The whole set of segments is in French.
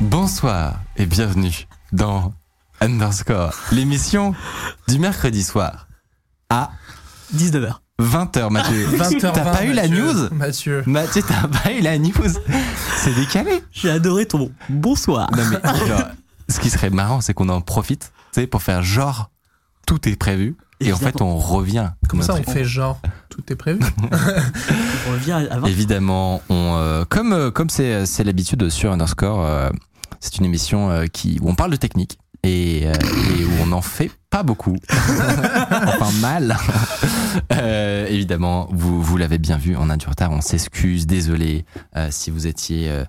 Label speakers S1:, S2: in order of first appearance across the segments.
S1: Bonsoir et bienvenue dans Underscore, l'émission du mercredi soir à
S2: 19h.
S1: 20h, Mathieu.
S3: 20h20,
S1: T'as pas eu la
S3: Mathieu.
S1: news
S3: Mathieu.
S1: Mathieu, t'as pas eu la news C'est décalé.
S2: J'ai adoré ton bonsoir.
S1: Non, mais genre, ce qui serait marrant, c'est qu'on en profite, tu sais, pour faire genre tout est prévu et en
S2: Évidemment.
S1: fait on revient.
S3: Comme ça, on
S1: Notre-
S3: fait genre, tout est prévu.
S2: On revient à 20
S1: Évidemment, on euh, comme euh, comme c'est c'est l'habitude sur Underscore, euh, c'est une émission euh, qui où on parle de technique et, euh, et où on n'en fait pas beaucoup, enfin mal. Euh, évidemment, vous vous l'avez bien vu, on a du retard, on s'excuse, désolé euh, si vous étiez euh,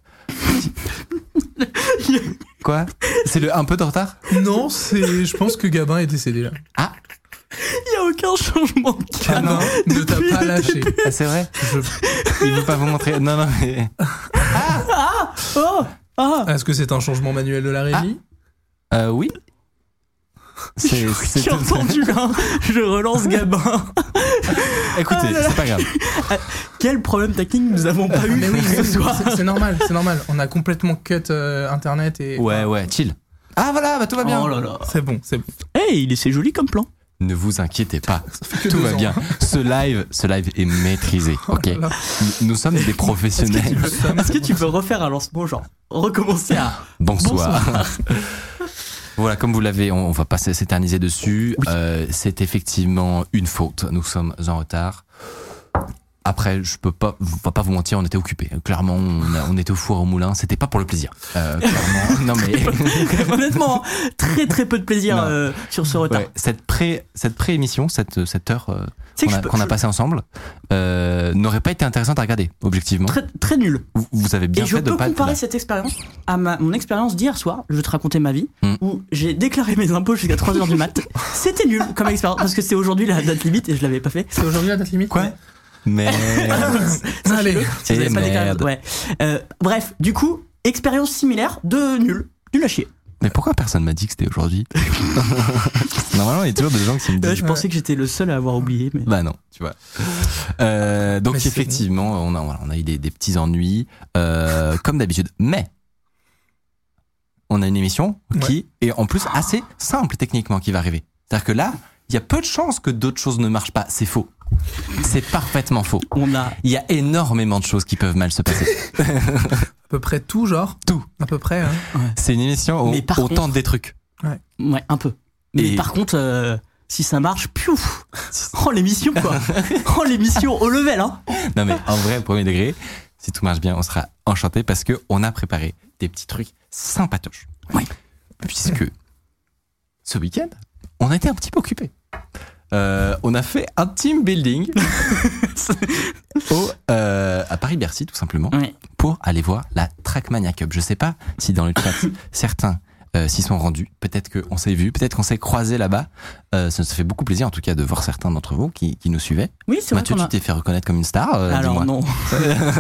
S1: si- quoi C'est le un peu de retard
S3: non, c'est, je pense que Gabin est décédé là.
S2: Il n'y a aucun changement de
S3: Ah non, ne t'a
S2: depuis
S3: pas
S2: le
S3: lâché.
S1: Ah, C'est vrai
S3: Je-
S1: Il veut pas vous montrer. Non non mais
S2: Oh ah
S3: Est-ce que c'est un changement manuel
S1: Ah.
S3: de la régie
S1: euh, oui. C'est c'est-
S2: J'ai entendu là, je relance Gabin.
S1: Écoutez,
S2: Ah là là.
S1: c'est pas grave.
S2: Quel problème technique nous avons pas eu
S3: Mais oui, mais
S2: ce
S3: oui,
S2: soir
S3: c'est- c'est normal, c'est normal. On a complètement cut euh, internet et.
S1: Ouais, ouais, chill. Ah voilà, bah tout va bien.
S2: Oh là là.
S3: C'est bon, c'est bon.
S2: Hey, il est- c'est joli comme plan.
S1: Ne vous inquiétez pas, tout
S3: deux
S1: va
S3: ans.
S1: bien. Ce live, ce live est maîtrisé, ok.
S3: là là.
S1: Nous- Nous sommes des professionnels.
S2: Est-ce que tu peux refaire un lancement, genre recommencer à
S1: Bonsoir. Voilà, comme vous l'avez, on, on va pas s'éterniser dessus. Euh, c'est effectivement une faute. Nous sommes en retard. Après, je peux pas, je vais pas vous mentir, on était occupés. Clairement, on, a- on était au four au moulin. C'était pas pour le plaisir. Euh, clairement, non mais.
S2: Honnêtement, hein, très très peu de plaisir
S1: Non.
S2: euh, sur ce retard.
S1: Ouais, cette pré cette pré-émission, cette cette heure euh,
S2: Tu sais que
S1: qu'on
S2: je
S1: a,
S2: peux-
S1: qu'on a
S2: je-
S1: passée ensemble euh, n'aurait pas été intéressante à regarder, objectivement.
S2: Très, très nul.
S1: Vous, vous avez bien
S2: Et je
S1: fait de
S2: peux
S1: pas.
S2: comparer
S1: bah,
S2: cette expérience à ma, mon expérience d'hier soir, je vais te raconter ma vie,
S1: Mm.
S2: où j'ai déclaré mes impôts jusqu'à 3h du mat. C'était nul comme expérience, parce que c'est aujourd'hui la date limite et je l'avais pas fait.
S3: C'est aujourd'hui la date limite
S1: Quoi Mais
S2: Ça,
S3: Allez.
S2: je peux, si vous
S1: Eh
S2: avez pas déclaré-
S1: merde.
S2: ouais. Euh, bref, du coup, expérience similaire de nul. Nul à chier.
S1: mais pourquoi personne m'a dit que c'était aujourd'hui Normalement, il y a toujours des gens qui me
S2: Euh,
S1: disent.
S2: je pensais que j'étais le seul à avoir oublié, mais.
S1: Bah non, tu vois. Euh, donc
S3: Mais c'est
S1: effectivement, on a voilà, on a eu des, des petits ennuis euh, comme d'habitude, mais on a une émission qui est en plus assez simple techniquement qui va arriver. C'est-à-dire que là, il y a peu de chances que d'autres choses ne marchent pas. C'est faux. C'est parfaitement faux.
S2: On a.
S1: Il y a énormément de choses qui peuvent mal se passer.
S3: À peu près tout, genre
S1: Tout.
S3: À peu près, hein.
S1: C'est une émission où
S2: Mais par
S1: on
S2: contre-
S1: tente des trucs.
S2: Ouais, un peu. Mais
S1: Et-
S2: par contre, euh, si ça marche, piouf Oh l'émission quoi Oh l'émission au level hein
S1: Non mais en vrai, au premier degré, si tout marche bien, on sera enchanté parce que on a préparé des petits trucs sympatoches.
S2: Oui.
S1: Puisque ce week-end, on a été un petit peu occupé. Euh, on a fait un team building au, euh, à Paris-Bercy tout simplement
S2: Ouais.
S1: pour aller voir la Trackmania Cup. Je sais pas si dans le chat certains euh, s'y sont rendus. Peut-être qu'on s'est vu, peut-être qu'on s'est croisé là-bas. Euh, ça nous fait beaucoup plaisir en tout cas de voir certains d'entre vous qui, qui nous suivaient.
S2: Oui, c'est vrai
S1: Mathieu,
S2: qu'on a.
S1: tu t'es fait reconnaître comme une star. euh, dis-moi.
S2: Alors non,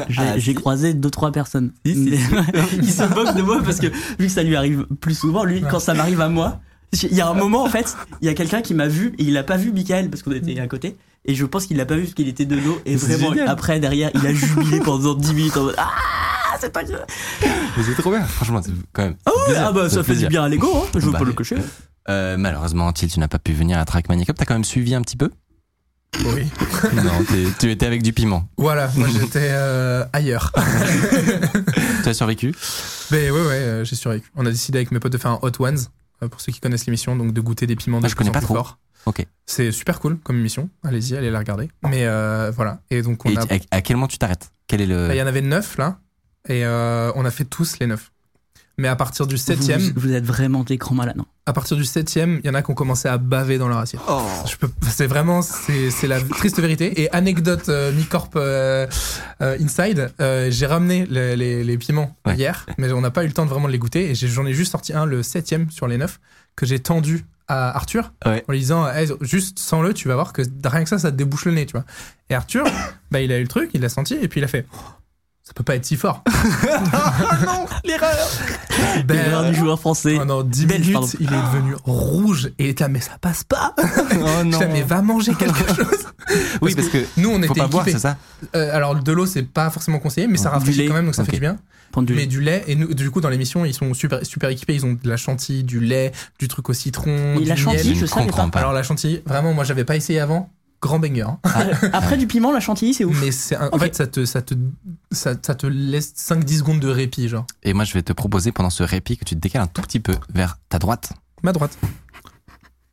S2: j'ai
S1: Ah,
S2: j'ai
S1: si.
S2: croisé deux trois personnes.
S1: Si, si,
S2: Mais- il se moque de moi parce que vu que ça lui arrive plus souvent, lui quand ça m'arrive à moi, j'ai- il y a un moment en fait, il y a quelqu'un qui m'a vu et il a pas vu Michael parce qu'on était à côté et je pense qu'il l'a pas vu parce qu'il était de dos et
S1: C'est
S2: vraiment
S1: génial.
S2: après derrière il a jubilé pendant 10 minutes en mode ah c'est pas
S1: Mais c'est trop bien, franchement, c'est quand même.
S2: ah, ouais, ah bah ça fait du bien à l'ego hein, je veux
S1: Bah,
S2: pas le cocher.
S1: Euh, malheureusement, Thiel, tu n'as pas pu venir à Trackmania Cup. T'as quand même suivi un petit peu
S3: Oui.
S1: Non, t'es- tu étais avec du piment.
S3: Voilà, moi j'étais euh, ailleurs.
S1: Tu as survécu
S3: Mais ouais, ouais, euh, j'ai survécu. On a décidé avec mes potes de faire un Hot Ones, euh, pour ceux qui connaissent l'émission, donc de goûter des piments de
S1: Ah, je
S3: plus
S1: connais
S3: en
S1: pas
S3: plus
S1: trop.
S3: forts.
S1: Ok.
S3: C'est super cool comme émission. Allez-y, allez la regarder. Mais euh, voilà. Et donc on
S1: Et
S3: a. Bah,
S1: tu- à, à quel moment tu t'arrêtes Quel est
S3: Il
S1: le.
S3: y en avait neuf là, et euh, on a fait tous les neuf. Mais à partir du septième,
S2: Vous, vous êtes vraiment des grands malades. Non.
S3: à partir du septième, il y en a qui ont commencé à baver dans leur assiette. Je peux, c'est vraiment, c'est, c'est la triste vérité. Et anecdote euh, mi-corp euh, euh, inside, euh, j'ai ramené les, les- les piments
S1: Ouais.
S3: hier, mais on n'a pas eu le temps de vraiment de les goûter. Et j'ai- j'en ai juste sorti un, le septième sur les neuf, que j'ai tendu à Arthur
S1: Ouais.
S3: en lui disant Eh, juste sans le, tu vas voir que rien que ça, ça te débouche le nez, tu vois. Et Arthur, bah, il a eu le truc, il l'a senti, et puis il a fait. Oh, Ça peut pas être si fort. Ah Ben, oh
S2: L'erreur du joueur français.
S3: pendant 10
S2: Belge,
S3: minutes,
S2: pardon.
S3: il est devenu rouge et il était là, mais ça passe pas.
S1: Oh
S3: Je
S1: non.
S3: dis, mais va manger quelque chose.
S1: Oui, parce que
S3: Nous, on
S1: faut
S3: était
S1: pas boire,
S3: équipés.
S1: c'est ça
S3: Euh, alors, de l'eau, c'est pas forcément conseillé, mais ça
S2: Du
S3: rafraîchit
S2: lait.
S3: quand même, donc ça
S1: Ok.
S3: fait du bien.
S2: Prendre du
S3: mais
S2: lait.
S3: du lait, et nous, du coup, dans l'émission, ils sont super, super équipés. Ils ont de la chantilly, du lait, du truc au citron.
S2: Et
S3: du
S2: la chantilly,
S3: miel.
S2: je
S1: ne
S2: savais
S1: comprends pas.
S3: Alors, la chantilly, vraiment, moi, j'avais pas essayé avant. Grand banger. hein.
S2: Après du piment, la chantilly, c'est ouf.
S3: Mais c'est un- en
S2: Ok.
S3: fait, ça te, ça, te, ça, ça te laisse 5-10 secondes de répit, genre.
S1: Et moi, je vais te proposer pendant ce répit que tu te décales un tout petit peu vers ta droite.
S3: Ma droite.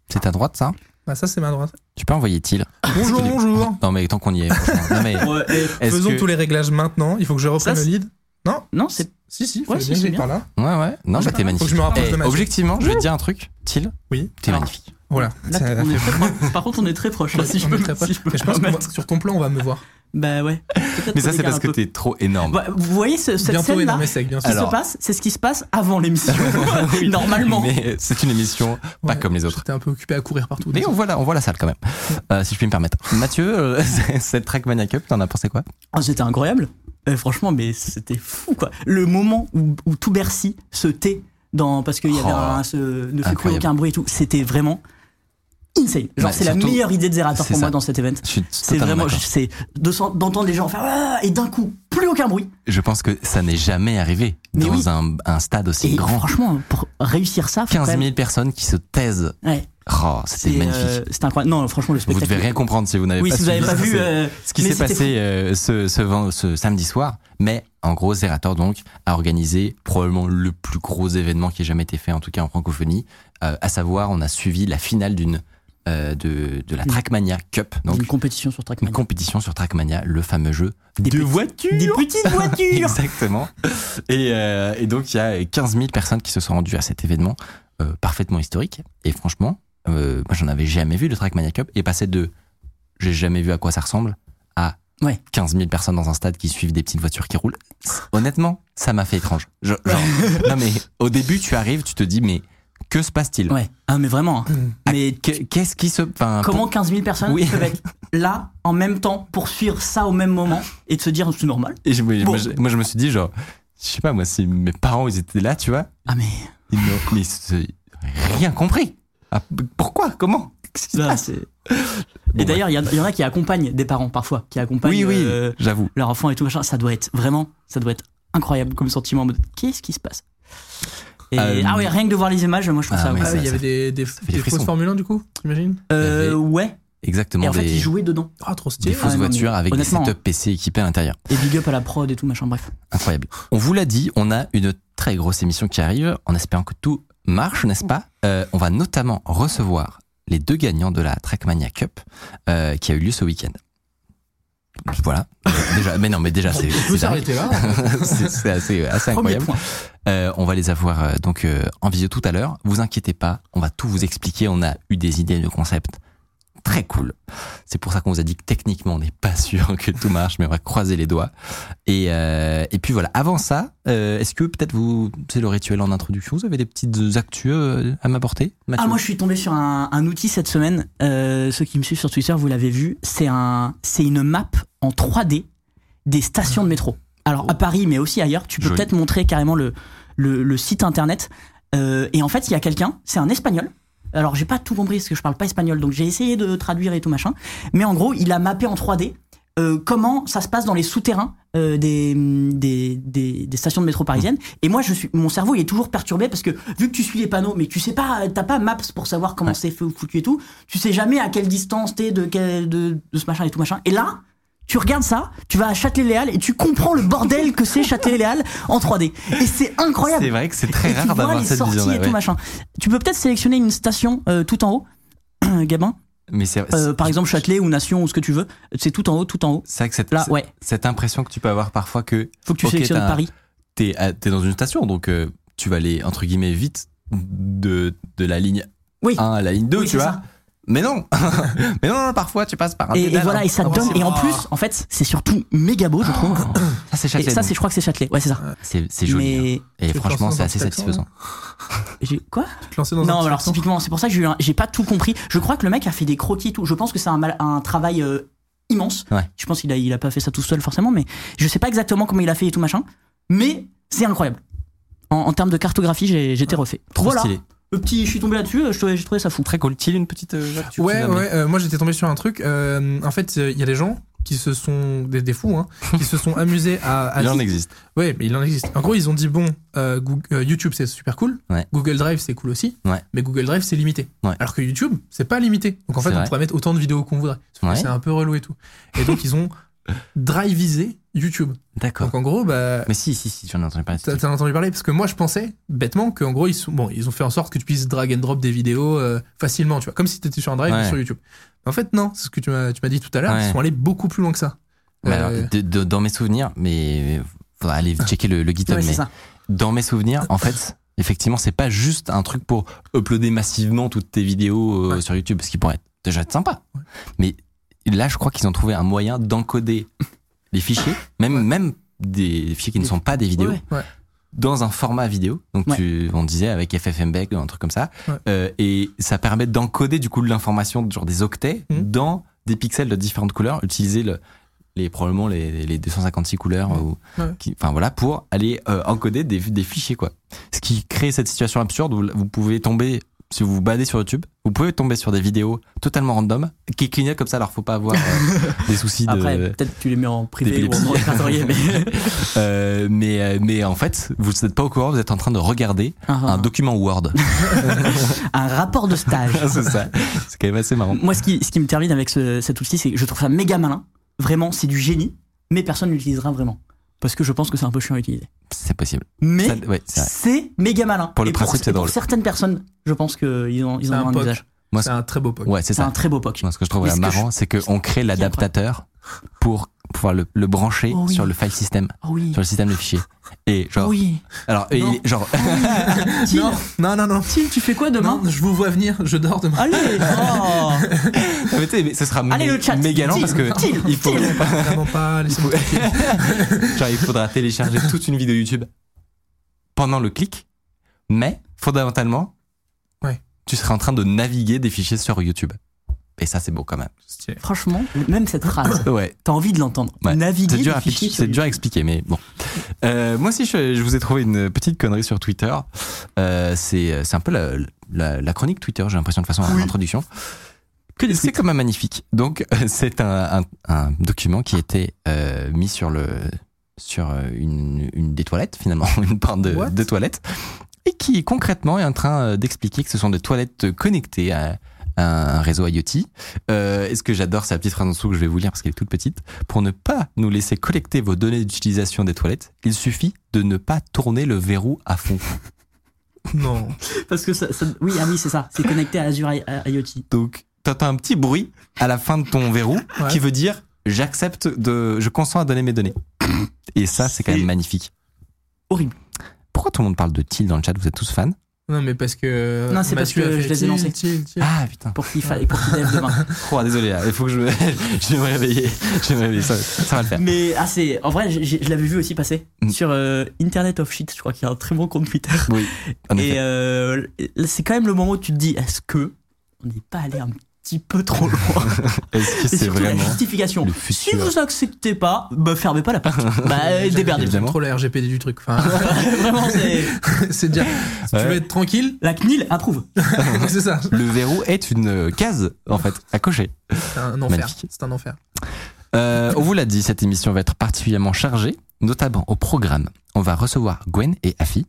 S1: C'est ta droite, ça
S3: Bah, ça, c'est ma droite.
S1: Tu peux envoyer Thiel.
S3: Bonjour,
S1: qu'il est-
S3: bonjour.
S1: Non, mais tant qu'on y est, franchement. Non, mais
S2: Ouais, et-
S1: est-ce
S3: Faisons
S1: que-
S3: tous les réglages maintenant. Il faut que je reprenne
S2: Ça,
S3: le lead.
S2: Non, c'est
S3: Si, si,
S2: Ouais,
S3: fallait
S2: si,
S3: bien que
S2: c'est
S3: j'aille
S2: bien.
S3: par là.
S1: Ouais, ouais. Non, mais t'es
S3: Faut que je
S1: magnifique.
S3: me rapproche
S1: Eh,
S3: de ma
S1: objectivement, je vais te dire un truc. Thiel,
S3: Oui. Ah,
S1: t'es
S2: Alors,
S1: magnifique.
S3: Voilà.
S2: Là,
S3: Ça-
S2: on est très proche. Par contre, on est très proche.
S1: Bah,
S2: Là, si je
S3: on
S2: peux,
S3: est très
S2: si
S3: proche.
S2: je peux
S3: Mais je pense
S2: me
S3: que moi,
S2: permettre.
S3: sur ton plan, on va me voir.
S2: Bah ouais. Peut-être
S1: Mais ça,
S2: qu'on
S1: c'est
S2: égare
S1: parce
S2: un
S1: que
S2: peu.
S1: t'es trop énorme.
S2: Ouais, vous voyez ce- cette
S3: Bientôt,
S2: scène-là
S3: énorme sec, bien
S2: Ce
S3: sûr.
S2: qui
S1: Alors-
S2: se passe, c'est ce qui se passe avant l'émission. Normalement.
S1: Mais c'est une émission pas
S3: Ouais,
S1: comme les autres.
S3: J'étais un peu occupé à courir partout.
S1: Mais on voit la, on voit la salle quand même, Euh, si je puis me permettre. Mathieu, euh, cette Trackmania Cup, t'en as pensé quoi
S2: Ah, c'était incroyable. Euh, franchement, mais c'était fou quoi. Le moment où, où tout Bercy se tait dans parce qu'il y avait
S1: Oh.
S2: un, ce, ne fait plus
S1: Incroyable.
S2: aucun bruit et tout, c'était vraiment insane. Genre
S1: Ouais,
S2: c'est la
S1: surtout-
S2: meilleure idée de Zerator
S1: c'est
S2: pour moi
S1: ça.
S2: dans cet event.
S1: Je suis
S2: C'est vraiment
S1: totalement d'accord.
S2: c'est de s'en- d'entendre les gens faire Ah et d'un coup plus aucun bruit.
S1: Je pense que ça n'est jamais arrivé
S2: Mais
S1: dans
S2: oui.
S1: un, un stade aussi
S2: Et
S1: grand.
S2: franchement pour réussir ça, faut
S1: 15
S2: quand
S1: 000
S2: même-
S1: personnes qui se taisent.
S2: Ouais,
S1: Oh, c'était
S2: c'est, euh,
S1: magnifique.
S2: c'est incroyable. Non franchement le
S1: vous
S2: spectacle.
S1: devez rien comprendre si vous n'avez
S2: oui
S1: pas
S2: si vous n'avez
S1: suivi
S2: pas
S1: ce-
S2: vu euh,
S1: ce qui
S2: mais
S1: s'est
S2: c'était fou.
S1: passé euh, ce, ce, vend- ce samedi soir. Mais en gros, Zerator donc a organisé probablement le plus gros événement qui ait jamais été fait, en tout cas en francophonie. Euh, à savoir, on a suivi la finale d'une euh, de, de la Trackmania Cup, donc
S2: une compétition sur
S1: une
S2: Trackman.
S1: compétition sur Trackmania, le fameux jeu
S2: Des petits-
S1: voitures.
S2: Des petites voitures.
S1: Exactement. Et, euh, et donc, il y a 15 000 personnes qui se sont rendues à cet événement euh, parfaitement historique. Et franchement, euh, moi, j'en avais jamais vu le Trackmania Cup et passer de j'ai jamais vu à quoi ça ressemble à
S2: Ouais.
S1: 15 000 personnes dans un stade qui suivent des petites voitures qui roulent. Honnêtement, ça m'a fait étrange. Je- genre, non, mais au début, tu arrives, tu te dis, mais que se passe-t-il
S2: Ouais. Ah mais vraiment. hein. Mais
S1: Que- Qu'est-ce qui se. enfin,
S2: Comment
S1: pour-
S2: 15 000 personnes
S1: Oui.
S2: peuvent être là en même temps pour suivre ça au même moment et de se dire c'est normal
S1: Et je- moi, je-
S2: Bon.
S1: je- moi, je me suis dit, genre, je sais pas, moi, si mes parents, ils étaient là, tu vois,
S2: Ah mais
S1: Ils n'ont mais c'est- rien compris. Ah, p- pourquoi Comment Qu'est-ce qui se
S2: là
S1: passe
S2: c'est.
S1: Bon,
S2: Et d'ailleurs il y, en- il y en a qui accompagnent des parents parfois, qui accompagnent
S1: Oui, oui,
S2: euh,
S1: j'avoue.
S2: leur enfant et tout machin. Ça doit être vraiment, ça doit être incroyable comme sentiment. en mode, Qu'est-ce qui se passe Et-
S1: Euh,
S2: Ah ouais, rien que de voir les images, moi je trouve
S1: ah,
S2: ça.
S1: mais
S3: Ah,
S2: Ouais.
S1: ça-
S3: il y avait des, des,
S1: fait des
S3: des fausses
S1: frissons.
S3: Formule 1 du coup, t'imagines
S2: Euh, ouais. Et
S1: Exactement
S2: en fait
S1: des,
S2: ils jouaient dedans.
S3: Ah, trop
S1: des
S3: stylé.
S1: fausses
S2: non, hein, mais
S1: voitures avec des
S2: honnêtement.
S1: setups PC équipés à l'intérieur.
S2: Et big up à la prod et tout machin. Bref.
S1: Incroyable. On vous l'a dit, on a une très grosse émission qui arrive, en espérant que tout marche, n'est-ce pas Euh, On va notamment recevoir les deux gagnants de la Trackmania Cup euh, qui a eu lieu ce week-end. Voilà. Euh, déjà, mais non, mais déjà, c'est
S3: On peut
S1: c'est
S3: s'arrêter là.
S1: dingue. C'est- c'est assez, assez
S2: Premier
S1: incroyable.
S2: point.
S1: Euh, on va les avoir euh, donc euh, en visio tout à l'heure. Vous inquiétez pas, on va tout vous expliquer. On a eu des idées de concepts très cool. C'est pour ça qu'on vous a dit que techniquement on n'est pas sûr que tout marche, mais on va croiser les doigts. Et, euh, et puis voilà. Avant ça, euh, est-ce que peut-être vous, c'est le rituel en introduction, vous avez des petites actus euh, à m'apporter, Mathieu
S2: Ah moi je suis tombé sur un, un outil cette semaine. Euh, ceux qui me suivent sur Twitter, vous l'avez vu. C'est un, c'est une map en 3D des stations de métro. Alors
S1: Oh.
S2: à Paris, mais aussi ailleurs. Tu peux
S1: Joli.
S2: peut-être montrer carrément le le, le site internet. Euh, et en fait, il y a quelqu'un. C'est un espagnol. Alors j'ai pas tout compris parce que je parle pas espagnol, donc j'ai essayé de traduire et tout machin. Mais en gros, il a mappé en 3D euh, comment ça se passe dans les souterrains euh, des, des, des, des stations de métro parisiennes. Et moi, je suis, mon cerveau, il est toujours perturbé parce que vu que tu suis les panneaux, mais tu sais pas, euh, t'as pas Maps pour savoir comment c'est fait ou foutu et tout, tu sais jamais à quelle distance t'es de, quel- de, de ce machin et tout machin. Et là, tu regardes ça, tu vas à Châtelet-Léal et tu comprends le bordel que c'est Châtelet-Léal en 3D. Et c'est incroyable.
S1: C'est vrai que c'est très
S2: Et tu
S1: rare
S2: vois
S1: d'avoir
S2: les
S1: cette
S2: sorties
S1: vision-là.
S2: et tout
S1: ouais.
S2: machin. Tu peux peut-être sélectionner une station euh, tout en haut, Gabin.
S1: Mais c'est
S2: Euh, par exemple, Châtelet ou Nation ou ce que tu veux. C'est tout en haut, tout en haut.
S1: c'est vrai que cette,
S2: Là, ouais.
S1: cette impression que tu peux avoir parfois que
S2: Faut que tu
S1: Ok,
S2: sélectionnes
S1: t'as-
S2: Paris.
S1: t'es à- t'es dans une station, donc euh, tu vas aller, entre guillemets, vite de, de la ligne
S2: Oui.
S1: 1 à la ligne 2,
S2: Oui,
S1: tu
S2: c'est
S1: vois.
S2: ça.
S1: Mais non Mais non, non, parfois tu passes par un
S2: Et, et
S1: pédale,
S2: voilà,
S1: hein. Oh.
S2: et ça donne. Et en
S3: Oh.
S2: plus, en fait, c'est surtout méga beau, je trouve.
S1: Ça, c'est
S2: Et
S1: Châtelet,
S2: ça,
S1: donc.
S2: c'est, je crois que c'est Châtelet. Ouais, c'est ça.
S1: c'est c'est Ah, joli. hein.
S2: Mais
S1: Et
S3: Tu
S1: franchement,
S3: te lances
S1: c'est
S3: dans
S1: assez
S3: un petit
S1: satisfaisant.
S2: hein. j'ai quoi
S3: Tu te lançais dans un
S2: Non,
S3: petit
S2: alors
S3: accent.
S2: typiquement, c'est pour ça que j'ai, eu un- j'ai pas tout compris. Je crois que le mec a fait des croquis et tout. Je pense que c'est un, mal- un travail euh, immense.
S1: Ouais.
S2: Je pense qu'il a, il a pas fait ça tout seul forcément, mais je sais pas exactement comment il a fait et tout machin. Mais c'est incroyable. En, en termes de cartographie, j'ai, j'étais refait.
S1: Trop
S2: voilà.
S1: stylé.
S2: Le petit, je suis tombé là-dessus. euh, Je trouvais, j'ai trouvé ça fou.
S1: Très cool. Thiel, une petite. euh, Jacques, tu- tu
S3: Ouais,
S1: l'as mis.
S3: ouais, euh, moi j'étais tombé sur un truc. euh, en fait, euh, il y a des gens qui se sont. des, des fous, hein, qui se sont amusés à. à
S1: Il en existe.
S3: Ouais, mais il en existe. En gros, ils ont dit bon, euh, Goog- euh, YouTube c'est super cool,
S1: Ouais.
S3: Google Drive c'est cool aussi,
S1: Ouais.
S3: mais Google Drive c'est limité.
S1: Ouais.
S3: Alors que YouTube c'est pas limité. Donc en fait,
S1: C'est
S3: on
S1: vrai.
S3: pourrait mettre autant de vidéos qu'on voudrait. Sauf que
S1: Ouais.
S3: C'est un peu relou et tout. Et donc ils ont drivisé YouTube.
S1: D'accord.
S3: Donc en gros, bah.
S1: Mais si, si, si, j'en ai entendu parler.
S3: T'as t'en as entendu parler parce que moi je pensais bêtement qu'en gros ils sont bon ils ont fait en sorte que tu puisses drag and drop des vidéos euh, facilement tu vois comme si t'étais sur un drive
S1: Ouais.
S3: ou sur YouTube. En fait non c'est ce que tu m'as tu m'as dit tout à l'heure
S1: Ouais.
S3: ils sont allés beaucoup plus loin que ça.
S1: Mais
S3: Euh,
S1: alors, de- de- dans mes souvenirs, mais faudra aller checker le, le GitHub.
S2: Ouais, c'est
S1: mais
S2: ça.
S1: dans mes souvenirs, en fait, effectivement, c'est pas juste un truc pour uploader massivement toutes tes vidéos euh,
S3: Ouais.
S1: sur YouTube, ce qui pourrait être déjà être sympa. Mais là, je crois qu'ils ont trouvé un moyen d'encoder les fichiers, même même des fichiers qui ne sont pas des vidéos.
S2: Ouais,
S3: ouais.
S1: Dans un format vidéo, donc
S2: Ouais.
S1: tu, on disait avec FFmpeg ou un truc comme ça,
S3: Ouais.
S1: Euh, et ça permet d'encoder du coup de l'information genre des octets
S3: Mhm.
S1: dans des pixels de différentes couleurs, utiliser le, les probablement les, les 256 couleurs
S3: Ouais.
S1: ou
S3: Ouais.
S1: qui- enfin voilà pour aller euh, encoder des, des fichiers quoi ce qui crée cette situation absurde où vous pouvez tomber si vous vous badez sur YouTube vous pouvez tomber sur des vidéos totalement random qui clignotent comme ça alors faut pas avoir euh, des soucis de
S2: Après, peut-être que tu les mets en privé ou en
S1: d'épilepsie.
S2: répertorié, mais.
S1: Euh, mais euh, mais en fait vous n'êtes pas au courant vous êtes en train de regarder
S2: Ah.
S1: un document Word
S2: un rapport de stage.
S1: c'est ça c'est quand même assez marrant
S2: Moi, ce qui, ce qui me termine avec ce- cet outil, c'est que je trouve ça méga malin. Vraiment, c'est du génie, mais personne ne l'utilisera vraiment. Parce que je pense que c'est un peu chiant à utiliser.
S1: c'est possible
S2: Mais
S1: Ça, ouais, c'est vrai.
S2: c'est méga malin.
S1: Pour le
S2: Et
S1: principe, c'est
S2: et pour
S1: drôle.
S2: certaines personnes, je pense qu'ils en, ils
S3: C'est
S2: en ont
S3: un
S2: un
S3: POC.
S2: usage.
S1: Moi,
S3: c'est un très beau poc.
S1: ouais c'est
S2: C'est
S1: ça
S2: un très beau POC.
S1: Moi, ce que je trouve
S2: Mais ce que
S1: marrant, c'est qu'on crée l'adaptateur pour pouvoir le, le brancher
S2: Oh oui.
S1: sur le file system,
S2: Oh oui.
S1: sur le système de fichiers. Et genre,
S2: Oui.
S1: alors, et
S3: Non.
S1: il est- genre,
S2: Tim,
S3: Non non non non.
S2: Tim, tu fais quoi demain
S3: Non, je vous vois venir, je dors demain.
S2: Allez oh.
S1: mais tu sais, mais ce sera
S2: Allez,
S1: mé-
S2: le chat.
S1: méga lent
S2: Deal,
S1: parce que
S2: deal,
S1: il faut,
S2: deal.
S3: Vraiment pas, laissez-moi tranquille.
S1: genre, il faudra télécharger toute une vidéo YouTube pendant le clic, mais fondamentalement,
S3: Ouais.
S1: tu seras en train de naviguer des fichiers sur YouTube. Et ça, c'est beau quand même.
S3: Stylé.
S2: Franchement, même cette phrase,
S1: Ouais.
S2: t'as envie de l'entendre.
S1: Ouais.
S2: Naviguer
S1: C'est dur,
S2: des
S1: à,
S2: fichiers sur
S1: c'est dur à
S2: YouTube.
S1: expliquer, mais bon. Euh, moi aussi, je, je vous ai trouvé une petite connerie sur Twitter. Euh, c'est c'est un peu la, la- la chronique Twitter, j'ai l'impression, de façon à l'introduction. C'est quand même magnifique. Donc, euh, c'est un, un- un document qui était euh, mis sur, le, sur euh, une, une des toilettes, finalement, une part de,
S3: What
S1: de toilettes, et qui concrètement est en train euh, d'expliquer que ce sont des toilettes connectées à un réseau IoT. Euh, et ce que j'adore, c'est la petite phrase en dessous que je vais vous lire parce qu'elle est toute petite. Pour ne pas nous laisser collecter vos données d'utilisation des toilettes, il suffit de ne pas tourner le verrou à fond.
S3: Non.
S2: Parce que ça, ça- oui, ah oui, c'est ça. C'est connecté à Azure I- à IoT.
S1: Donc, t'entends un petit bruit à la fin de ton verrou
S3: Ouais.
S1: qui veut dire j'accepte de, je consens à donner mes données. Et ça, c'est quand
S2: C'est
S1: même magnifique.
S2: horrible.
S1: Pourquoi tout le monde parle de Till dans le chat Vous êtes tous fans
S3: Non mais parce que
S2: Non, c'est parce
S3: Mathieu
S2: que
S3: a fait
S2: je les ai
S3: chill,
S2: lancés.
S3: chill, chill.
S1: Ah putain.
S2: Pour qu'il faille, pour qu'il lève demain.
S1: Oh, désolé, là, il faut que je me, je vais me réveiller. Je vais me réveiller, ça, ça va le faire.
S2: Mais ah, c'est en vrai, j'ai- j'ai- je l'avais vu aussi passer
S1: Mm.
S2: sur euh, Internet of Shit. Je crois qu'il y a un très bon compte Twitter.
S1: Oui, en effet.
S2: Et euh, c'est quand même le moment où tu te dis est-ce que on n'est pas allé un petit peu trop loin
S1: Est-ce que
S2: Et
S1: c'est
S2: euh, surtout la
S1: vraiment
S2: justification.
S1: le
S2: Si
S1: futur
S2: vous acceptez pas, bah fermez pas la porte. Bah déberdez.
S1: évidemment.
S3: Trop la RGPD du truc. Enfin,
S2: Vraiment, c'est
S3: c'est dire, tu
S1: Ouais.
S3: veux être tranquille,
S2: la CNIL approuve.
S3: c'est ça.
S1: Le verrou est une euh, case, en fait, à cocher.
S3: C'est un enfer.
S1: Magnifique.
S3: C'est un enfer.
S1: Euh, on vous l'a dit, cette émission va être particulièrement chargée, notamment au programme. On va recevoir Gwen et Afi,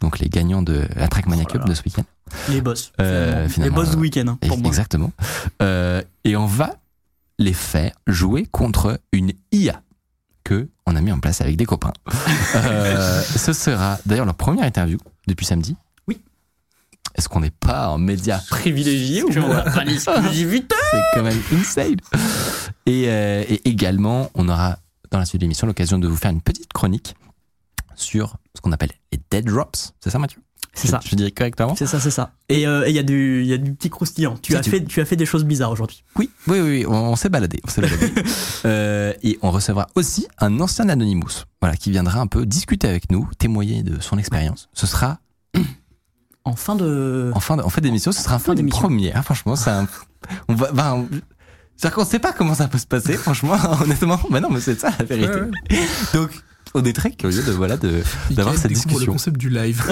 S1: donc les gagnants de la Trackmania
S2: Oh là
S1: Cup
S2: là.
S1: de ce week-end.
S2: Les boss.
S1: Euh,
S2: finalement. les
S1: finalement,
S2: boss du
S1: euh,
S2: week-end hein,
S1: Et-
S2: pour moi.
S1: Exactement. Euh, et on va les faire jouer contre une IA que on a mis en place avec des copains. Euh, ce sera d'ailleurs leur première interview depuis samedi.
S2: Oui.
S1: Est-ce qu'on n'est pas en média privilégié ou
S2: On a pas l'exclusivité.
S1: C'est quand même insane. Et, euh, et également, on aura dans la suite de l'émission l'occasion de vous faire une petite chronique sur ce qu'on appelle les dead drops. C'est ça, Mathieu
S2: C'est
S1: Je-
S2: ça.
S1: Je dis correctement
S2: C'est ça, c'est ça. Et euh, et il y a du, il y a du petit croustillant. Tu
S1: Si
S2: as
S1: tu-
S2: fait, tu as fait des choses bizarres aujourd'hui.
S1: Oui, oui, oui, oui, on, on s'est baladé. On s'est baladé. Euh, et on recevra aussi un ancien Anonymous, voilà, qui viendra un peu discuter avec nous, témoigner de son expérience. Ce sera
S2: En fin de.
S1: en fin, de- en fin d'émission, ce sera en
S2: Fin
S1: fin de
S2: d'émission.
S1: première. Franchement, c'est un. On va. ben, on- c'est-à-dire qu'on ne sait pas comment ça peut se passer, franchement, honnêtement. Mais non, mais c'est ça la vérité.
S3: Ouais, ouais.
S1: Donc, on est très curieux de voilà de d'avoir
S3: Michael
S1: cette
S3: découvre le
S1: discussion.
S3: concept du live.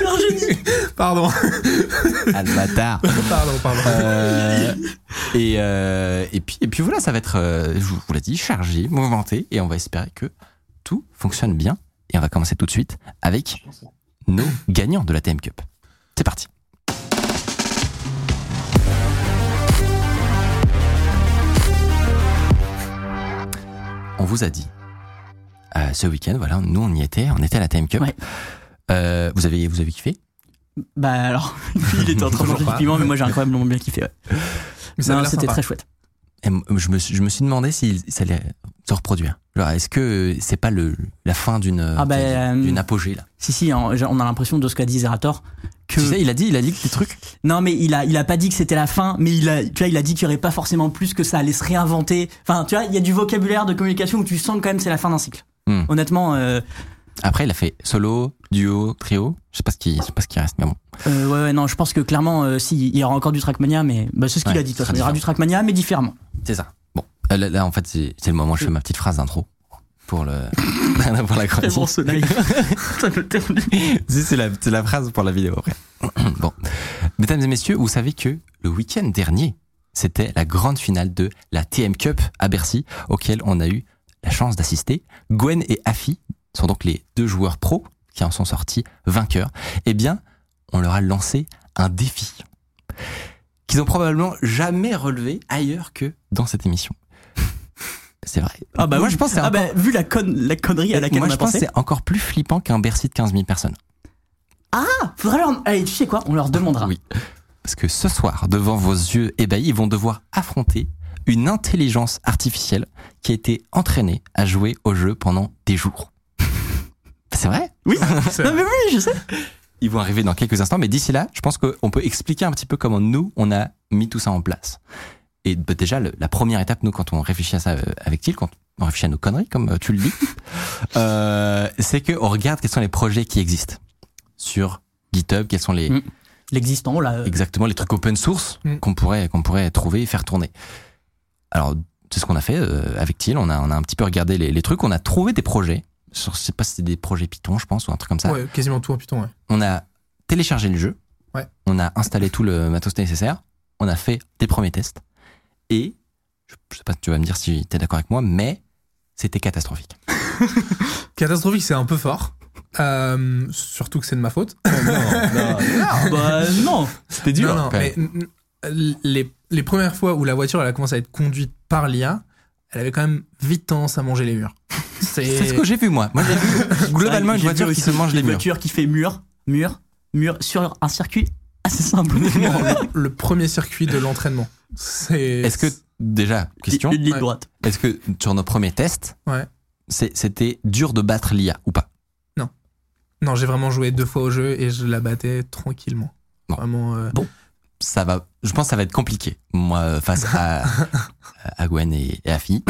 S2: Alors, je dis-
S3: pardon,
S1: Ah, le bâtard.
S3: pardon, pardon.
S1: Euh, et, euh, et, puis, et puis voilà, ça va être, euh, je vous l'ai dit, chargé, mouvementé, et on va espérer que tout fonctionne bien. Et on va commencer tout de suite avec nos gagnants de la TM Cup. C'est parti. On vous a dit, euh, ce week-end, voilà, nous on y était, on était à la TM Cup.
S2: Ouais.
S1: Euh, vous, avez, vous avez kiffé
S2: Bah alors, il était en train de manger
S3: Toujours
S2: du
S3: pas.
S2: piment, mais moi j'ai incroyablement bien kiffé. ouais.
S3: Mais ça a
S2: Non,
S3: l'air
S2: c'était
S3: sympa.
S2: très chouette.
S1: Et m- je, me, suis- je me suis demandé si ça allait se reproduire. Genre, Est-ce que c'est pas le, la fin d'une
S2: Ah ben,
S1: d'une d'une
S2: euh,
S1: apogée là
S2: Si si, on on a l'impression de ce qu'a dit Zerator que
S1: Tu sais, il a dit, il a dit des trucs.
S2: non mais il a il a pas dit que c'était la fin, mais il a tu vois il a dit qu'il y aurait pas forcément plus que ça allait se réinventer. Enfin tu vois il y a du vocabulaire de communication où tu sens que quand même c'est la fin d'un cycle.
S1: Hmm.
S2: Honnêtement, euh,
S1: Après, il a fait solo, duo, trio. Je sais pas ce qui, je sais pas ce qui reste, mais bon.
S2: euh, ouais, ouais, non je pense que clairement euh, si il y aura encore du Trackmania, mais bah, c'est ce qu'il
S1: Ouais,
S2: a dit. de toute
S1: ce sera
S2: façon. Il y aura du Trackmania mais différemment.
S1: C'est ça. Bon, Euh, là, là, en fait, c'est c'est le moment où
S2: Euh,
S1: je fais ma petite phrase d'intro pour le pour la chronique.
S2: Ah, bah,
S1: Si, c'est la, c'est la phrase pour la vidéo après. bon. Mesdames et messieurs, vous savez que le week-end dernier, c'était la grande finale de la TM Cup à Bercy, auquel on a eu la chance d'assister. Gwen et Afi sont donc les deux joueurs pros qui en sont sortis vainqueurs. Eh bien, on leur a lancé un défi qu'ils ont probablement jamais relevé ailleurs que dans cette émission. C'est vrai.
S2: Ah bah
S1: moi
S2: oui.
S1: je pense que c'est
S2: ah
S1: encore-
S2: bah, vu la conne la connerie à laquelle
S1: moi,
S2: on
S1: je
S2: a
S1: pense que
S2: pensé.
S1: c'est encore plus flippant qu'un Bercy de 15 000 personnes.
S2: Ah, faudra leur allez tu sais quoi on leur demandera.
S1: Oui. Parce que ce soir, devant vos yeux ébahis, ils vont devoir affronter une intelligence artificielle qui a été entraînée à jouer au jeu pendant des jours. C'est vrai
S2: Oui.
S3: C'est-
S2: non mais oui je sais.
S1: Ils vont arriver dans quelques instants, mais d'ici là, je pense qu'on peut expliquer un petit peu comment nous, on a mis tout ça en place. Et bah, déjà, le- la première étape, nous, quand on réfléchit à ça euh, avec Thiel, quand on réfléchit à nos conneries, comme euh, tu le dis, euh, c'est qu'on regarde quels sont les projets qui existent sur GitHub, quels sont les,
S2: Mm. L'existant là. euh,
S1: Exactement, les trucs open source
S3: Mm.
S1: qu'on pourrait, qu'on pourrait trouver et faire tourner. Alors, c'est ce qu'on a fait euh, avec Thiel. On a, on a un petit peu regardé les, les trucs. On a trouvé des projets. Je sais pas si c'était des projets Python, je pense, ou un truc comme ça.
S3: Ouais, quasiment tout en Python. Ouais.
S1: On a téléchargé le jeu.
S3: Ouais.
S1: On a installé tout le matos nécessaire. On a fait des premiers tests. Et, je, je sais pas si tu vas me dire si tu es d'accord avec moi, mais c'était catastrophique.
S3: Catastrophique, c'est un peu fort. Euh, surtout que c'est de ma faute.
S2: bah non.
S1: C'était
S3: Non, non, mais n- n- l- les, les premières fois où la voiture elle a commencé à être conduite par l'IA, elle avait quand même vite tendance à manger les murs.
S1: C'est ce que j'ai vu, moi. Moi, j'ai vu globalement une
S2: J'ai vu
S1: voiture qui
S2: aussi
S1: se mange les
S2: Une
S1: murs.
S2: voiture qui fait mur, mur, mur sur un circuit assez simple.
S3: le premier circuit de l'entraînement. C'est-
S1: Est-ce que, déjà, question
S2: Une ligne
S3: Ouais.
S2: droite.
S1: Est-ce que sur nos premiers tests,
S3: Ouais.
S1: c'est- c'était dur de battre l'IA ou pas
S3: Non, j'ai vraiment joué deux fois au jeu et je la battais tranquillement.
S1: Bon.
S3: Vraiment. euh,
S1: Ça va, je pense que ça va être compliqué, moi, face à, à Gwen et, et à Fi.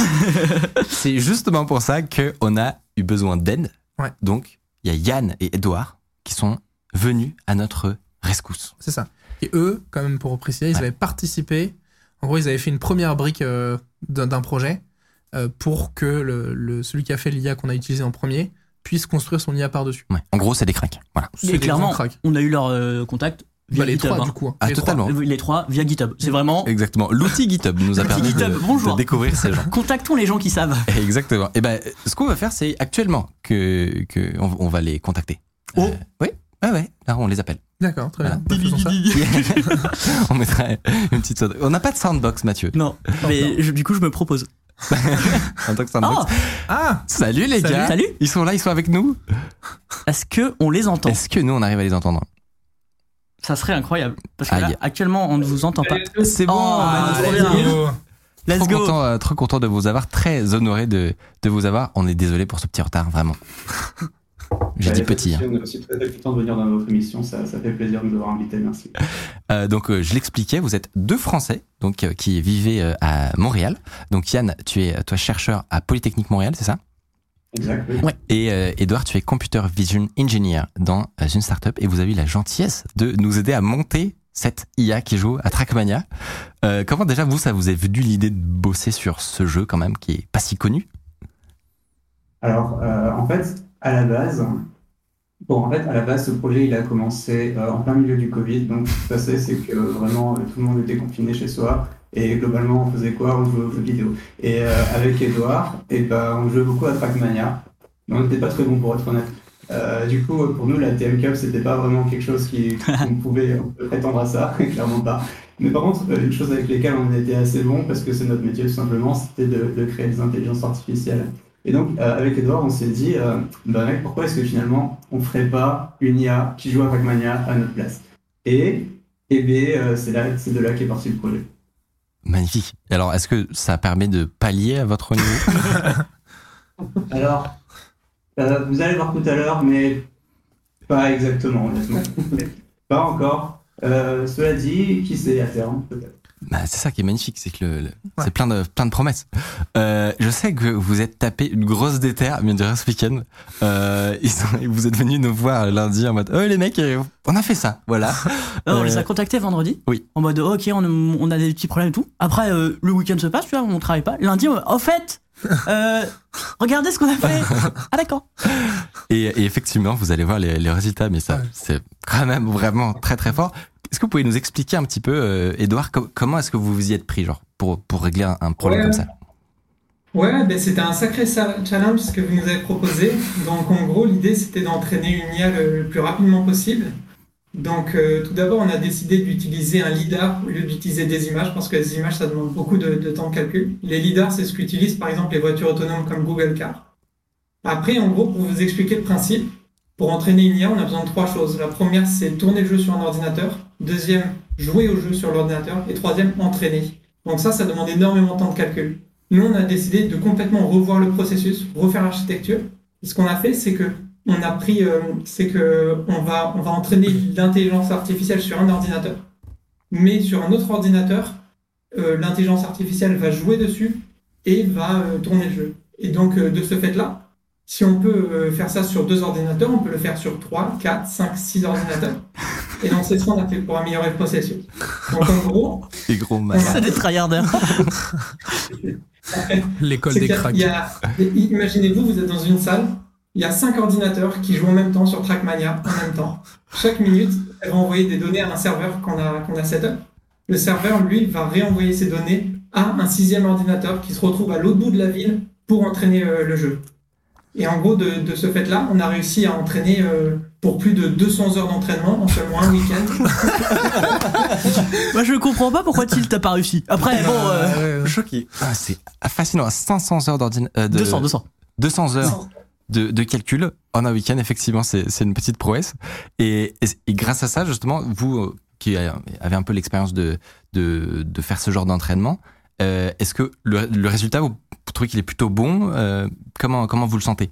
S1: c'est justement pour ça qu'on a eu besoin d'aide.
S3: Ouais.
S1: Donc, il y a Yann et Edouard qui sont venus à notre rescousse.
S3: C'est ça. Et eux, quand même, pour préciser, ils
S1: Ouais.
S3: avaient participé. En gros, ils avaient fait une première brique euh, d'un d'un projet euh, pour que le, le- celui qui a fait l'IA qu'on a utilisé en premier puisse construire son IA par-dessus.
S1: Ouais. En gros, c'est des cracks. Voilà.
S3: C'est
S2: Et
S3: des
S2: clairement,
S3: grands cracks.
S2: on a eu leur euh, contact via
S3: Bah, les
S2: GitHub.
S3: trois,
S2: hein.
S3: du coup. hein.
S1: Ah,
S3: Les trois.
S1: totalement.
S2: Les trois via GitHub. C'est vraiment
S1: Exactement. L'outil GitHub nous a
S2: L'outil
S1: permis de-
S2: GitHub, bonjour.
S1: de découvrir ces gens.
S2: contactons les gens qui savent.
S1: Exactement. Et ben, ce qu'on va faire, c'est actuellement que, que on, on va les contacter. Euh,
S2: Oh.
S1: oui. Ouais, ouais. Là, on les appelle.
S3: D'accord, très bien. Bah, faisons ça.
S1: on mettra une petite. sound- On n'a pas de soundbox, Mathieu.
S2: Non, mais je- du coup je me propose.
S1: En tant que soundbox.
S2: Ah,
S3: Ah
S1: Oh. Salut les
S3: Salut.
S1: gars.
S2: salut.
S1: Ils sont là, ils sont avec nous.
S2: Est-ce que on les entend
S1: Est-ce que nous, on arrive à les entendre
S2: Ça serait incroyable parce que là,
S1: Aïe.
S2: actuellement on ne vous entend pas.
S1: C'est bon.
S2: Oh,
S1: on a
S2: bah,
S1: notre
S2: trop bien.
S1: ami.
S3: Oh.
S2: Let's
S1: trop
S2: go.
S1: content, euh, trop content de vous avoir, très honoré de, de vous avoir. On est désolé pour ce petit retard, vraiment. J'ai dit petit. hein.
S4: On est aussi très content de venir dans votre émission, ça, ça fait plaisir de vous avoir invité, merci.
S1: Euh, donc euh, je l'expliquais, vous êtes deux Français donc euh, qui vivez euh, à Montréal. Donc Yann, tu es euh, toi chercheur à Polytechnique Montréal, c'est ça
S4: Exact, oui.
S1: Et euh, Edouard, tu es computer vision engineer dans euh, une startup et vous avez eu la gentillesse de nous aider à monter cette IA qui joue à Trackmania. Euh, comment déjà vous ça vous est venu l'idée de bosser sur ce jeu quand même qui est pas si connu
S4: Alors, euh, en fait, à la base, bon, en fait, à la base, ce projet, il a commencé euh, en plein milieu du Covid. Donc, ce qui se passait, c'est que euh, vraiment, euh, tout le monde était confiné chez soi. Et globalement, on faisait quoi On jouait aux jeux vidéo. Et euh, avec Edouard, et ben, on jouait beaucoup à Trackmania. Mais on n'était pas très bon pour être honnête. Euh, du coup, pour nous, la TM Cup, c'était pas vraiment quelque chose qui, qu'on pouvait on peut prétendre à ça, clairement pas. Mais par contre, euh, une chose avec laquelle on était assez bon, parce que c'est notre métier tout simplement, c'était de- de créer des intelligences artificielles. Et donc, euh, avec Edouard, on s'est dit, euh, bah, mec, pourquoi est-ce que finalement, on ferait pas une IA qui joue à Pac-Mania à notre place Et, et bien, euh, c'est là- c'est de là qu'est parti le projet.
S1: Magnifique. Alors est-ce que ça permet de pallier à votre niveau
S4: Alors, euh, vous allez voir tout à l'heure, mais pas exactement, honnêtement. pas encore. Euh, cela dit, qui sait à terme, peut-être.
S1: Bah, c'est ça qui est magnifique, c'est que le, le- c'est plein de plein de promesses. Euh, je sais que vous êtes tapé une grosse déterre, bien dire ce week-end. Euh, ils sont- vous êtes venus nous voir lundi en mode, oh les mecs, euh, on a fait ça, voilà.
S2: Alors, Hein, on
S1: Euh,
S2: les a contactés vendredi.
S1: oui.
S2: En mode, ok, on, on a des petits problèmes et tout. Après, euh, le week-end se passe, tu vois, on travaille pas. Lundi, on, au fait, euh, regardez ce qu'on a fait. Ah, d'accord.
S1: Et, et effectivement, vous allez voir les, les résultats, mais ça,
S3: Ouais.
S1: c'est quand même vraiment très très fort. Est-ce que vous pouvez nous expliquer un petit peu, euh, Edouard, com- comment est-ce que vous vous y êtes pris, genre, pour pour régler un, un problème
S5: Ouais.
S1: comme ça
S5: Ouais, ben c'était un sacré sa- challenge ce que vous nous avez proposé. Donc en gros, l'idée c'était d'entraîner une IA le, le plus rapidement possible. Donc euh, tout d'abord, on a décidé d'utiliser un LIDAR au lieu d'utiliser des images parce que les images ça demande beaucoup de, de temps de calcul. Les LIDARs, c'est ce qu'utilisent par exemple les voitures autonomes comme Google Car. Après, en gros, pour vous expliquer le principe, pour entraîner une IA, on a besoin de trois choses. La première, c'est tourner le jeu sur un ordinateur. Deuxième, jouer au jeu sur l'ordinateur. Et troisième, entraîner. Donc ça, ça demande énormément de temps de calcul. Nous, on a décidé de complètement revoir le processus, refaire l'architecture. Et Ce qu'on a fait, c'est que on a pris, euh, c'est que on va, on va entraîner l'intelligence artificielle sur un ordinateur, mais sur un autre ordinateur, euh, l'intelligence artificielle va jouer dessus et va euh, tourner le jeu. Et donc, euh, de ce fait-là, si on peut euh, faire ça sur deux ordinateurs, on peut le faire sur trois, quatre, cinq, six ordinateurs. Et donc, c'est ce qu'on a fait pour améliorer le processus. Donc, en gros,
S1: Les gros malades.
S2: C'est des tryharders.
S3: L'école
S5: C'est
S3: des
S5: qu'il y a-
S3: cracks.
S5: il y a- Imaginez-vous, vous êtes dans une salle, il y a cinq ordinateurs qui jouent en même temps sur Trackmania, en même temps. Chaque minute, elle va envoyer des données à un serveur qu'on a, qu'on a setup. Le serveur, lui, va réenvoyer ces données à un sixième ordinateur qui se retrouve à l'autre bout de la ville pour entraîner euh, le jeu. Et en gros, de, de ce fait-là, on a réussi à entraîner euh, pour plus de 200 heures d'entraînement en seulement un week-end.
S2: Moi, je comprends pas pourquoi Tilt t'as pas réussi. Après, bon, euh,
S3: Ouais, ouais.
S1: Choqué. Ah, c'est fascinant. 500 heures euh, d'ordinateur.
S2: 200, 200.
S1: 200 heures de, de calcul en un week-end, effectivement, c'est c'est une petite prouesse. Et, et- et grâce à ça, justement, vous euh, qui euh, avez un peu l'expérience de, de, de faire ce genre d'entraînement, euh, est-ce que le, le résultat, vous trouvez qu'il est plutôt bon Euh, comment, comment vous le sentez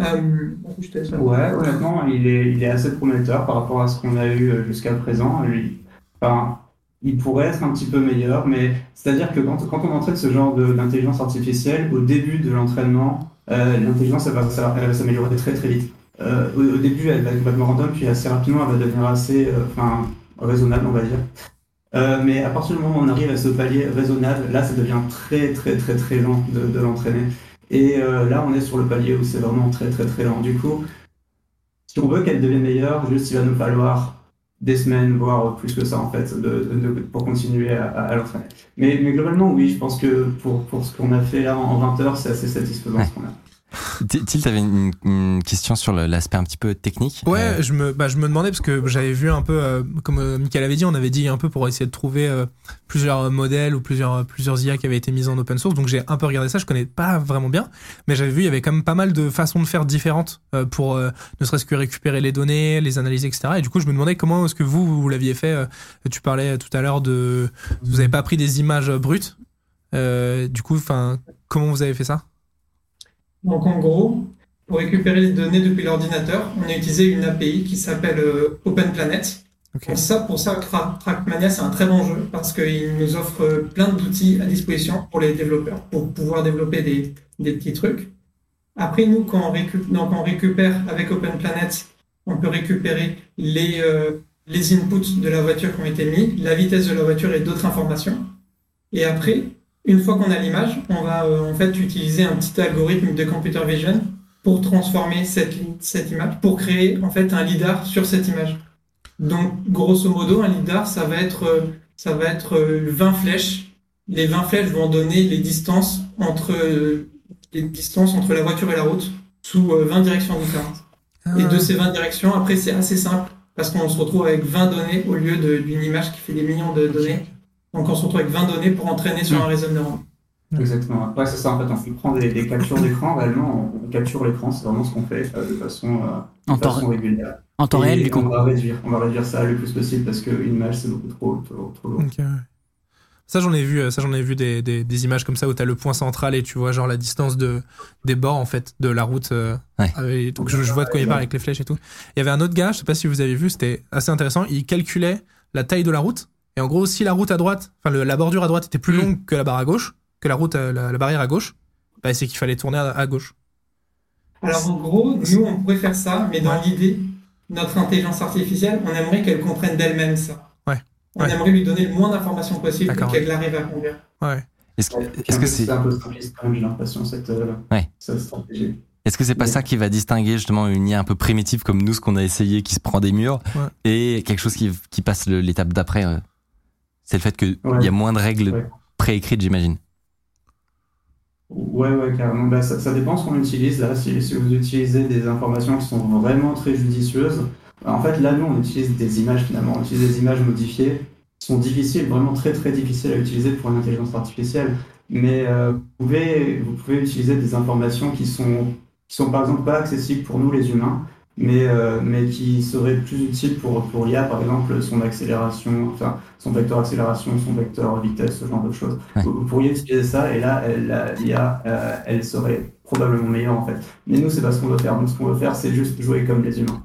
S5: Euh, je te laisse la
S4: Ouais, honnêtement, il est, il est assez prometteur par rapport à ce qu'on a eu euh, jusqu'à présent. Il- Enfin, il pourrait être un petit peu meilleur, mais c'est-à-dire que quand, quand on entraîne ce genre de- d'intelligence artificielle, au début de l'entraînement, euh, l'intelligence, elle va, ça- elle va s'améliorer très très vite. Euh, au, au début, elle va être complètement random, puis assez rapidement, elle va devenir assez euh, enfin, raisonnable, on va dire. Euh, mais à partir du moment où on arrive à ce palier raisonnable, là, ça devient très très très très lent de, de l'entraîner. Et euh, là, on est sur le palier où c'est vraiment très très très lent. Du coup, si on veut qu'elle devienne meilleure, juste il va nous falloir des semaines, voire plus que ça en fait, de- de- de- pour continuer à, à- à l'entraîner. Mais, mais globalement, oui, je pense que pour, pour ce qu'on a fait là en 20 heures, c'est assez satisfaisant ce qu'on a.
S1: T- Til, t'avais une, une question sur le- l'aspect un petit peu technique.
S3: Ouais,
S1: Euh,
S3: je, me, bah, je me demandais parce que j'avais vu un peu, euh, comme euh, Michael avait dit, on avait dit un peu pour essayer de trouver euh, plusieurs euh, modèles ou plusieurs, plusieurs IA qui avaient été mises en open source. Donc j'ai un peu regardé ça, je connais pas vraiment bien, mais j'avais vu, il y avait quand même pas mal de façons de faire différentes euh, pour euh, ne serait-ce que récupérer les données, les analyser, etc. Et du coup, je me demandais comment est-ce que vous, vous l'aviez fait. euh, tu parlais tout à l'heure de. Vous avez pas pris des images euh, brutes. Euh, du coup, enfin, comment vous avez fait ça
S5: Donc en gros, pour récupérer les données depuis l'ordinateur, on a utilisé une API qui s'appelle euh, OpenPlanet.
S3: Ok.
S5: Pour ça, pour ça Tra- Trackmania, c'est un très bon jeu parce qu'il nous offre euh, plein d'outils à disposition pour les développeurs, pour pouvoir développer des, des petits trucs. Après, nous, quand on, récup- donc, on récupère avec OpenPlanet, on peut récupérer les, euh, les inputs de la voiture qui ont été mis, la vitesse de la voiture et d'autres informations. Et après, une fois qu'on a l'image, on va euh, en fait utiliser un petit algorithme de computer vision pour transformer cette, cette image, pour créer en fait un lidar sur cette image. Donc, grosso modo, un lidar, ça va être, euh, ça va être euh, 20 flèches. Les 20 flèches vont donner les distances entre, euh, les distances entre la voiture et la route sous euh, 20 directions différentes. Et
S3: Ah.
S5: de ces 20 directions, après, c'est assez simple parce qu'on se retrouve avec 20 données au lieu de- d'une image qui fait des millions de données. Donc, on se retrouve avec 20 données pour entraîner sur un réseau de neurones.
S4: Exactement. Ouais, c'est ça, en fait, on prend des, des captures d'écran, réellement, on, on capture l'écran, c'est vraiment ce qu'on fait euh, de façon, euh,
S2: En
S4: de
S2: temps-
S4: façon régulière.
S2: En temps
S4: Et
S2: réel, du
S4: on
S2: coup.
S4: va, réduire, on va réduire ça le plus possible parce que une image, c'est beaucoup trop, trop, trop lourd.
S3: Donc, euh, ça j'en ai vu, euh, ça j'en ai vu des, des, des images comme ça où t'as le point central et tu vois genre la distance de des bords en fait de la route. euh,
S1: Ouais.
S3: avec- donc je, je vois de quoi il parle avec les flèches et tout. Il y avait un autre gars, je sais pas si vous avez vu, c'était assez intéressant. Il calculait la taille de la route et en gros si la route à droite, enfin le- la bordure à droite était plus longue que la barre à gauche, que la route, euh, la, la barrière à gauche, bah, c'est qu'il fallait tourner à, à gauche.
S5: Alors en gros, nous, on pourrait faire ça, mais dans l'idée, notre intelligence artificielle, on aimerait qu'elle comprenne d'elle-même ça.
S3: Ouais.
S5: On
S3: Ouais.
S5: aimerait lui donner le moins d'informations possible
S3: D'accord.
S5: pour qu'elle arrive à conduire.
S3: Ouais.
S1: Est-ce
S4: Ouais,
S1: que- est-ce que c'est
S4: C'est un peu simpliste quand même, j'ai l'impression, cette, euh,
S1: Ouais.
S4: cette stratégie.
S1: Est-ce que c'est pas
S4: Ouais.
S1: ça qui va distinguer justement une IA un peu primitive comme nous, ce qu'on a essayé, qui se prend des murs, et quelque chose qui, qui passe le- l'étape d'après euh, C'est le fait qu'il
S4: Ouais.
S1: y a moins de règles
S4: Ouais.
S1: préécrites, j'imagine.
S4: Ouais, ouais, carrément. Bah, ça, ça dépend ce qu'on utilise là. Si, si vous utilisez des informations qui sont vraiment très judicieuses, bah, en fait, là, nous, on utilise des images finalement. On utilise des images modifiées qui sont difficiles, vraiment très très difficiles à utiliser pour une intelligence artificielle. Mais euh, vous pouvez, vous pouvez utiliser des informations qui sont, qui sont par exemple pas accessibles pour nous les humains, mais, euh, mais qui seraient plus utiles pour, pour l'IA, par exemple, son accélération, enfin, son vecteur accélération, son vecteur vitesse, ce genre de choses vous vous pourriez utiliser ça et là elle- la- l'IA euh, elle serait probablement meilleure en fait mais nous c'est pas ce qu'on veut faire nous ce qu'on veut faire c'est juste jouer comme les humains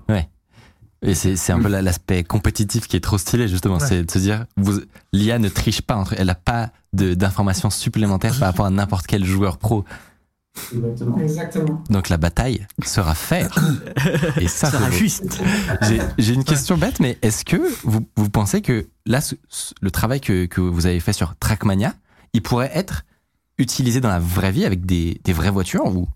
S1: Et c'est c'est un peu la- l'aspect compétitif qui est trop stylé, justement.
S3: Ouais.
S1: C'est de se dire, vous- l'IA ne triche pas, entre, elle n'a pas de- d'informations supplémentaires par rapport à n'importe quel joueur pro.
S4: exactement
S5: Exactement.
S1: Donc la bataille sera faite. Et ça,
S2: sera
S1: c'est beau.
S2: Ah, juste.
S1: J'ai- J'ai une question bête, mais est-ce que vous, vous pensez que là, ce- ce- le travail que, que vous avez fait sur Trackmania, il pourrait être utilisé dans la vraie vie avec des, des vraies voitures ou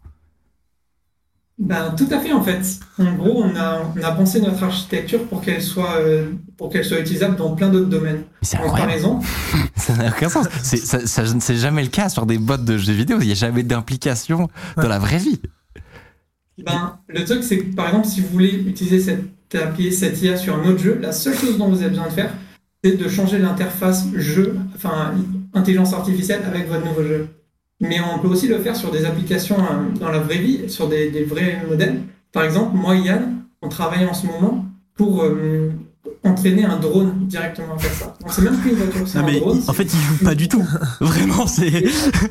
S5: Ben, tout à fait en fait. En gros, on a, on a pensé notre architecture pour qu'elle soit, euh, pour qu'elle soit utilisable dans plein d'autres domaines.
S1: Mais C'est
S5: Donc, par
S1: incroyable.
S5: exemple,
S1: Ça n'a aucun sens. C'est- Ça, ça, je ne- c'est jamais le cas sur des bots de jeux vidéo. Il n'y a jamais d'implication dans la vraie vie.
S5: Ben, le truc, c'est que par exemple, si vous voulez utiliser cette API, cette IA sur un autre jeu, la seule chose dont vous avez besoin de faire, c'est de changer l'interface jeu, enfin intelligence artificielle avec votre nouveau jeu. Mais on peut aussi le faire sur des applications euh, dans la vraie vie, sur des, des vrais modèles. Par exemple, moi et Yann, on travaille en ce moment pour euh, entraîner un drone directement à faire ça. Donc c'est même plus une voiture, c'est
S2: Non,
S5: un
S2: mais
S5: drone.
S2: en fait, ils jouent pas du tout. Vraiment, c'est.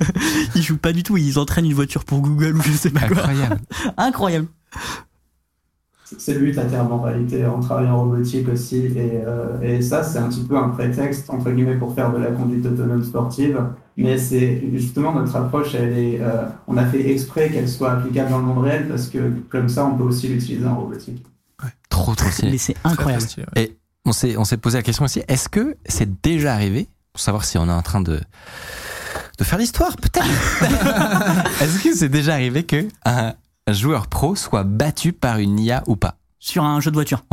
S2: Ils jouent pas du tout. Ils entraînent une voiture pour Google ou je sais pas quoi.
S1: Incroyable.
S2: Incroyable.
S4: C'est- c'est le but à terme en réalité on travaille en robotique aussi et, euh, et ça c'est un petit peu un prétexte entre guillemets pour faire de la conduite autonome sportive mais c'est justement notre approche elle est euh, on a fait exprès qu'elle soit applicable dans le monde réel parce que comme ça on peut aussi l'utiliser en robotique
S1: Trop, trop stylé.
S2: Mais c'est
S3: Très, très
S2: incroyable.
S3: stylé, ouais.
S1: On s'est, on s'est posé la question aussi, est-ce que c'est déjà arrivé, pour savoir si on est en train de, de faire l'histoire, peut-être Est-ce que c'est déjà arrivé que un joueur pro soit battu par une IA ou pas
S2: Sur un jeu de voiture.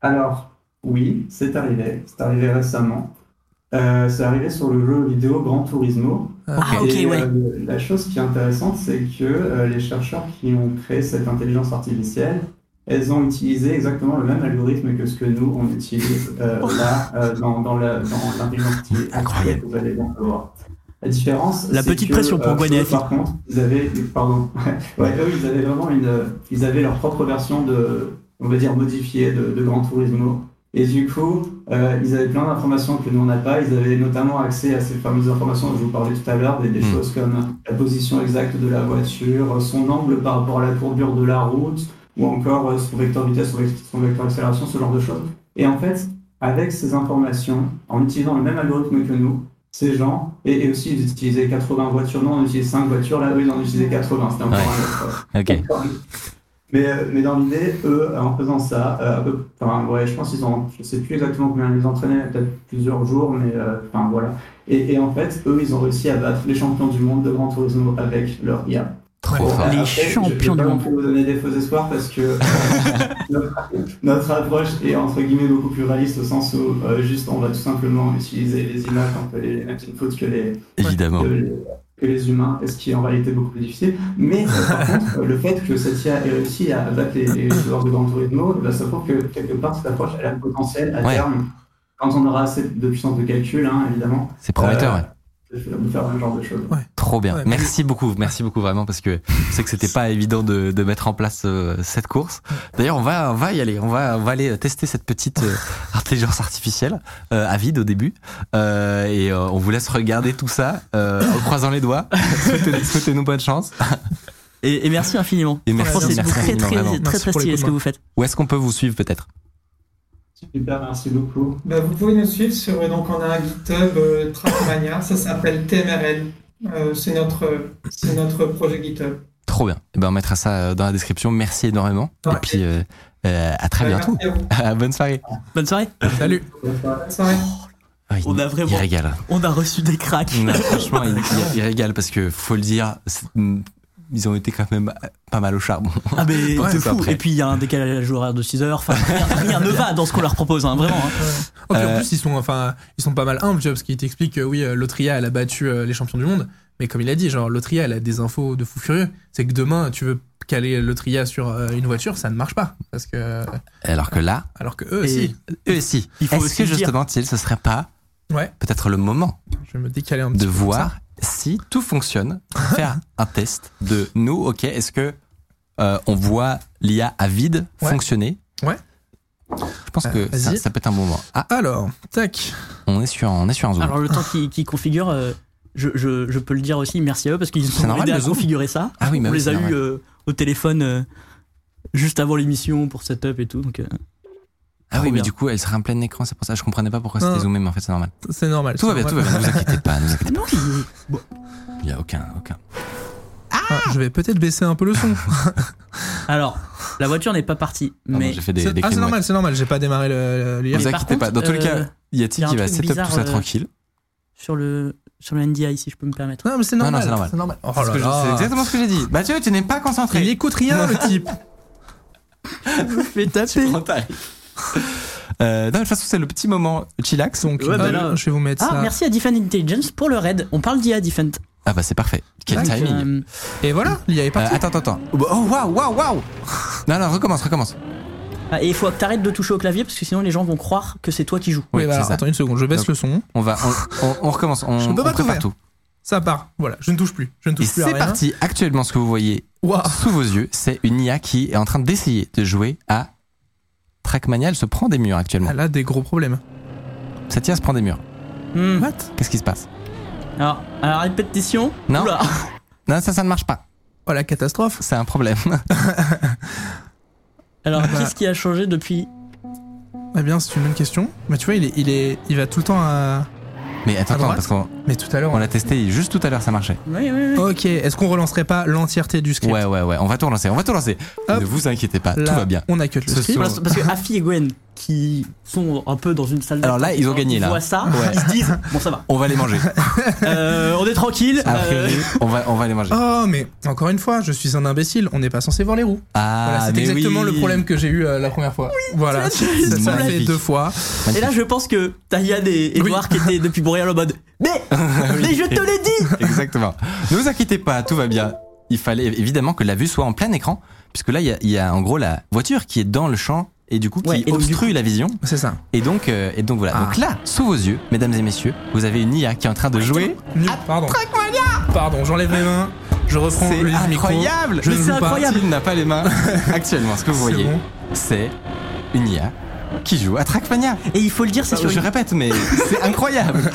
S4: Alors, oui, c'est arrivé. C'est arrivé récemment. Euh, ça arrivait sur le jeu vidéo Gran Turismo.
S2: Ah, ok,
S4: Et,
S2: ouais.
S4: euh, la chose qui est intéressante, c'est que euh, les chercheurs qui ont créé cette intelligence artificielle, elles ont utilisé exactement le même algorithme que ce que nous, on utilise euh, là, euh, dans, dans la- dans l'intelligence artificielle.
S1: Incroyable.
S4: que Vous allez bien voir. La différence,
S2: La
S4: c'est
S2: petite
S4: que,
S2: pression pour
S4: euh,
S2: Gwen et
S4: eux, Par contre, ils avaient, pardon, ouais, eux, ils avaient vraiment une, ils avaient leur propre version de, on va dire modifiée de, de Gran Turismo. Et du coup, euh, ils avaient plein d'informations que nous on n'a pas. Ils avaient notamment accès à ces fameuses informations dont je vous parlais tout à l'heure, des, des
S1: Mm.
S4: choses comme la position exacte de la voiture, son angle par rapport à la courbure de la route, ou encore euh, son vecteur vitesse, son vecteur, son vecteur accélération, ce genre de choses. Et en fait, avec ces informations, en utilisant le même algorithme que nous, ces gens, et, et aussi ils utilisaient 80 voitures, non, on utilisait 5 voitures, là, eux, ils en utilisaient 80, c'était encore
S1: Ouais.
S4: un autre. euh,
S1: Ok.
S4: mais, euh, mais dans l'idée, eux, euh, en faisant ça, euh, à peu- enfin, ouais, je pense qu'ils ont, je sais plus exactement combien ils entraînaient, peut-être plusieurs jours, mais euh, enfin voilà. Et, et en fait, eux, ils ont réussi à battre les champions du monde de Grand Turismo avec leur IA.
S1: Trop
S3: Ouais.
S1: fort.
S2: Les
S4: Après, je
S2: champions
S4: vais
S2: du
S4: pas non
S2: monde.
S4: plus vous donner des faux espoirs parce que euh, notre, notre approche est entre guillemets beaucoup plus réaliste au sens où euh, juste on va tout simplement utiliser les images, un peu les mêmes inputs que les,
S1: Évidemment.
S4: que les, que les humains, et ce qui est en réalité beaucoup plus difficile. Mais euh, par contre, euh, le fait que cette IA ait réussi à battre les, les joueurs de Gran Turismo, eh ben, ça prouve que quelque part, cette approche elle a le potentiel à
S1: Ouais.
S4: terme, quand on aura assez de puissance de calcul, hein, évidemment,
S1: C'est prometteur,
S4: Euh,
S1: ouais.
S4: de faire de faire le même genre de choses.
S1: Trop bien.
S3: Ouais, mais-
S1: merci beaucoup, merci beaucoup vraiment parce que je sais que c'était pas évident de, de mettre en place euh, cette course. D'ailleurs, on va on va y aller, on va on va aller tester cette petite euh, intelligence artificielle euh, à vide au début Euh, et euh, on vous laisse regarder tout ça euh, en croisant les doigts. Souhaitez- Souhaitez-nous bonne chance.
S2: Et, et merci infiniment.
S1: Et merci,
S2: Je pense que c'est
S1: merci
S2: très,
S1: infiniment,
S2: très,
S1: vraiment.
S2: très, très,
S3: Merci pour les
S2: stylé ce
S3: coups
S2: que
S3: de main.
S2: vous faites.
S1: Où est-ce qu'on peut vous suivre peut-être
S4: Super, merci beaucoup.
S5: Bah, vous pouvez nous suivre sur euh, donc on a un GitHub euh, Trackmania, ça s'appelle TMRL. Euh, c'est notre euh, c'est notre projet GitHub.
S1: Trop bien. Et ben on mettra ça euh, dans la description. Merci énormément.
S5: Ouais.
S1: Et puis euh, euh, à très
S5: Bah,
S1: bientôt.
S5: merci à vous.
S1: bonne soirée.
S2: Bonne soirée.
S3: Salut.
S4: Bonne soirée.
S5: Bonne soirée.
S1: Ah, il-
S2: On a vraiment-
S1: Il régale.
S2: On a reçu des cracks.
S1: Non, franchement, ils, ils- ils régalent parce que faut le dire, c'est- ils ont été quand même pas mal au charbon.
S2: Ah, mais
S1: Ouais,
S2: de
S1: c'est
S2: fou.
S1: après.
S2: Et puis il y a un décalage horaire de 6 heures. Enfin, rien, rien ne va dans ce qu'on leur propose, hein, vraiment. hein.
S3: Oh, puis
S1: Euh,
S3: en plus, ils sont, enfin, ils sont pas mal humbles, tu vois, parce qu'ils t'expliquent que oui, euh, l'Autria, elle a battu euh, les champions du monde. Mais comme il a dit, genre, l'Autria, elle a des infos de fou furieux. C'est que demain, tu veux caler l'Autria sur euh, une voiture, ça ne marche pas. Parce que, euh,
S1: Alors que là,
S3: alors que eux
S2: Et-
S3: aussi,
S1: eux aussi.
S2: Il faut
S1: Est-ce
S2: aussi
S1: que
S2: le dire.
S1: justement, Thiel, ce serait pas
S3: Ouais.
S1: peut-être le moment
S3: je vais me décaler un petit
S1: de
S3: peu. comme ça.
S1: voir si tout fonctionne, faire un test de nous, ok, est-ce que euh, on voit l'IA à vide
S3: Ouais.
S1: fonctionner
S3: Ouais.
S1: Je pense
S3: Euh,
S1: que ça,
S3: vas-y.
S1: ça peut être un bon moment. Ah,
S3: Alors, tac.
S1: on est sur, on est sur un zoom.
S2: Alors le temps qu'ils qu'ils configurent, euh, je, je- je peux le dire aussi, merci à eux parce qu'ils
S1: C'est
S2: nous ont
S1: normal,
S2: aidé à
S1: le Zoom.
S2: configurer ça.
S1: Ah oui, mais
S2: On
S1: oui,
S2: les
S1: c'est
S2: a
S1: normal.
S2: eu euh, au téléphone euh, juste avant l'émission pour setup et tout. Donc, euh,
S1: ah oui,
S2: trop
S1: mais
S2: bien.
S1: du coup, elle serait en plein écran, c'est pour ça. Je comprenais pas pourquoi c'était
S3: Non.
S1: zoomé, mais en fait, c'est normal.
S3: C'est normal.
S1: Tout va
S3: c'est
S1: bien, tout va
S3: normal.
S1: bien. Ne vous inquiétez pas, ne vous inquiétez
S2: non, il-
S1: pas. Il y a aucun, aucun.
S3: Ah, je vais peut-être baisser un peu le
S1: Ah,
S3: son.
S2: Alors, la voiture n'est pas partie,
S1: Pardon,
S2: mais
S1: j'ai fait des,
S3: C'est-
S1: des
S3: ah,
S1: clés
S3: c'est
S1: de
S3: normal, c'est normal. J'ai pas démarré le, le-
S1: Ne vous
S2: Mais par
S1: inquiétez pas.
S2: contre,
S1: Dans tous les
S2: euh,
S1: cas, y a
S2: y
S1: t
S2: a un
S1: qui va
S2: truc
S1: setup tout
S2: bizarre,
S1: ça
S2: euh,
S1: tranquille
S2: sur le sur le NDI si je peux me permettre.
S3: Non, mais c'est
S1: Non, non,
S3: normal.
S1: c'est normal.
S3: Oh
S1: C'est ce
S3: là
S1: que je-
S3: là.
S1: C'est exactement ce que j'ai dit. Bah tu vois, tu n'es pas
S3: Il
S1: concentré.
S3: écoute rien, le type.
S2: Mais taper.
S1: Euh, non, de toute façon, c'est le petit moment chillax.
S3: Donc,
S2: Ouais, bah
S3: hop,
S2: là-
S3: je vais vous mettre
S2: Ah,
S3: ça.
S2: merci à Defend Intelligence pour le raid. On parle d'IA Defend.
S1: Ah bah c'est parfait. Quel
S3: Donc,
S1: timing.
S2: Euh,
S3: Et voilà, il y avait
S1: Euh,
S3: pas.
S1: attends, attends, attends. Oh waouh, waouh, waouh. Non, non, recommence, recommence.
S2: ah, et il faut que t'arrêtes de toucher au clavier parce que sinon les gens vont croire que c'est toi qui joues.
S1: Oui,
S3: Oui, bah,
S1: c'est
S3: alors,
S1: ça.
S3: attends une seconde, je baisse
S1: Donc-
S3: le son.
S1: On va, on, on- on recommence. On,
S3: Je peux
S1: on
S3: pas tout
S1: prépare
S3: faire.
S1: tout.
S3: Ça part. Voilà, je ne touche plus. Je ne
S1: Et
S3: touche plus à
S1: c'est
S3: rien.
S1: parti. Actuellement, ce que vous voyez
S3: Waouh.
S1: sous vos yeux, c'est une IA qui est en train d'essayer de jouer à Trackmania. Elle se prend des murs actuellement.
S3: Elle a des gros problèmes.
S1: Cette IA se prend des murs.
S2: Hmm.
S3: What
S1: Qu'est-ce qui se passe
S2: Alors, à la répétition.
S1: Non.
S2: Oula.
S1: Non, ça, ça ne marche pas.
S3: Oh la catastrophe.
S1: C'est un problème.
S2: Alors,
S3: Bah.
S2: qu'est-ce qui a changé depuis
S3: Eh bien, c'est une bonne question. Mais tu vois, il est, il est, il va tout le temps à.
S1: Mais attends,
S3: À
S1: attends,
S3: droite
S1: parce qu'on
S3: Mais tout à l'heure.
S1: on
S3: on-
S1: l'a testé juste tout à l'heure, ça marchait.
S2: Oui, oui, oui.
S1: Oh,
S3: Ok. Est-ce qu'on relancerait pas l'entièreté du script
S1: Ouais, ouais, ouais. On va tout relancer, on va tout relancer.
S3: Hop.
S1: Ne vous inquiétez pas,
S3: Là,
S1: tout va bien.
S3: On a cut le
S1: Ce
S3: script.
S1: sont-
S2: Parce parce que Afi et Gwen qui sont un peu dans une salle
S1: Alors là,
S2: d'attente,
S1: ils ont gagné,
S2: qui
S1: là.
S2: voient ça,
S1: Ouais.
S2: ils se disent bon ça va,
S1: On va les manger.
S2: Euh, on est tranquille.
S1: Après,
S2: euh,
S1: on, va, on va les manger.
S3: Oh, mais encore une fois, je suis un imbécile, on n'est pas censé voir les roues.
S1: Ah,
S3: voilà, c'est
S1: mais
S3: exactement
S1: oui.
S3: le problème que j'ai eu euh, la première fois. voilà,
S2: tu as déjà eu ce
S3: ça, ça fait
S1: problème.
S3: deux fois.
S2: Et là, je pense que Tayan et
S3: Oui.
S2: Edouard qui étaient depuis Boréal en mode Mais Mais je te l'ai dit
S1: Exactement. Ne vous inquiétez pas, tout va bien. Il fallait évidemment que la vue soit en plein écran, puisque là, il y a, il y a en gros la voiture qui est dans le champ et du coup qui
S2: Ouais, et donc, du
S1: obstrue la vision.
S3: C'est ça.
S1: Et donc, euh, et donc voilà.
S3: Ah.
S1: Donc là, sous vos yeux, mesdames et messieurs, vous avez une IA qui est en train de jouer.
S3: Nul. Pardon. Pardon, j'enlève mes mains. Je reprends
S1: C'est
S3: le livre micro.
S1: incroyable.
S3: Je
S1: Mais
S3: ne
S1: c'est
S3: joue pas.
S1: incroyable. Il n'a pas les mains. Actuellement, ce que vous
S3: C'est
S1: voyez,
S3: bon.
S1: c'est une IA qui joue à Trackmania.
S2: Et il faut le dire, c'est sur,
S1: Ah, Je
S2: une...
S1: répète, mais c'est incroyable.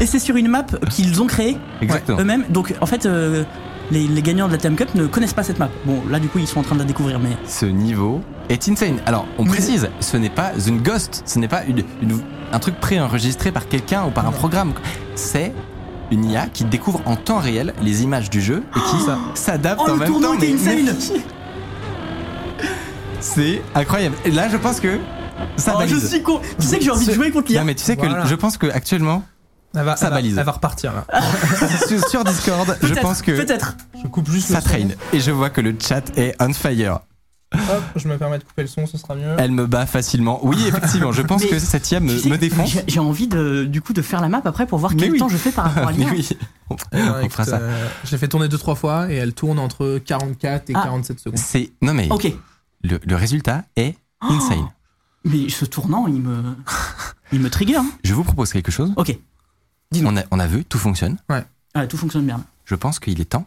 S2: et c'est sur une map qu'ils ont créée
S1: Exactement.
S2: eux-mêmes. Donc en fait, euh, les, les gagnants de la Time Cup ne connaissent pas cette map. Bon, là du coup, ils sont en train de la découvrir, mais.
S1: Ce niveau est insane. Alors, on précise, ce n'est pas une ghost, ce n'est pas une, une- un truc préenregistré par quelqu'un ou par un programme. C'est une IA qui découvre en temps réel les images du jeu et qui s'adapte
S2: Oh,
S1: en
S2: le
S1: même
S2: tournoi
S1: temps.
S2: était
S1: mais-
S2: insane Oh,
S1: C'est incroyable. Et là, je pense que ça
S2: Oh, Je
S1: balise.
S2: suis con Tu sais que j'ai envie de
S3: C'est-
S2: jouer contre
S1: Non,
S2: l'IA
S1: mais tu sais que
S3: Voilà.
S1: je pense que actuellement
S3: Elle va,
S1: Ça
S3: elle va-
S1: balise.
S3: Elle va repartir là.
S1: sur, sur Discord, je
S2: Peut-être,
S1: pense que
S2: Peut-être
S3: Je coupe juste
S1: ça
S3: le son.
S1: traîne et je vois que le chat est on fire.
S3: Hop, je me permets de couper le son, ce sera mieux.
S1: Elle me bat facilement. Oui, effectivement, je pense
S2: Mais
S1: que cette IA me,
S2: Tu sais,
S1: me défend.
S2: j'ai- J'ai envie de, du coup de faire la map après pour voir
S1: Mais
S2: quel
S1: oui.
S2: temps je fais par rapport à
S1: Mais
S2: l'IA.
S1: oui, on, on
S3: Écoute,
S1: fera ça.
S3: euh, je l'ai fait tourner deux trois fois et elle tourne entre 44 et
S2: Ah.
S3: 47 secondes.
S1: C'est non mais
S2: Ok, Oh.
S1: le, le résultat est insane.
S2: mais ce tournant, il me, il me trigger. hein.
S1: Je vous propose quelque chose.
S2: Ok,
S1: On a, on a vu, tout fonctionne.
S2: Ah, tout fonctionne bien.
S1: Je pense qu'il est temps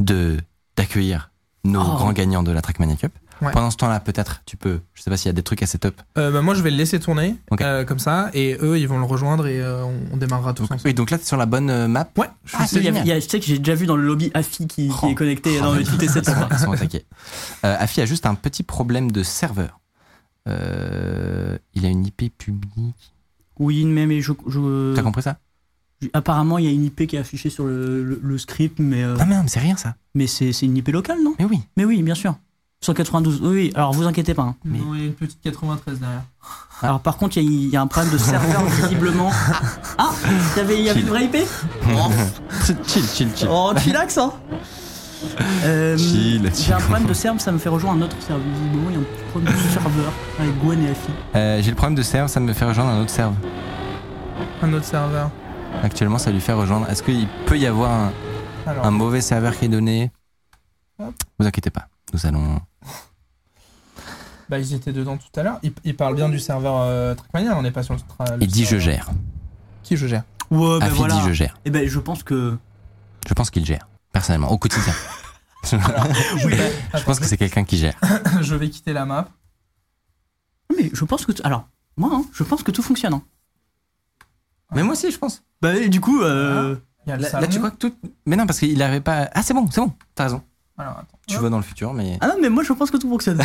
S1: de d'accueillir nos
S2: Oh.
S1: grands gagnants de la Trackmania Cup.
S3: Ouais.
S1: Pendant ce temps-là, peut-être tu peux. Je sais pas s'il y a des trucs à setup.
S3: Euh, bah, moi, je vais le laisser tourner
S1: Ok.
S3: euh, comme ça et eux, ils vont le rejoindre et euh, on, on démarrera tous
S1: Donc,
S3: ensemble.
S1: oui, donc là t'es sur la bonne euh, map.
S3: Ouais, je
S2: Ah,
S3: suis
S2: il y a-
S1: génial.
S2: il y a- je sais que j'ai déjà vu dans le lobby Afi qui, qui
S1: Oh.
S2: est connecté.
S1: Oh,
S2: non, mais
S1: mais
S2: tout est
S1: ils
S2: cette
S1: sont- Ils sont attaqués. Euh, Afi a juste un petit problème de serveur. Euh, il a une IP publique.
S2: Oui, mais, mais je. je-
S1: T'as compris ça
S2: apparemment, il y a une IP qui est affichée sur le, le- le script, mais, euh,
S1: Ah mais non, mais c'est rien ça.
S2: mais c'est c'est une IP locale, non
S1: Mais oui.
S2: Mais oui, bien sûr. 192, oui, oui, alors vous inquiétez pas. hein.
S1: Mais-
S3: il y a une petite 93 derrière.
S2: Alors par contre, il y, a- il y a un problème de serveur visiblement. Ah, il y avait, il y avait une vraie IP Oh,
S1: chill, chill, chill.
S2: oh chillax hein Euh,
S1: Chill,
S2: J'ai un
S1: chill.
S2: problème de serveur, ça me fait rejoindre un autre serveur. Visiblement, il y a un petit problème de serveur avec Gwen et Afi.
S1: Euh, J'ai le problème de serve, ça me fait rejoindre un autre serve.
S3: Un autre serveur.
S1: Actuellement, ça lui fait rejoindre. Est-ce qu'il peut y avoir un,
S3: Alors,
S1: un mauvais serveur qui est donné
S3: Hop.
S1: Vous inquiétez pas, nous allons.
S3: bah, ils étaient dedans tout à l'heure. Ils, ils parlent bien du serveur euh, Trackmania, on n'est pas sur le. tra- le
S1: Il dit je
S3: serveur-
S1: gère.
S3: Qui je gère
S2: Ouais, ben
S1: Afi
S2: voilà.
S1: dit je gère.
S2: Eh ben, je pense que.
S1: Je pense qu'il gère, personnellement, au quotidien. je
S3: Attends,
S1: pense que c'est quelqu'un qui gère.
S3: je vais quitter la map.
S2: Mais je pense que. t- Alors, moi, hein, je pense que tout fonctionne. hein.
S1: Mais moi aussi, je pense.
S2: Bah, et du coup, euh,
S3: Il y a le
S1: Là,
S3: salon.
S1: tu crois que tout. Mais non, parce qu'il n'avait pas. Ah, c'est bon, c'est bon, t'as raison.
S3: Alors, attends.
S1: Tu
S3: Hop.
S1: vois dans le futur, mais.
S2: Ah non, mais moi, je pense que tout fonctionne.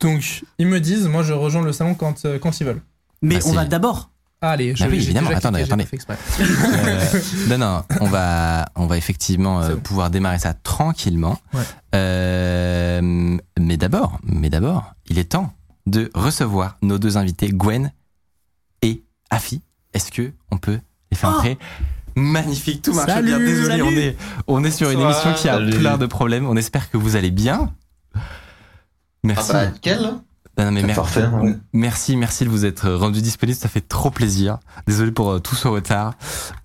S3: Donc, ils me disent, moi, je rejoins le salon quand, euh, quand ils veulent. Ah,
S2: Mais
S1: Bah,
S2: on va
S1: c'est-
S2: d'abord.
S3: Allez, je
S1: Bah oui,
S3: j'ai
S1: évidemment.
S3: déjà
S1: Attendez,
S3: cliqué, j'ai
S1: attendez.
S3: pas fait exprès.
S1: Euh, non, non, on va, on va effectivement euh,
S3: C'est bon.
S1: pouvoir démarrer ça tranquillement.
S3: Ouais.
S1: Euh, mais d'abord, mais d'abord, il est temps de recevoir nos deux invités, Gwen et Afi. Est-ce que on peut les faire
S2: Oh
S1: entrer Magnifique, tout marche
S2: Salut,
S1: bien. Désolé,
S2: salut.
S1: on est, on est sur une
S6: Bonsoir,
S1: émission qui a
S6: salut.
S1: plein de problèmes. On espère que vous allez bien.
S6: Ah
S1: Merci.
S6: bah, nickel. là.
S1: Non, non, mais mer-
S6: Parfait, hein. ouais.
S1: Merci, merci de vous être rendu disponible, ça fait trop plaisir. Désolé pour euh, tout ce retard.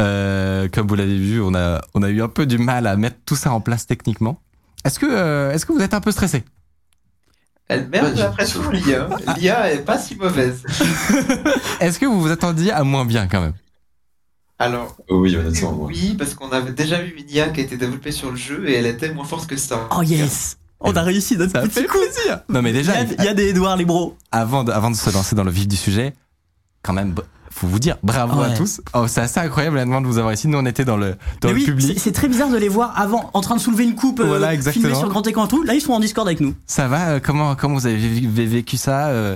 S1: Euh, comme vous l'avez vu, on a, on a eu un peu du mal à mettre tout ça en place techniquement. Est-ce que, euh, est-ce que vous êtes un peu stressé
S6: Elle merde, j'ai l'impression l'IA. L'IA est pas si mauvaise.
S1: Est-ce que vous vous attendiez à moins bien quand même
S6: Alors,
S7: Oui, honnêtement. ouais.
S6: oui, parce qu'on avait déjà eu une IA qui a été développée sur le jeu et elle était moins forte que ça.
S2: Oh yes On a réussi notre petit coup
S1: plaisir Non mais déjà,
S2: Il y a, il y a des Edouard, les bros
S1: avant de, avant de se lancer dans le vif du sujet, quand même, b- faut vous dire bravo à
S2: Ouais.
S1: tous. Oh, c'est assez incroyable la demande de vous avoir ici. Nous, on était dans le,
S2: Mais
S1: dans le
S2: oui, c'est-
S1: public.
S2: c'est très bizarre de les voir avant, en train de soulever une coupe, euh,
S1: Voilà, exactement.
S2: filmée sur grand écran et tout. Là, ils sont en Discord avec nous.
S1: Ça va euh, comment, comment vous avez vé- vé- vécu ça euh,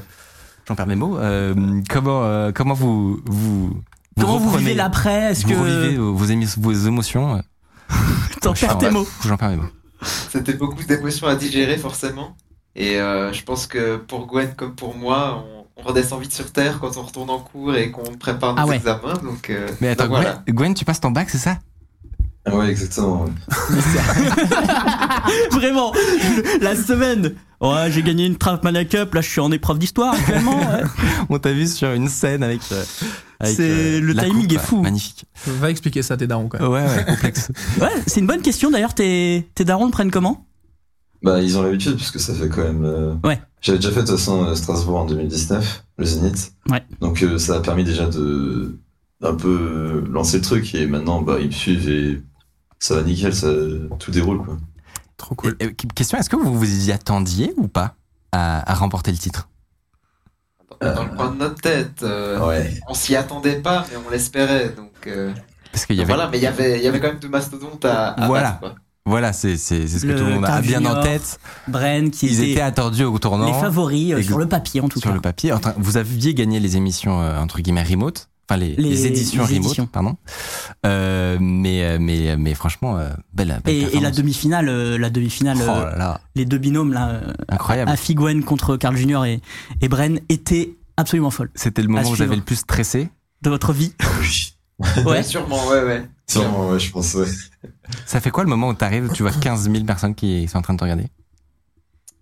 S1: J'en perds mes mots. euh, comment, euh, comment vous, vous, vous
S2: Comment vous
S1: reprenez-
S2: vivez l'après Est-ce
S1: vous revivez
S2: que
S1: vos, vos émi- vos émotions euh,
S2: t'en perds tes mots
S1: J'en perds mes mots.
S6: C'était beaucoup d'émotions à digérer, forcément. Et euh, je pense que pour Gwen comme pour moi, on, on redescend vite sur Terre quand on retourne en cours et qu'on prépare nos
S2: Ah ouais.
S6: examens. Donc, euh,
S1: Mais attends,
S6: donc voilà.
S1: Gwen, Gwen, tu passes ton bac, c'est ça
S7: Ah Ouais, exactement. ouais.
S2: Vraiment, je- la semaine. Ouais, j'ai gagné une trappe Mania Cup, là je suis en épreuve d'histoire actuellement. ouais.
S1: On t'a vu sur une scène avec. euh, avec,
S2: C'est- le
S1: la
S2: timing
S1: coupe,
S2: est
S1: ouais.
S2: fou.
S1: Magnifique.
S3: Va expliquer ça à tes darons, quand même.
S1: Ouais, ouais, complexe.
S2: Ouais, c'est une bonne question d'ailleurs, tes, tes darons le prennent comment
S7: Bah, ils ont l'habitude, puisque ça fait quand même. euh,
S2: Ouais.
S7: J'avais déjà fait, de toute façon, euh, Strasbourg en 2019, le Zénith.
S2: Ouais.
S7: Donc, euh, ça a permis déjà de. un peu euh, lancer le truc, et maintenant, bah, ils me suivent et ça va nickel, ça, tout déroule, quoi.
S3: Trop cool.
S1: Et- et question est-ce que vous vous y attendiez ou pas à, à remporter le titre
S6: Dans, dans le coin de notre tête, euh,
S7: Ah Ouais.
S6: on s'y attendait pas, mais on l'espérait. Donc, euh,
S1: Parce qu'il y avait.
S6: voilà, mais il y avait, il y avait quand même deux mastodontes à, à
S1: Voilà.
S6: battre, quoi.
S1: Voilà, c'est c'est- c'est ce que
S2: Le
S1: tout le monde a
S2: Tim
S1: bien en
S2: Junior,
S1: tête.
S2: Bren qui
S1: Ils
S2: était
S1: étaient attendus au tournant.
S2: les favoris euh,
S1: Ex-
S2: sur le papier en tout
S1: sur
S2: cas.
S1: le papier. Enfin, vous aviez gagné les émissions euh, entre guillemets remote, enfin les,
S2: Les-
S1: les éditions
S2: les
S1: remote,
S2: éditions.
S1: pardon. Euh, mais euh, mais mais franchement, euh, belle, belle
S2: Et, et la
S1: performance.
S2: demi-finale, euh, la demi-finale,
S1: Oh
S2: euh,
S1: là Ah là,
S2: les deux binômes là, euh,
S1: incroyable.
S2: Afigwen contre Carl Junior et, et Bren était absolument folle
S1: C'était le moment où
S2: suivre.
S1: j'avais le plus stressé.
S2: de votre vie.
S6: Ouais,
S2: Ouais.
S6: sûrement, ouais, ouais.
S7: Sûrement, ouais, je pense, ouais.
S1: Ça fait quoi le moment où t'arrives, tu vois 15 000 personnes qui sont en train de te regarder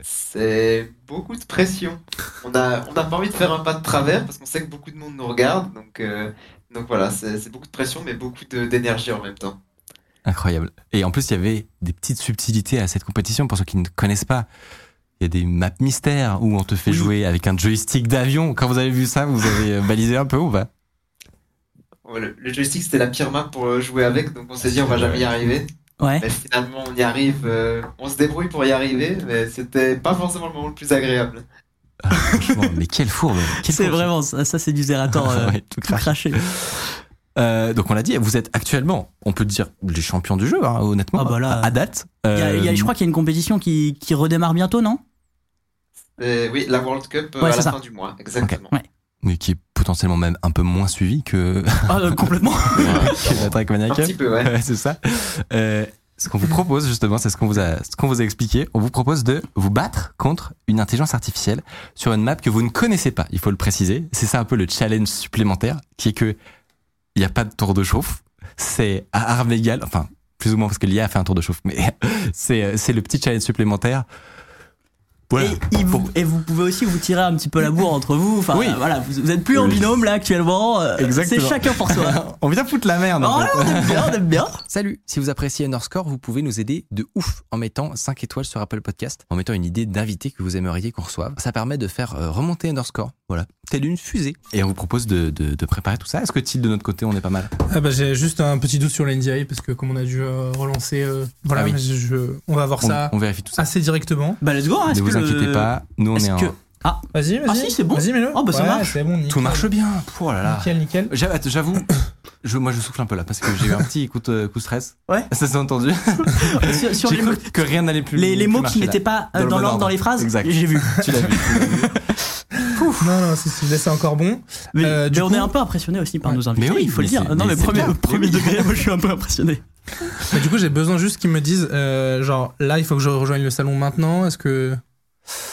S6: C'est beaucoup de pression. On a, on a pas envie de faire un pas de travers parce qu'on sait que beaucoup de monde nous regarde. Donc, euh, donc voilà, c'est c'est beaucoup de pression, mais beaucoup de- d'énergie en même temps.
S1: Incroyable. Et en plus, il y avait des petites subtilités à cette compétition pour ceux qui ne connaissent pas. Il y a des maps mystères où on te fait
S2: Oui.
S1: jouer avec un joystick d'avion. Quand vous avez vu ça, vous avez euh, balisé un peu ou pas
S6: Ouais, Le, le joystick, c'était la pire main pour euh, jouer avec, donc on s'est dit on va jamais y arriver.
S2: Ouais.
S6: Mais finalement, on y arrive, euh, on se débrouille pour y arriver, mais c'était pas forcément le moment le plus agréable.
S1: Ah, Franchement, mais quel fourbe quel
S2: C'est
S1: fourbe.
S2: vraiment ça, ça, c'est du Zerator euh,
S1: Ouais, tout
S2: tout
S1: craché.
S2: craché.
S1: Euh, donc on l'a dit, vous êtes actuellement, on peut dire, les champions du jeu, hein, honnêtement,
S2: Ah bah là,
S1: à, à date.
S2: Il y a- il y a-
S1: Euh,
S2: je crois qu'il y a une compétition qui, qui redémarre bientôt, non
S6: Euh, oui, la World Cup euh,
S2: Ouais,
S6: à
S2: c'est
S6: la
S2: ça.
S6: fin du mois, exactement.
S2: Ouais.
S1: Mais qui est potentiellement même un peu moins suivi que,
S2: Ah, euh, Complètement.
S1: que la Trackmania
S6: Un
S1: Cup.
S6: petit peu, ouais.
S1: Ouais, c'est ça. Euh, ce qu'on vous propose justement, c'est ce qu'on vous a, ce qu'on vous a expliqué. On vous propose de vous battre contre une intelligence artificielle sur une map que vous ne connaissez pas. Il faut le préciser. C'est ça un peu le challenge supplémentaire, qui est que il n'y a pas de tour de chauffe. C'est à armes égales, enfin plus ou moins parce que l'IA a fait un tour de chauffe, mais c'est euh, c'est le petit challenge supplémentaire. Voilà.
S2: Et, il vous, et vous pouvez aussi vous tirer un petit peu la bourre entre vous. Enfin,
S1: Oui.
S2: voilà, vous, vous êtes plus en
S7: Oui.
S2: binôme là actuellement. euh, C'est
S1: Exactement.
S2: chacun pour soi.
S1: On vient foutre la merde. en
S2: Oh,
S1: fait.
S2: on aime bien, on aime bien.
S1: Salut Si vous appréciez Underscore, vous pouvez nous aider de ouf en mettant 5 étoiles sur Apple Podcast, en mettant une idée d'invité que vous aimeriez qu'on reçoive. Ça permet de faire euh, remonter Underscore, voilà, telle une fusée. Et on vous propose de, de- de préparer tout ça. Est-ce que Till, de notre côté, on est pas mal
S3: Ah bah, j'ai juste un petit doute sur l'NDI parce que comme on a dû euh, relancer, euh, voilà,
S1: Ah oui.
S3: mais je, je- on va voir
S1: on,
S3: ça
S1: on vérifie tout ça.
S3: assez directement.
S2: Bah, let's go. hein, est-ce
S1: ne vous
S2: que le-
S1: inquiétez pas, nous on est,
S2: Est-ce
S1: en...
S2: que
S3: Vas-y, vas-y.
S2: Ah si, c'est bon.
S3: Vas-y, mets-le.
S2: Oh, bah, ça
S3: Ouais,
S2: marche.
S3: C'est bon,
S1: Tout
S3: nickel.
S1: marche bien Oh là là
S3: Nickel, nickel.
S1: J'avoue, attends, j'avoue, je, moi je souffle un peu là parce que j'ai eu un petit coup de, coup de stress.
S2: Ouais.
S1: Ça s'est entendu.
S2: sur, sur
S1: J'ai
S2: les, mots,
S1: cru que rien n'allait plus.
S2: les, les
S1: plus
S2: mots qui
S1: marcher, là.
S2: n'étaient pas euh,
S1: Dans le
S2: dans
S1: bon
S2: l'ordre dans
S1: ordre.
S2: les phrases,
S1: Exact. Euh,
S2: j'ai vu.
S1: Tu l'as vu. tu l'as vu.
S3: Non, non, c'est- c'est- là, c'est encore bon.
S2: Mais,
S3: Euh, du
S2: mais on
S3: coup-
S2: est un peu impressionné aussi par
S3: Ouais.
S2: nos invités.
S1: Mais oui,
S2: il faut le
S1: mais
S2: dire.
S1: c'est-
S2: Non,
S1: mais
S2: mais,
S1: c'est
S2: premier,
S1: bien.
S2: premier degré, moi je suis un peu impressionné.
S3: Mais du coup, j'ai besoin juste qu'ils me disent, euh, genre, là, il faut que je rejoigne le salon maintenant. Est-ce que.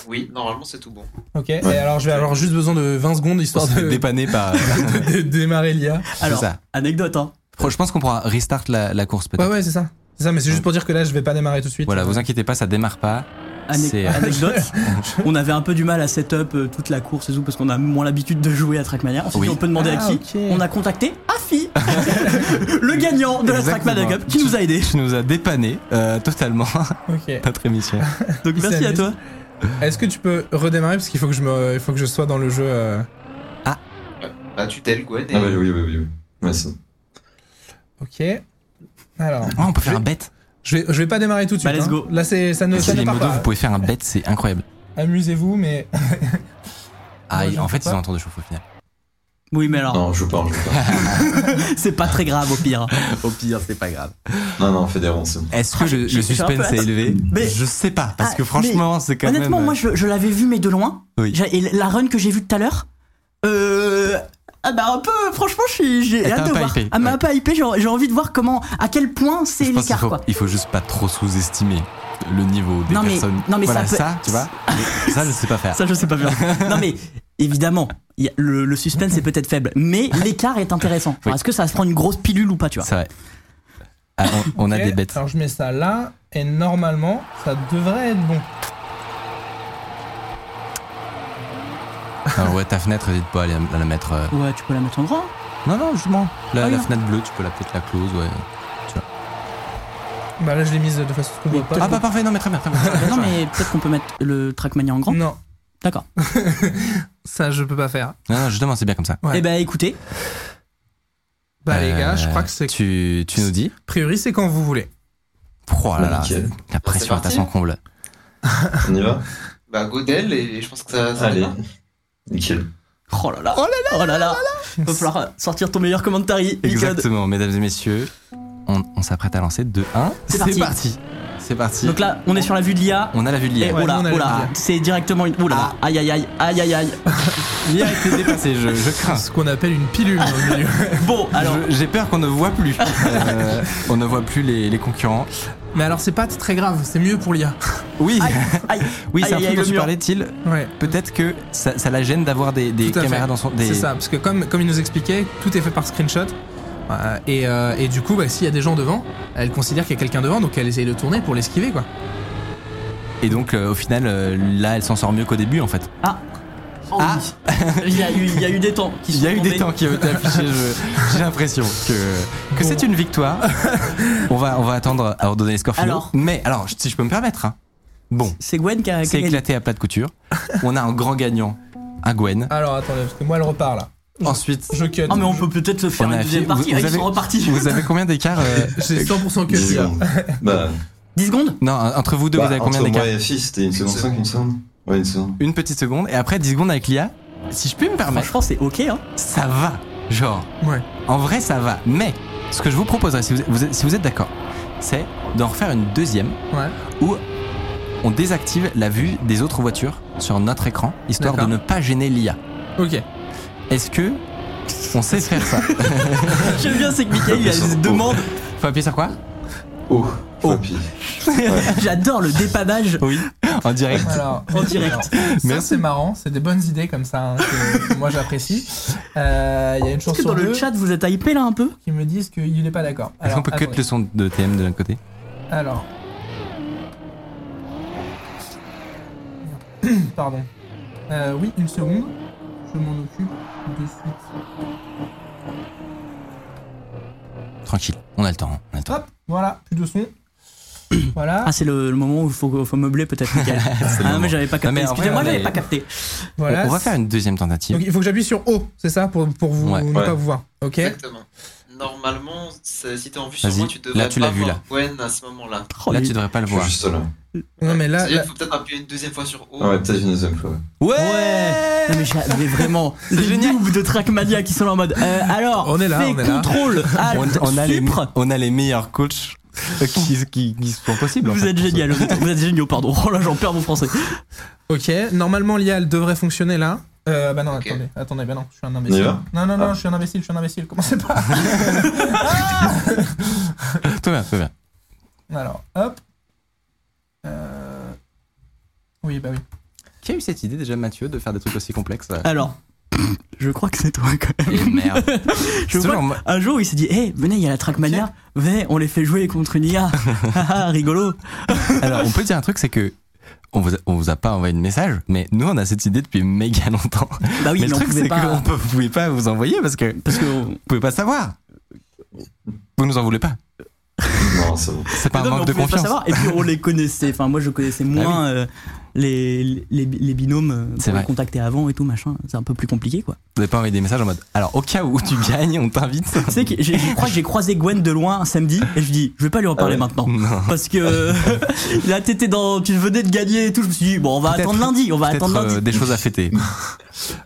S6: Oui, normalement, c'est tout bon.
S3: Ok. Et alors, je vais avoir juste besoin de 20 secondes
S1: On
S3: histoire
S1: s'est fait
S3: de,
S1: dépanner par.
S3: de- de démarrer l'IA.
S2: Alors,
S1: ça.
S2: anecdote, hein.
S1: Fr- Je pense qu'on pourra restart la, la course peut-être.
S3: Ouais, ouais, c'est ça. C'est ça, mais c'est juste pour dire que là, je vais pas démarrer tout de suite.
S1: Voilà, vous inquiétez pas, ça démarre pas.
S2: Ane-
S1: C'est-
S2: anecdote. euh, on avait un peu du mal à setup euh, toute la course et tout parce qu'on a moins l'habitude de jouer à Trackmania. On s'est
S1: Oui.
S2: dit, on peut demander à
S3: Ah,
S2: qui.
S3: ok.
S2: On a contacté Afi, le gagnant de la
S1: Exactement.
S2: Trackmania Cup qui nous a aidés.
S1: Tu nous as dépanné euh, totalement
S3: Ok.
S1: notre émission.
S2: Donc
S3: Il
S2: merci à
S3: s'amuse.
S2: toi.
S3: Est-ce que tu peux redémarrer parce qu'il faut que je me, il faut que je sois dans le jeu. euh,
S6: Bah, tu t'es le Gwen et
S7: Ah, bah, oui, oui, oui, oui. Merci.
S3: Ok. Alors,
S1: Oh, on peut faire un bet.
S3: je vais, je vais pas démarrer tout de
S2: Bah,
S3: suite.
S2: let's
S3: hein.
S2: go.
S3: Là, c'est, ça ne,
S1: Si
S3: ça ne
S1: les
S3: part
S1: modos,
S3: pas.
S1: vous pouvez faire un bet, c'est incroyable.
S3: Amusez-vous, mais
S1: Ah,
S3: Moi,
S1: ils-
S3: je
S1: en fait,
S3: sais
S1: ils
S3: pas.
S1: ont un tour de chauffe au final.
S2: Oui, mais alors,
S7: Non, je joue pas, je joue pas.
S2: c'est pas très grave au pire.
S1: Au pire, c'est pas grave.
S7: Non, non, Fédéron, c'est bon.
S1: Est-ce que le,
S2: j'ai-
S1: le
S2: j'ai Ah, un peu
S1: suspense est
S2: hâte.
S1: élevé
S2: Mais-
S1: Je sais pas, parce
S2: Ah,
S1: que
S2: mais
S1: franchement, c'est quand
S2: Honnêtement,
S1: même.
S2: moi
S1: euh,
S2: je, je l'avais vu, mais de loin.
S1: Oui.
S2: J'ai- Et la run que j'ai vue tout à l'heure, euh, Ah bah un peu, franchement, je suis- j'ai
S1: Elle t'a
S2: hâte de
S1: pas
S2: voir.
S1: hypé,
S2: Elle m'a
S1: ouais.
S2: pas hypé, j'ai j'ai envie de voir comment, à quel point c'est
S1: Je pense qu'il
S2: l'écart,
S1: faut,
S2: quoi.
S1: il faut juste pas trop sous-estimer le niveau des
S2: Non, mais-
S1: personnes.
S2: non, mais ça
S1: Voilà,
S2: peut-
S1: tu vois. ça, je sais pas faire.
S2: Ça, je sais pas bien. non, mais évidemment, il y a- le, le suspense est peut-être faible, mais l'écart est intéressant. Genre,
S1: Oui.
S2: Est-ce que ça se prend une grosse pilule ou pas, tu vois
S1: C'est vrai. Ah, on, on a
S3: Ok,
S1: des bêtes.
S3: Alors je mets ça là, et normalement, ça devrait être bon.
S1: Ah ouais, ta fenêtre, n'hésite pas à la, à la mettre. euh,
S2: Ouais, tu peux la mettre en grand.
S1: Non, non, justement. La,
S2: Ah,
S1: la
S2: non.
S1: fenêtre bleue, tu peux la peut-être la close, ouais.
S3: Bah là, je l'ai mise de façon à ce qu'on
S2: Oui,
S3: voit pas.
S1: Ah bah parfait, non mais très bien, très bien. très bien.
S2: non, mais peut-être qu'on peut mettre le Trackmania en grand.
S3: Non,
S2: D'accord.
S3: ça je peux pas faire.
S1: Non, non, justement, c'est bien comme ça.
S3: Ouais.
S2: Eh ben, écoutez,
S3: Bah les
S1: Euh,
S3: gars, je crois que c'est.
S1: Tu, tu nous dis
S3: A priori, c'est quand vous voulez.
S1: Oh là là,
S7: Nickel.
S1: la pression est à
S6: parti.
S1: son comble.
S7: On y va
S6: Bah, Godel, et je pense que ça. ça
S7: Allez.
S6: démarre.
S7: Nickel.
S2: oh là là, oh là là, va falloir sortir ton meilleur commentary, Micode.
S1: Exactement, mesdames et messieurs, on, on s'apprête à lancer 2, 1.
S2: C'est parti.
S1: C'est parti.
S2: Donc là, on est sur la vue de l'IA.
S1: on a la vue de
S2: Et
S1: l'IA.
S3: Ouais,
S2: oh là,
S3: nous, on a
S2: oh
S3: la
S2: là,
S3: vue de l'IA.
S2: c'est directement une. Oh là là, aïe aïe aïe, aïe aïe aïe.
S1: L'IA a été dépassée, je, je crains.
S3: Ce qu'on appelle une pilule dans le milieu.
S2: Bon, alors,
S1: Je- J'ai peur qu'on ne voit plus. Euh, on ne voit plus les, les concurrents.
S3: Mais alors, c'est pas très grave, c'est mieux pour l'IA.
S1: Oui,
S2: Aïe, aïe.
S1: oui,
S2: Aïe,
S1: c'est un
S2: aïe, aïe,
S1: truc dont
S2: le
S1: tu
S2: mur.
S1: parlais, Thiel.
S3: Ouais.
S1: Peut-être que ça, ça la gêne d'avoir des, des
S3: Tout à
S1: caméras
S3: fait.
S1: dans son. Des...
S3: C'est ça, parce que comme, comme il nous expliquait, tout est fait par screenshot. Euh, et, euh, et du coup, bah, s'il y a des gens devant, elle considère qu'il y a quelqu'un devant, donc elle essaye de tourner pour l'esquiver, quoi.
S1: Et donc, euh, au final, euh, là, elle s'en sort mieux qu'au début, en fait.
S2: Oh oui. il, y a eu, il y a eu des temps qui
S1: Il
S2: sont
S1: y a eu des
S2: tombés.
S1: temps qui ont été affichés. je- J'ai l'impression que, que c'est une victoire. on va, on va attendre à redonner les scores finaux.
S2: Alors.
S1: Mais alors, si je peux me permettre, hein. bon,
S2: C'est Gwen qui a. qui a
S1: c'est
S2: gagné.
S1: éclaté à plat de couture. on a un grand gagnant à Gwen.
S3: Alors attendez, parce que moi, elle repart là.
S1: Ensuite,
S3: Je cut.
S2: Ah mais on peut peut-être se faire
S1: On a
S2: une deuxième
S1: fait- vous-
S2: partie.
S1: vous
S2: Ah, Ils
S1: avez-
S2: sont repartis.
S1: vous avez combien d'écart euh,
S3: J'ai 100% cut.
S7: 10 secondes. Bah,
S2: 10 secondes
S1: Non, entre vous deux,
S7: bah,
S1: vous avez combien
S7: entre
S1: d'écart
S7: moi et FI, c'était une seconde 5, il me semble. Ouais, une seconde.
S1: Une petite seconde, et après 10 secondes avec l'IA. Si je peux me permettre,
S2: Franchement, c'est ok. Hein.
S1: ça va. Genre,
S3: Ouais.
S1: en vrai, ça va. Mais ce que je vous proposerais, si vous, vous- si vous êtes d'accord, c'est d'en refaire une deuxième
S3: Ouais.
S1: où on désactive la vue des autres voitures sur notre écran, histoire de
S3: D'accord.
S1: ne pas gêner l'IA.
S3: Ok.
S1: Est-ce que on sait faire ça
S2: J'aime bien, c'est que Mickaël il a des demandes.
S1: Faut appuyer sur quoi
S7: Oh,
S1: Oh.
S7: oh. puis
S2: J'adore le dépannage
S1: Oui. En direct.
S3: Alors, oh,
S2: en direct.
S3: ça
S1: Merci.
S3: c'est marrant, c'est des bonnes idées comme ça hein, que, que moi j'apprécie. Euh, Il y a une
S2: Est-ce
S3: chose
S2: que dans
S3: sur
S2: le
S3: deux
S2: chat vous êtes hypé là un peu
S3: qui me disent qu'il n'est pas d'accord.
S1: Est-ce qu'on
S3: Alors,
S1: peut cut
S3: attendez.
S1: le son de TM de l'autre côté
S3: Alors. Pardon. Euh, oui, une seconde. Je m'en occupe de suite.
S1: Tranquille, on a le temps. On a le temps.
S3: Hop, voilà, plus de son. Voilà,
S2: Ah c'est le, le moment où il faut, faut meubler peut-être Mickaël. ah
S1: moment.
S2: mais j'avais pas
S1: Non,
S2: capté.
S1: mais en vrai,
S2: Excusez-moi,
S1: on
S2: j'avais
S1: est-
S2: pas capté.
S3: Ah, voilà.
S1: on, on va faire une deuxième tentative.
S3: Donc il faut que j'appuie sur O, c'est ça, pour, pour vous
S1: Ouais.
S3: ne
S7: Ouais.
S3: pas vous voir. Ok.
S6: Exactement. Normalement, c'est- si t'es en vue sur
S1: Vas-y.
S6: moi, tu devrais
S1: Là, tu
S6: pas
S1: l'as vu,
S6: voir
S1: là.
S6: Gwen à ce moment-là.
S2: Oh,
S1: Là,
S2: il-
S1: tu devrais pas le
S7: je suis
S1: voir.
S7: juste hein. là.
S3: Non mais là,
S6: C'est-à-dire,
S3: là-
S6: faut peut-être appuyer une deuxième fois sur O.
S7: Ah ouais, peut-être une deuxième fois. ouais.
S1: Ouais,
S2: Ouais. Non, mais j'avais vraiment les
S1: génial.
S2: noobs de Trackmania qui sont là en mode. euh, alors,
S3: On est là,
S2: fais
S3: on est là.
S2: contrôle,
S1: on,
S2: alt,
S1: on a les,
S2: supre.
S1: on a les meilleurs coachs qui, qui, qui sont possibles. en
S2: Vous
S1: fait,
S2: êtes
S1: pour ça.
S2: génial, vous êtes- vous êtes géniaux, pardon. Oh là, j'en perds mon français.
S3: ok. Normalement l'IA elle devrait fonctionner là. Euh, bah non,
S6: Ok.
S3: attendez, attendez, bah non, je suis un
S7: On y
S3: imbécile.
S7: va Ah.
S3: Non, non, non, je suis un imbécile, je suis un imbécile, commencez pas.
S1: Tout bien, tout bien.
S3: Alors, hop. Euh, Oui, bah oui.
S1: Qui a eu cette idée déjà, Mathieu, de faire des trucs aussi complexes euh,
S2: Alors, je crois que c'est toi quand même.
S1: Et merde.
S2: Je
S1: C'est
S2: vois
S1: toujours moi-
S2: Un jour, il s'est dit, hé, venez, il y a la Trackmania, venez, on les fait jouer contre une IA. Ah, ah, rigolo.
S1: Alors, on peut dire un truc, c'est que. On vous, a, on vous a pas envoyé de message, mais nous on a cette idée depuis méga longtemps.
S2: Bah oui,
S1: mais
S2: mais,
S1: le
S2: on
S1: truc
S2: pouvait
S1: c'est qu'on
S2: pas.
S1: peut- vous pouvez pas vous envoyer parce que vous
S2: Parce que. on-
S1: pouvez pas savoir. Vous nous en voulez pas.
S7: Non, c'est bon.
S1: C'est pas
S2: Mais
S1: un
S2: non, mais on
S1: manque de
S2: pouvait pas
S1: confiance. Bah
S2: savoir. Et puis, on les connaissait. Enfin, moi, je connaissais moins euh, les, les, les binômes euh, pour
S1: C'est
S2: les
S1: vrai.
S2: contacter avant et tout, machin. C'est un peu plus compliqué, quoi.
S1: Vous avez pas envoyé des messages en mode. Alors au cas où tu gagnes, on t'invite.
S2: Tu sais que j'ai- je crois que j'ai croisé Gwen de loin un samedi et je dis je vais pas lui en parler
S7: ouais.
S2: maintenant
S1: Ah Non.
S2: parce que euh, là t'étais dans tu venais de gagner et tout je me suis dit bon on va
S1: Peut-être-
S2: attendre lundi on va
S1: Peut-être
S2: attendre lundi
S1: euh, des choses à fêter.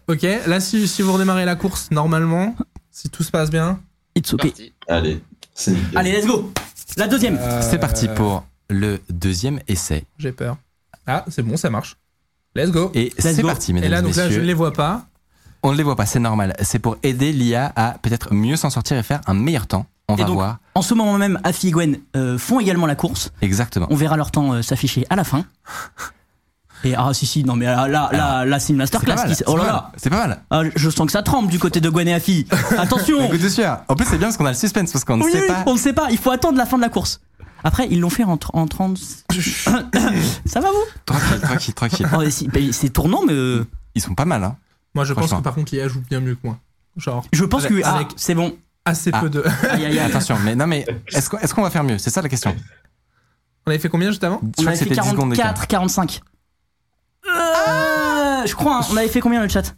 S3: Ok, là si, si vous redémarrez la course normalement, si tout se passe bien.
S2: it's
S6: C'est
S2: ok
S6: parti.
S7: Allez, c'est nickel.
S1: Ah.
S2: allez let's go la deuxième
S3: euh,
S1: C'est parti pour le deuxième essai.
S3: J'ai peur. Ah, c'est bon, ça marche. Let's go.
S1: Et c'est
S2: go.
S1: parti,
S3: Et
S1: mesdames
S3: là,
S1: et
S3: donc là, je
S1: messieurs.
S3: ne les vois pas.
S1: on On ne les voit pas, c'est normal. C'est pour aider l'IA à peut-être mieux s'en sortir et faire un meilleur temps. On
S2: Et
S1: va
S2: donc-
S1: voir
S2: En ce moment même, Afi et Gwen euh, font également la course.
S1: exactement.
S2: On verra leur temps euh, s'afficher à la fin. Et ah si si non mais ah, là là là c'est une
S1: C'est pas
S2: masterclass
S1: mal.
S2: qui s-
S1: c'est
S2: oh là
S1: pas
S2: là
S1: mal, C'est pas mal. Bah,
S2: Ah, je sens que ça tremble du côté de Gwen et Afi attention
S1: Écoute, je suis sûr. En plus, c'est bien parce qu'on a le suspense parce qu'on ne
S2: Oui,
S1: sait
S2: oui,
S1: pas.
S2: on ne sait pas il faut attendre la fin de la course après ils l'ont fait en, tr- en 30 ça va vous
S1: Tranquille, tranquille, tranquille.
S2: Oh, mais si- mais c'est tournant mais euh,
S1: Ils sont pas mal, hein.
S3: Moi, je pense
S1: Franchement.
S3: que par contre, l'IA joue bien mieux que moi. Genre,
S2: je pense que
S3: Avec-
S2: ah,
S3: avec-
S2: c'est bon
S3: assez
S1: Ah.
S3: peu de.
S2: Aïe, aïe, aïe.
S1: Attention, mais non, mais est-ce qu'on est-ce qu'on va faire mieux C'est ça la question.
S3: On avait fait combien juste avant
S1: Je
S2: on
S1: crois
S2: avait
S1: que
S2: fait
S1: c'était 10 secondes d'écart.
S2: 44 45 Euh, je crois hein, on avait fait combien le chat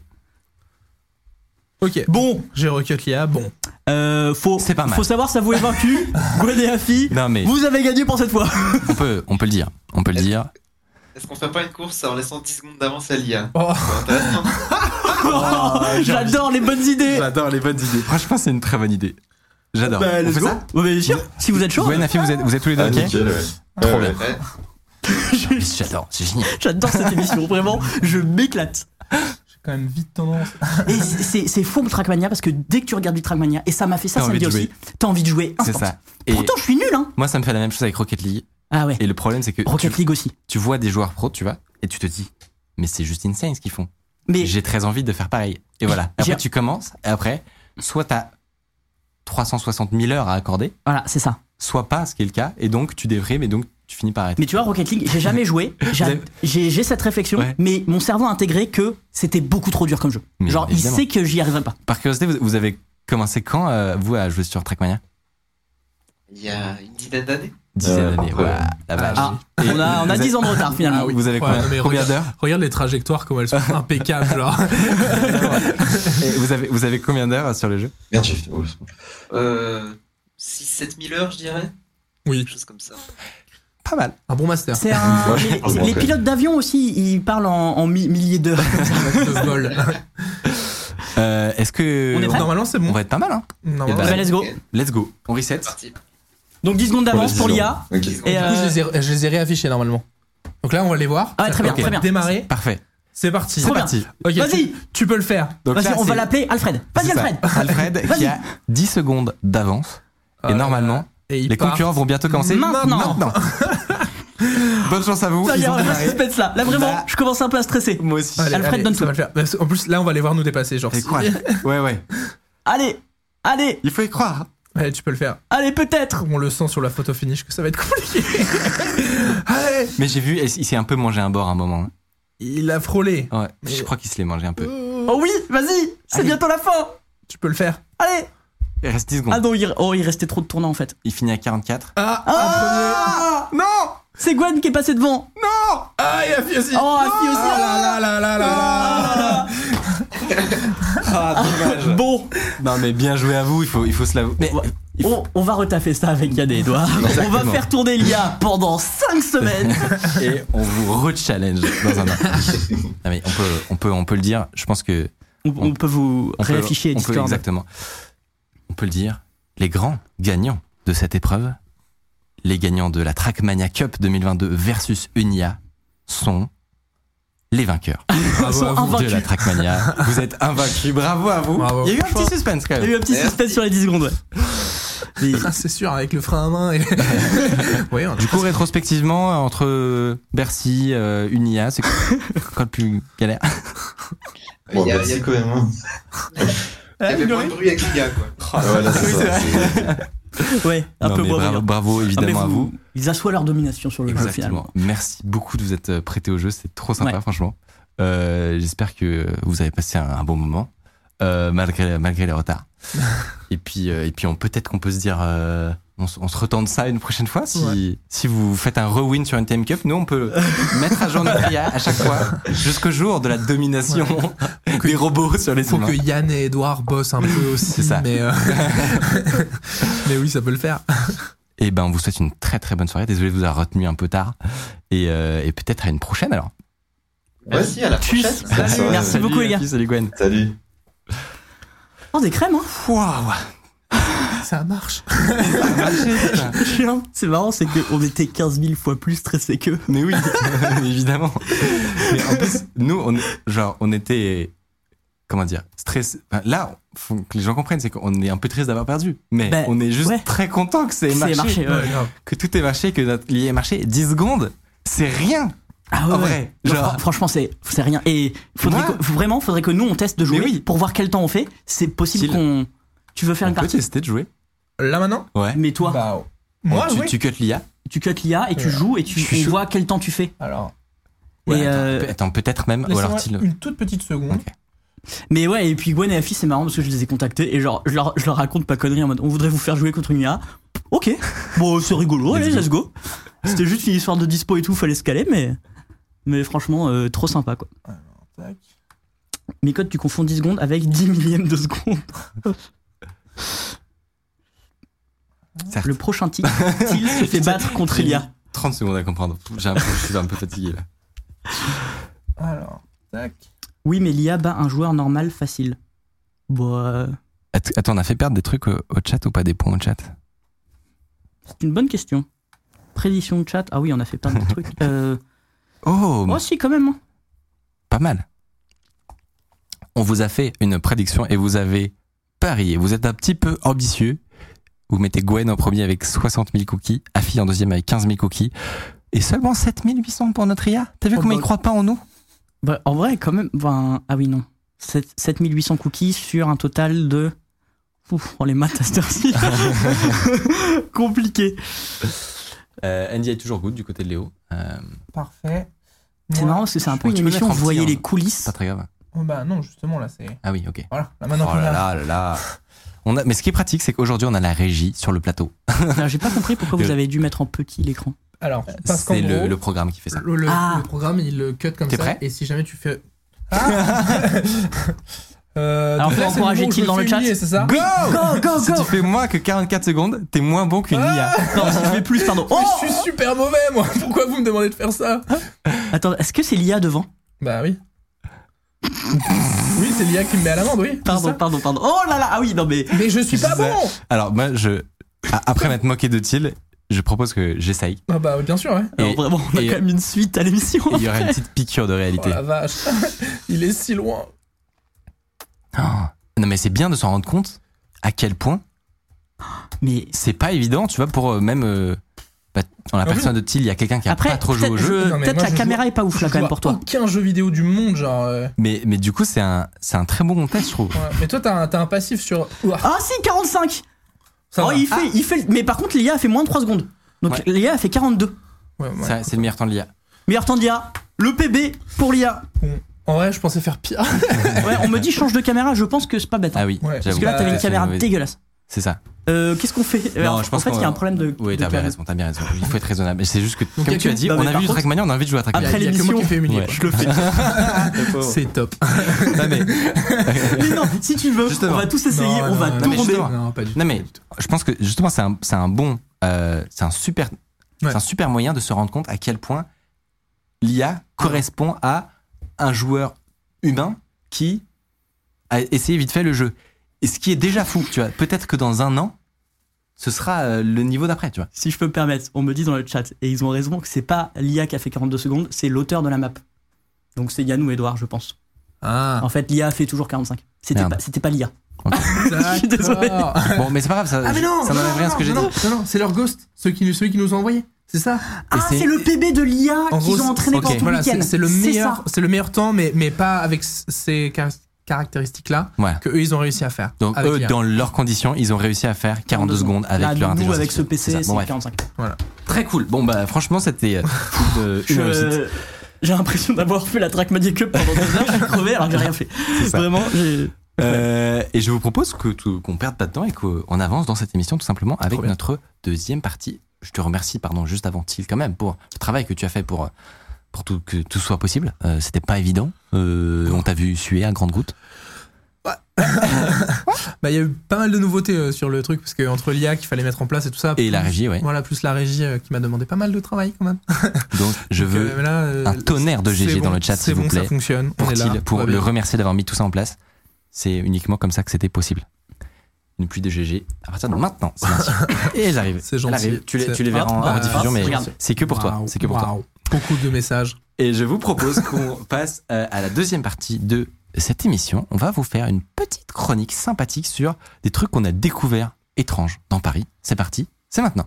S3: Ok. Bon, j'ai recut l'IA, bon.
S2: euh, faut
S1: C'est pas mal.
S2: faut savoir ça vous est vaincu Gwen et Afi
S1: Non, mais
S2: vous avez gagné pour cette fois
S1: on peut, on peut le dire. On peut le dire.
S6: Est-ce qu'on ferait pas une course en laissant 10 secondes d'avance à l'IA
S3: Oh.
S6: C'est intéressant.
S1: Ah,
S2: J'adore les bonnes idées. Bah,
S1: J'adore les bonnes idées. Franchement, c'est une très bonne idée. J'adore. On fait ça
S2: Ouais, mais bien sûr, si vous êtes chaud.
S1: Gwen, Afi, vous êtes, vous êtes tous les deux
S7: Ah,
S1: ok
S7: nickel, ouais.
S1: Trop
S7: Ouais,
S1: bien.
S7: ouais.
S6: Ouais.
S1: J'adore, c'est génial.
S2: J'adore cette émission, vraiment, je m'éclate.
S3: J'ai quand même vite tendance.
S2: Et c'est c'est fou le Trackmania parce que dès que tu regardes du Trackmania, et ça m'a fait ça
S1: T'as envie
S2: samedi
S1: de
S2: aussi, t'as envie de jouer
S1: C'est
S2: instant.
S1: ça. Et
S2: Pourtant, je suis nul, hein.
S1: moi, ça me fait la même chose avec Rocket League.
S2: Ah ouais.
S1: Et le problème, c'est que
S2: Rocket
S1: tu,
S2: League aussi.
S1: tu vois des joueurs pros, tu vois, et tu te dis, mais c'est juste insane ce qu'ils font.
S2: Mais
S1: J'ai très envie de faire pareil. Et voilà.
S2: J'ai-
S1: Après, tu commences, et après, soit t'as 360 000 heures à accorder,
S2: voilà, c'est ça.
S1: soit pas, ce qui est le cas, et donc tu déprimes, et donc tu finis par arrêter.
S2: Mais tu vois, Rocket League, j'ai jamais joué. J'a-
S1: Vous avez-
S2: J'ai j'ai cette réflexion,
S1: Ouais.
S2: mais mon cerveau a intégré que c'était beaucoup trop dur comme jeu.
S1: Mais
S2: Genre,
S1: évidemment.
S2: il sait que j'y arriverai pas.
S1: Par curiosité, vous, vous avez commencé quand, euh, vous, à jouer sur Trackmania
S6: Il y a une dizaine d'années.
S1: Dizaine
S7: Euh,
S1: d'années.
S7: après-
S1: Ouah, la vache.
S2: Ah, on a, on
S1: vous
S2: a
S1: avez- Ah
S2: 10 ans de retard finalement.
S1: Vous avez
S3: Ouais,
S1: combien,
S3: non, mais
S1: combien
S3: regarde-
S1: d'heures
S3: Regarde les trajectoires, comment elles sont impeccables, genre.
S1: Et vous avez, vous avez combien d'heures euh, sur le jeu
S7: Merde, j'ai fait- oh, c'est bon.
S6: Euh, 6-7 000 heures, je dirais.
S3: Oui.
S6: Quelque chose comme ça.
S1: Pas mal.
S3: Un bon master.
S2: C'est un.
S7: Ouais, je
S2: les-
S1: Ah,
S7: pense
S2: les
S7: qu'on fait.
S2: pilotes d'avion aussi, ils parlent en, en mi- milliers d'heures.
S3: de vol.
S1: Euh, Est-ce que.
S2: On est prêt
S3: Normalement, c'est bon.
S1: on va être pas mal, hein
S3: Normalement,
S1: Eh
S2: Bah,
S1: ben,
S2: let's go.
S6: Ok,
S1: Let's go. On reset.
S6: c'est parti.
S2: Donc 10 secondes d'avance pour
S7: Pour les
S2: l'IA.
S7: Ok.
S2: Et
S1: ben,
S3: Du coup,
S2: euh,
S3: je, les ai, je les ai réaffichés normalement. Donc là, on va les voir.
S2: Ah ouais, très bien,
S3: Ok.
S2: très bien.
S3: Démarrer.
S1: Parfait.
S3: C'est parti.
S2: Trop bien.
S1: Parti.
S3: Ok,
S2: Vas-y.
S3: Tu, tu peux le faire.
S1: Donc
S2: Vas-y,
S1: là,
S2: on
S1: c'est-
S2: va l'appeler Alfred. Vas-y
S1: c'est ça.
S2: Alfred.
S1: Alfred qui
S2: Vas-y.
S1: a 10 secondes d'avance. Et
S3: Euh,
S1: normalement,
S3: Et il
S1: les
S3: part.
S1: concurrents vont bientôt commencer.
S2: Maintenant.
S1: Bonne chance à vous. Bah.
S2: Ça y est,
S1: Ils ont
S2: un vrai
S1: démarré.
S2: suspense là. Là vraiment,
S1: Là.
S2: je commence un peu à stresser.
S1: Moi aussi.
S3: Allez,
S2: Alfred,
S3: allez,
S2: donne
S3: ça
S2: tout.
S3: va le faire. Parce- En plus, là, on va les voir nous dépasser. Genre,
S1: Et
S3: si-
S1: croire. Ouais, ouais.
S2: Allez, allez,
S1: Il faut y croire.
S3: Allez, tu peux le faire.
S2: allez peut-être.
S3: On le sent sur la photo finish que ça va être compliqué. Allez
S1: Mais j'ai vu, il s'est un peu mangé un bord à un moment. hein.
S3: Il a frôlé.
S1: Ouais. Je crois qu'il se l'est mangé un peu.
S2: Oh oui, vas-y, c'est
S1: Allez.
S2: bientôt la fin.
S3: Tu peux le faire.
S2: Allez.
S1: Il reste 10
S2: Ah
S1: secondes.
S2: non, il, oh, il restait trop de tournants en fait.
S1: Il finit à 44.
S3: Ah,
S2: Ah
S3: Non
S2: C'est Gwen qui est passée devant.
S3: Ah, il a fait aussi.
S2: Oh, Afi aussi.
S3: Ah là là là là là là.
S2: Ah.
S1: Ah, dommage.
S2: Bon,
S1: Non, mais bien joué à vous, il faut, il faut se l'avouer. Mais Il
S2: on, on va retaffer ça avec Yann et Edouard. On va
S1: Exactement.
S2: faire tourner l'IA pendant 5 semaines.
S1: et on vous re-challenge dans un an. non, mais on peut, on peut, on peut le dire. Je pense que
S2: On, on peut vous
S1: on peut-
S2: réafficher
S1: on peut-
S2: Discord.
S1: exactement. On peut le dire. Les grands gagnants de cette épreuve, les gagnants de la Trackmania Cup 2022 versus Unia, sont les vainqueurs
S3: Bravo
S2: Ils sont
S3: à vous.
S1: de la Trackmania. vous êtes invaincus. Bravo à vous.
S3: Bravo.
S1: Il y a eu un petit suspense quand
S2: Il y a
S1: même.
S2: eu un petit suspense sur les 10 secondes, ouais. Mais-
S3: Ah, c'est sûr, avec le frein à main. Et... ouais, on a-
S1: Du coup, rétrospectivement, entre Bercy, euh, Unia, c'est quoi quoi le plus galère
S7: Bon,
S6: il y a, il y a-
S7: merci quand même. hein.
S6: il
S2: euh,
S6: y avait moins de bruit avec l'IA, quoi.
S7: Ah, ouais, là, c'est
S1: Oui,
S7: ça, c'est-
S2: Ouais, un
S1: Non,
S2: peu
S1: mais
S2: moins
S1: bravo,
S2: brillant.
S1: bravo,
S2: Ah, mais
S1: évidemment à
S2: vous-
S1: vous.
S2: Ils assoient leur domination sur le jeu ben, finalement.
S1: Exactement. Merci beaucoup de vous être euh, prêté au jeu. C'est trop sympa,
S2: Ouais.
S1: franchement. Euh, J'espère que vous avez passé un, un bon moment, euh, malgré, malgré les retards. et puis, euh, et puis on peut-être qu'on peut se dire, euh, on, se- on se retente ça une prochaine fois. Si, si vous faites un rewind sur une TM Cup, nous, on peut mettre à jour notre IA à chaque fois, jusqu'au jour de la domination des robots sur les
S3: Faut
S1: humains.
S3: que Yann et Edouard bossent un peu aussi.
S1: C'est ça.
S3: Mais, euh, mais oui, ça peut le faire.
S1: Et ben, on vous souhaite une très très bonne soirée. Désolé de vous avoir retenu un peu tard. Et, euh, et peut-être à une prochaine alors.
S6: Merci, à la
S2: Tchuss.
S6: prochaine.
S1: Bah,
S7: Bonne soirée.
S2: merci beaucoup, les gars.
S1: Sophie, Salut Gwen.
S7: Salut.
S2: Oh, des crèmes, hein
S1: Waouh,
S3: Ça marche.
S2: C'est marrant, c'est qu'on était 15 000 fois plus stressés qu'eux.
S1: Mais oui, évidemment. Mais en plus, nous, on, genre, on était comment dire, stress. enfin, là, faut que les gens comprennent, c'est qu'on est un peu triste d'avoir perdu, mais
S2: Ben,
S1: on est juste
S2: ouais.
S1: très content que c'est
S2: C'est
S1: marché,
S2: marché, ouais.
S1: que tout est marché, que notre lié est marché. 10 secondes, c'est rien.
S2: Ah ouais,
S1: En
S2: ouais.
S1: vrai,
S2: Non,
S1: genre-
S2: fran- franchement, c'est c'est rien. Et faudrait
S1: Ouais.
S2: que- vraiment, faudrait que nous on teste de jouer
S1: Mais oui.
S2: pour voir quel temps on fait. C'est possible
S1: S'il-
S2: qu'on. Tu veux faire
S1: On
S2: une
S1: peut
S2: partie
S1: tester de jouer.
S3: Là maintenant
S1: Ouais.
S2: Mais toi,
S3: Bah, Moi,
S1: Oh, tu,
S3: oui.
S1: tu cut l'IA.
S2: tu cut l'IA et tu
S3: Ouais.
S2: joues et tu
S1: Je suis
S2: on
S1: chaud.
S2: voit quel temps tu fais.
S3: Alors,
S1: Ouais,
S2: Et,
S1: attends,
S2: euh,
S1: peut- attends, peut-être même. Ou alors,
S3: laissez-moi
S1: tu le-
S3: une toute petite seconde.
S1: Ok.
S2: Mais ouais, et puis Gwen et Afi, c'est marrant parce que je les ai contactés et genre, je leur, je leur raconte pas connerie en mode on voudrait vous faire jouer contre une IA. Ok, bon, c'est rigolo, allez, let's go. C'était juste une histoire de dispo et tout, fallait se caler, mais. Mais franchement, euh, trop sympa quoi.
S3: Tac.
S2: Mes codes, tu confonds 10 secondes avec 10 millièmes de seconde.
S1: Certes.
S2: Le prochain titre, Till se fait battre contre
S1: J'ai mis
S2: Elia.
S1: 30 secondes à comprendre. J'ai un peu- je suis un peu fatigué là.
S3: Alors, tac.
S2: Oui, mais l'IA bat un joueur normal facile. Bon, euh,
S1: Att- Attends, on a fait perdre des trucs au, au chat ou pas des points au chat
S2: c'est une bonne question. Prédiction de chat. Ah oui, on a fait plein de trucs. Euh,
S1: Oh,
S2: oh, si, quand même. hein.
S1: pas mal. On vous a fait une prédiction et vous avez parié. Vous êtes un petit peu ambitieux. Vous mettez Gwen en premier avec 60 000 cookies, Afi en deuxième avec 15 000 cookies et seulement 7 800 pour notre IA. T'as vu
S2: Oh
S1: comment ils
S2: bah.
S1: croient pas en nous
S2: Bah, en vrai, quand même. ben, ah oui, non. Sept- 7800 cookies sur un total de. Ouf, on les maths à cette heure-ci. Compliqué.
S1: Euh, Andy est toujours good du côté de Léo. Euh,
S3: Parfait.
S2: C'est
S3: Moi-
S2: marrant parce que c'est un peu
S1: Ouais,
S2: une
S1: tu peux
S2: émission où
S1: mettre en
S2: vous voyez
S1: petit, hein.
S2: les coulisses.
S1: pas très grave.
S3: Oh, bah non, justement, là, c'est.
S1: Ah oui, ok.
S3: Voilà, là
S1: Oh
S3: maintenant qu'on
S1: là là
S3: a-
S1: là là. On a, mais ce qui est pratique, c'est qu'aujourd'hui, on a la régie sur le plateau.
S2: Non, J'ai pas compris pourquoi vous avez dû mettre en petit l'écran.
S3: Alors, parce qu'en
S1: Euh, C'est le,
S3: gros,
S1: le programme qui fait ça.
S3: le, le-
S2: Ah.
S3: le programme, il le cut comme
S1: T'es
S3: ça.
S1: prêt
S3: et si jamais tu fais. Ah euh,
S2: Alors,
S3: donc là,
S2: faut
S3: c'est le
S2: encourager
S3: moment où je
S2: Till
S3: me
S2: dans
S3: fais
S2: le chat.
S3: humilier, C'est ça
S1: Go
S2: Go, go,
S1: Si
S2: go
S1: tu fais moins que 44 secondes, t'es moins bon qu'une IA.
S2: Ah Non, si je fais plus, pardon.
S3: Mais
S2: Oh
S3: je suis super mauvais, moi Pourquoi vous me demandez de faire ça
S2: Attends, est-ce que c'est l'IA devant
S3: Bah oui. oui, c'est l'IA qui me met à l'amende, oui. c'est
S2: Pardon,
S3: ça.
S2: pardon, pardon. Oh là là, ah oui, non mais.
S3: Mais je suis pas
S1: Je sais.
S3: bon
S1: Alors moi, je a- après m'être moqué de Thiel, je propose que j'essaye.
S3: Ah bah bien sûr, ouais.
S2: Alors
S1: Et-
S2: vraiment, on a
S1: et-
S2: quand même une suite à l'émission.
S1: Et Il y aura une petite piqûre de
S3: Oh
S1: réalité.
S3: la vache. il est si loin.
S1: Oh. Non mais c'est bien de s'en rendre compte à quel point
S2: Mais
S1: c'est pas évident, tu vois, pour euh, même euh, bah, dans la
S3: Ah oui.
S1: personne de Thiel, il y a quelqu'un qui a
S2: après,
S1: pas trop joué
S2: peut-être
S1: au jeu.
S2: je-
S3: Non, mais
S2: peut-être
S3: moi,
S2: la
S3: je
S2: caméra est pas ouf là
S3: Je
S2: quand même
S3: vois
S2: pour toi.
S3: Aucun jeu vidéo du monde, genre. euh,
S1: Mais mais du coup, c'est un c'est un très bon test, je trouve.
S3: ouais. Mais toi, t'as un, t'as un passif sur. Ouah,
S2: Ah si, 45
S3: ça
S2: Oh,
S3: va.
S2: il fait, il fait. Mais par contre, l'IA a fait moins de 3 secondes. Donc
S1: Ah. Ouais.
S2: l'IA a fait 42.
S3: Ouais, ouais.
S1: Ça, C'est le meilleur temps de l'IA.
S2: Meilleur temps d'IA. Le PB pour l'IA.
S3: En vrai, je pensais faire pire.
S2: Ouais, on me dit change de caméra, je pense que c'est pas bête. hein.
S1: Ah oui.
S3: Ouais, parce
S2: Parce
S1: j'avoue.
S2: que là, t'avais
S3: Bah,
S2: une
S1: C'est
S2: caméra
S1: mauvaise-
S2: dégueulasse.
S1: C'est ça.
S2: Euh, Qu'est-ce qu'on fait
S1: Non,
S2: Alors,
S1: je pense
S2: En fait, il y a
S1: qu'on-
S2: un problème de.
S1: Oui,
S2: de
S1: t'as bien
S2: caméra.
S1: raison, t'as bien raison. Il faut être raisonnable. C'est juste que, comme
S3: y a
S1: tu as
S3: que-
S1: dit,
S2: non,
S1: on
S2: mais
S1: a
S2: par
S1: vu
S2: contre-
S1: Trackmania, on a envie de jouer à Trackmania.
S2: Après
S3: Il y a que
S2: l'émission.
S3: moi qui me fais humilier.
S1: Ouais.
S3: Je le fais. C'est top.
S1: Non, mais-
S2: Mais non, si tu veux,
S1: Justement.
S2: on va tous essayer,
S3: Non,
S2: on
S3: non,
S2: va
S3: non,
S2: tout
S1: mais
S2: ronder.
S1: justement.
S3: Non, pas du tout.
S1: Non mais je pense que justement c'est un, c'est un bon euh, c'est un super c'est un super moyen de se rendre compte à quel point l'IA correspond à un joueur humain qui a essayé vite fait le jeu. Et ce qui est déjà fou, tu vois, peut-être que dans un an ce sera euh, le niveau d'après, tu vois.
S2: Si je peux me permettre, on me dit dans le chat, et ils ont raison, que c'est pas l'IA qui a fait 42 secondes, c'est l'auteur de la map. Donc c'est Yannou Edouard, je pense.
S3: Ah,
S2: En fait, l'IA fait toujours 45. C'était
S1: Merde.
S2: pas, c'était pas l'IA.
S3: je
S2: Ah. suis désolé.
S1: Bon, mais c'est pas grave, ça,
S3: Ah mais non
S1: ça
S3: non,
S1: n'enlève
S3: non,
S1: rien à ce que j'ai dit.
S3: non, Non, non, c'est leur ghost, ceux qui, celui qui nous ont envoyé. C'est ça
S2: Ah,
S1: c'est-
S2: c'est le PB de l'IA
S3: En
S2: Ah, qu'ils
S3: gros,
S2: ont entraîné
S1: ok.
S2: pendant tout
S3: Voilà,
S2: le week-end.
S3: c'est c'est le meilleur,
S2: ça.
S3: c'est le meilleur temps, mais, mais pas avec c- ces car- caractéristiques-là
S1: Ouais.
S3: que eux ils ont réussi à faire.
S1: Donc
S3: Avec Bah,
S1: eux,
S3: l'IA.
S1: dans leurs conditions, ils ont réussi à faire 42 secondes avec
S2: Là,
S1: leur
S2: Bah, nous,
S1: intelligence.
S2: avec ce
S1: artificielle.
S2: PC,
S1: C'est ça.
S2: c'est
S1: Bon, bref.
S2: 45.
S1: Très cool. Bon bah franchement, c'était euh, une- une réussite.
S2: Je- J'ai l'impression d'avoir fait la track Magic Club pendant deux heures, je suis crevé alors que j'ai rien fait.
S1: ça.
S2: Vraiment, j'ai.
S1: Euh, et je vous propose que tout- qu'on perde pas de temps et qu'on avance dans cette émission tout simplement avec
S3: bien.
S1: notre deuxième partie. Je te remercie, pardon, juste avant Thiel quand même pour le travail que tu as fait pour euh, pour tout, que tout soit possible. Euh, C'était pas évident. Euh, on t'a vu suer à grande goutte.
S3: Bah, il y a eu pas mal de nouveautés euh, sur le truc parce que entre l'IA qu'il fallait mettre en place et tout ça.
S1: Et la
S3: plus-
S1: régie, ouais.
S3: Voilà, plus la régie euh, qui m'a demandé pas mal de travail quand même.
S1: Donc je
S3: Donc,
S1: veux
S3: euh, là, euh,
S1: un tonnerre de
S3: c'est
S1: GG dans
S3: bon,
S1: le chat,
S3: C'est
S1: s'il vous
S3: bon, ça
S1: plaît,
S3: fonctionne. On
S1: pour
S3: est là.
S1: Thiel, pour
S3: tout va
S1: le
S3: bien.
S1: remercier d'avoir mis tout ça en place. C'est uniquement comme ça que c'était possible. Une pluie de GG à partir de maintenant. c'est ainsi. Et elles arrivent.
S3: C'est
S1: Elles
S3: gentil.
S1: arrivent. Tu les,
S3: C'est-
S1: tu les verras en,
S3: Ah,
S1: en diffusion, mais
S2: regarde.
S1: c'est que pour toi.
S3: Waouh,
S1: C'est que pour toi.
S3: waouh. Beaucoup de messages.
S1: Et je vous propose qu'on passe euh, à la deuxième partie de cette émission, on va vous faire une petite chronique sympathique sur des trucs qu'on a découverts étranges dans Paris. C'est parti, c'est maintenant.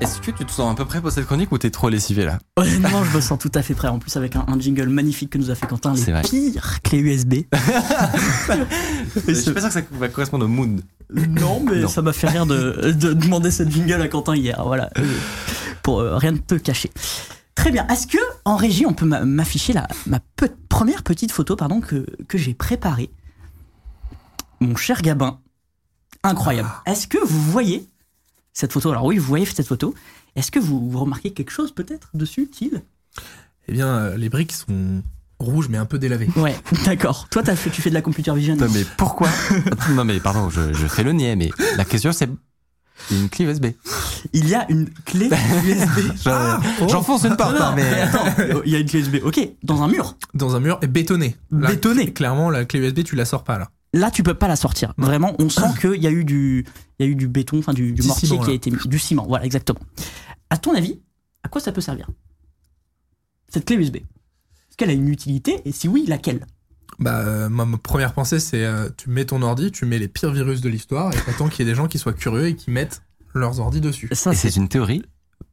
S1: Est-ce que tu te sens à peu près pour cette chronique ou t'es trop lessivé là
S2: Honnêtement, je me sens tout à fait prêt. En plus, avec un, un jingle magnifique que nous a fait Quentin,
S1: C'est
S2: les
S1: vrai.
S2: pires clés USB.
S1: Je suis pas sûr que ça va correspondre au mood.
S2: Non, mais
S1: Non.
S2: ça m'a fait rire de, de demander cette jingle à Quentin hier. Voilà. Euh, Pour euh, rien te cacher. Très bien. Est-ce que en régie, on peut m'a- m'afficher la ma pe- première petite photo, pardon, que, que j'ai préparée, mon cher Gabin. Incroyable. Est-ce que vous voyez cette photo Alors oui, vous voyez cette photo. Est-ce que vous, vous remarquez quelque chose peut-être dessus, Thiel
S3: Eh bien, euh, les briques sont rouges mais un peu délavées.
S2: Ouais, d'accord. Toi, t'as fait- tu fais de la computer vision.
S1: Non mais pourquoi Non mais pardon, je, je fais le niais, mais la question c'est une clé USB.
S2: Il y a une clé USB.
S1: Je- J'enfonce une porte,
S2: Non,
S1: hein,
S2: non,
S1: mais
S2: attends, il y a une clé USB. Ok, dans un mur.
S3: Dans un mur et bétonné. Là,
S2: Bétonné.
S3: Clairement, la clé USB, tu la sors pas là.
S2: Là, tu peux pas la sortir. Vraiment, on sent qu'il y a eu du, il y a eu du béton, enfin du, du
S3: Du
S2: mortier
S3: ciment,
S2: qui a
S3: là.
S2: été mis, du ciment. Voilà, exactement. À ton avis, à quoi ça peut servir cette clé USB Est-ce qu'elle a une utilité Et si oui, laquelle
S3: Bah, euh, moi, ma première pensée, c'est euh, tu mets ton ordi, tu mets les pires virus de l'histoire et t'attends qu'il y ait des gens qui soient curieux et qui mettent leurs ordi dessus.
S2: Ça,
S1: Et c'est une théorie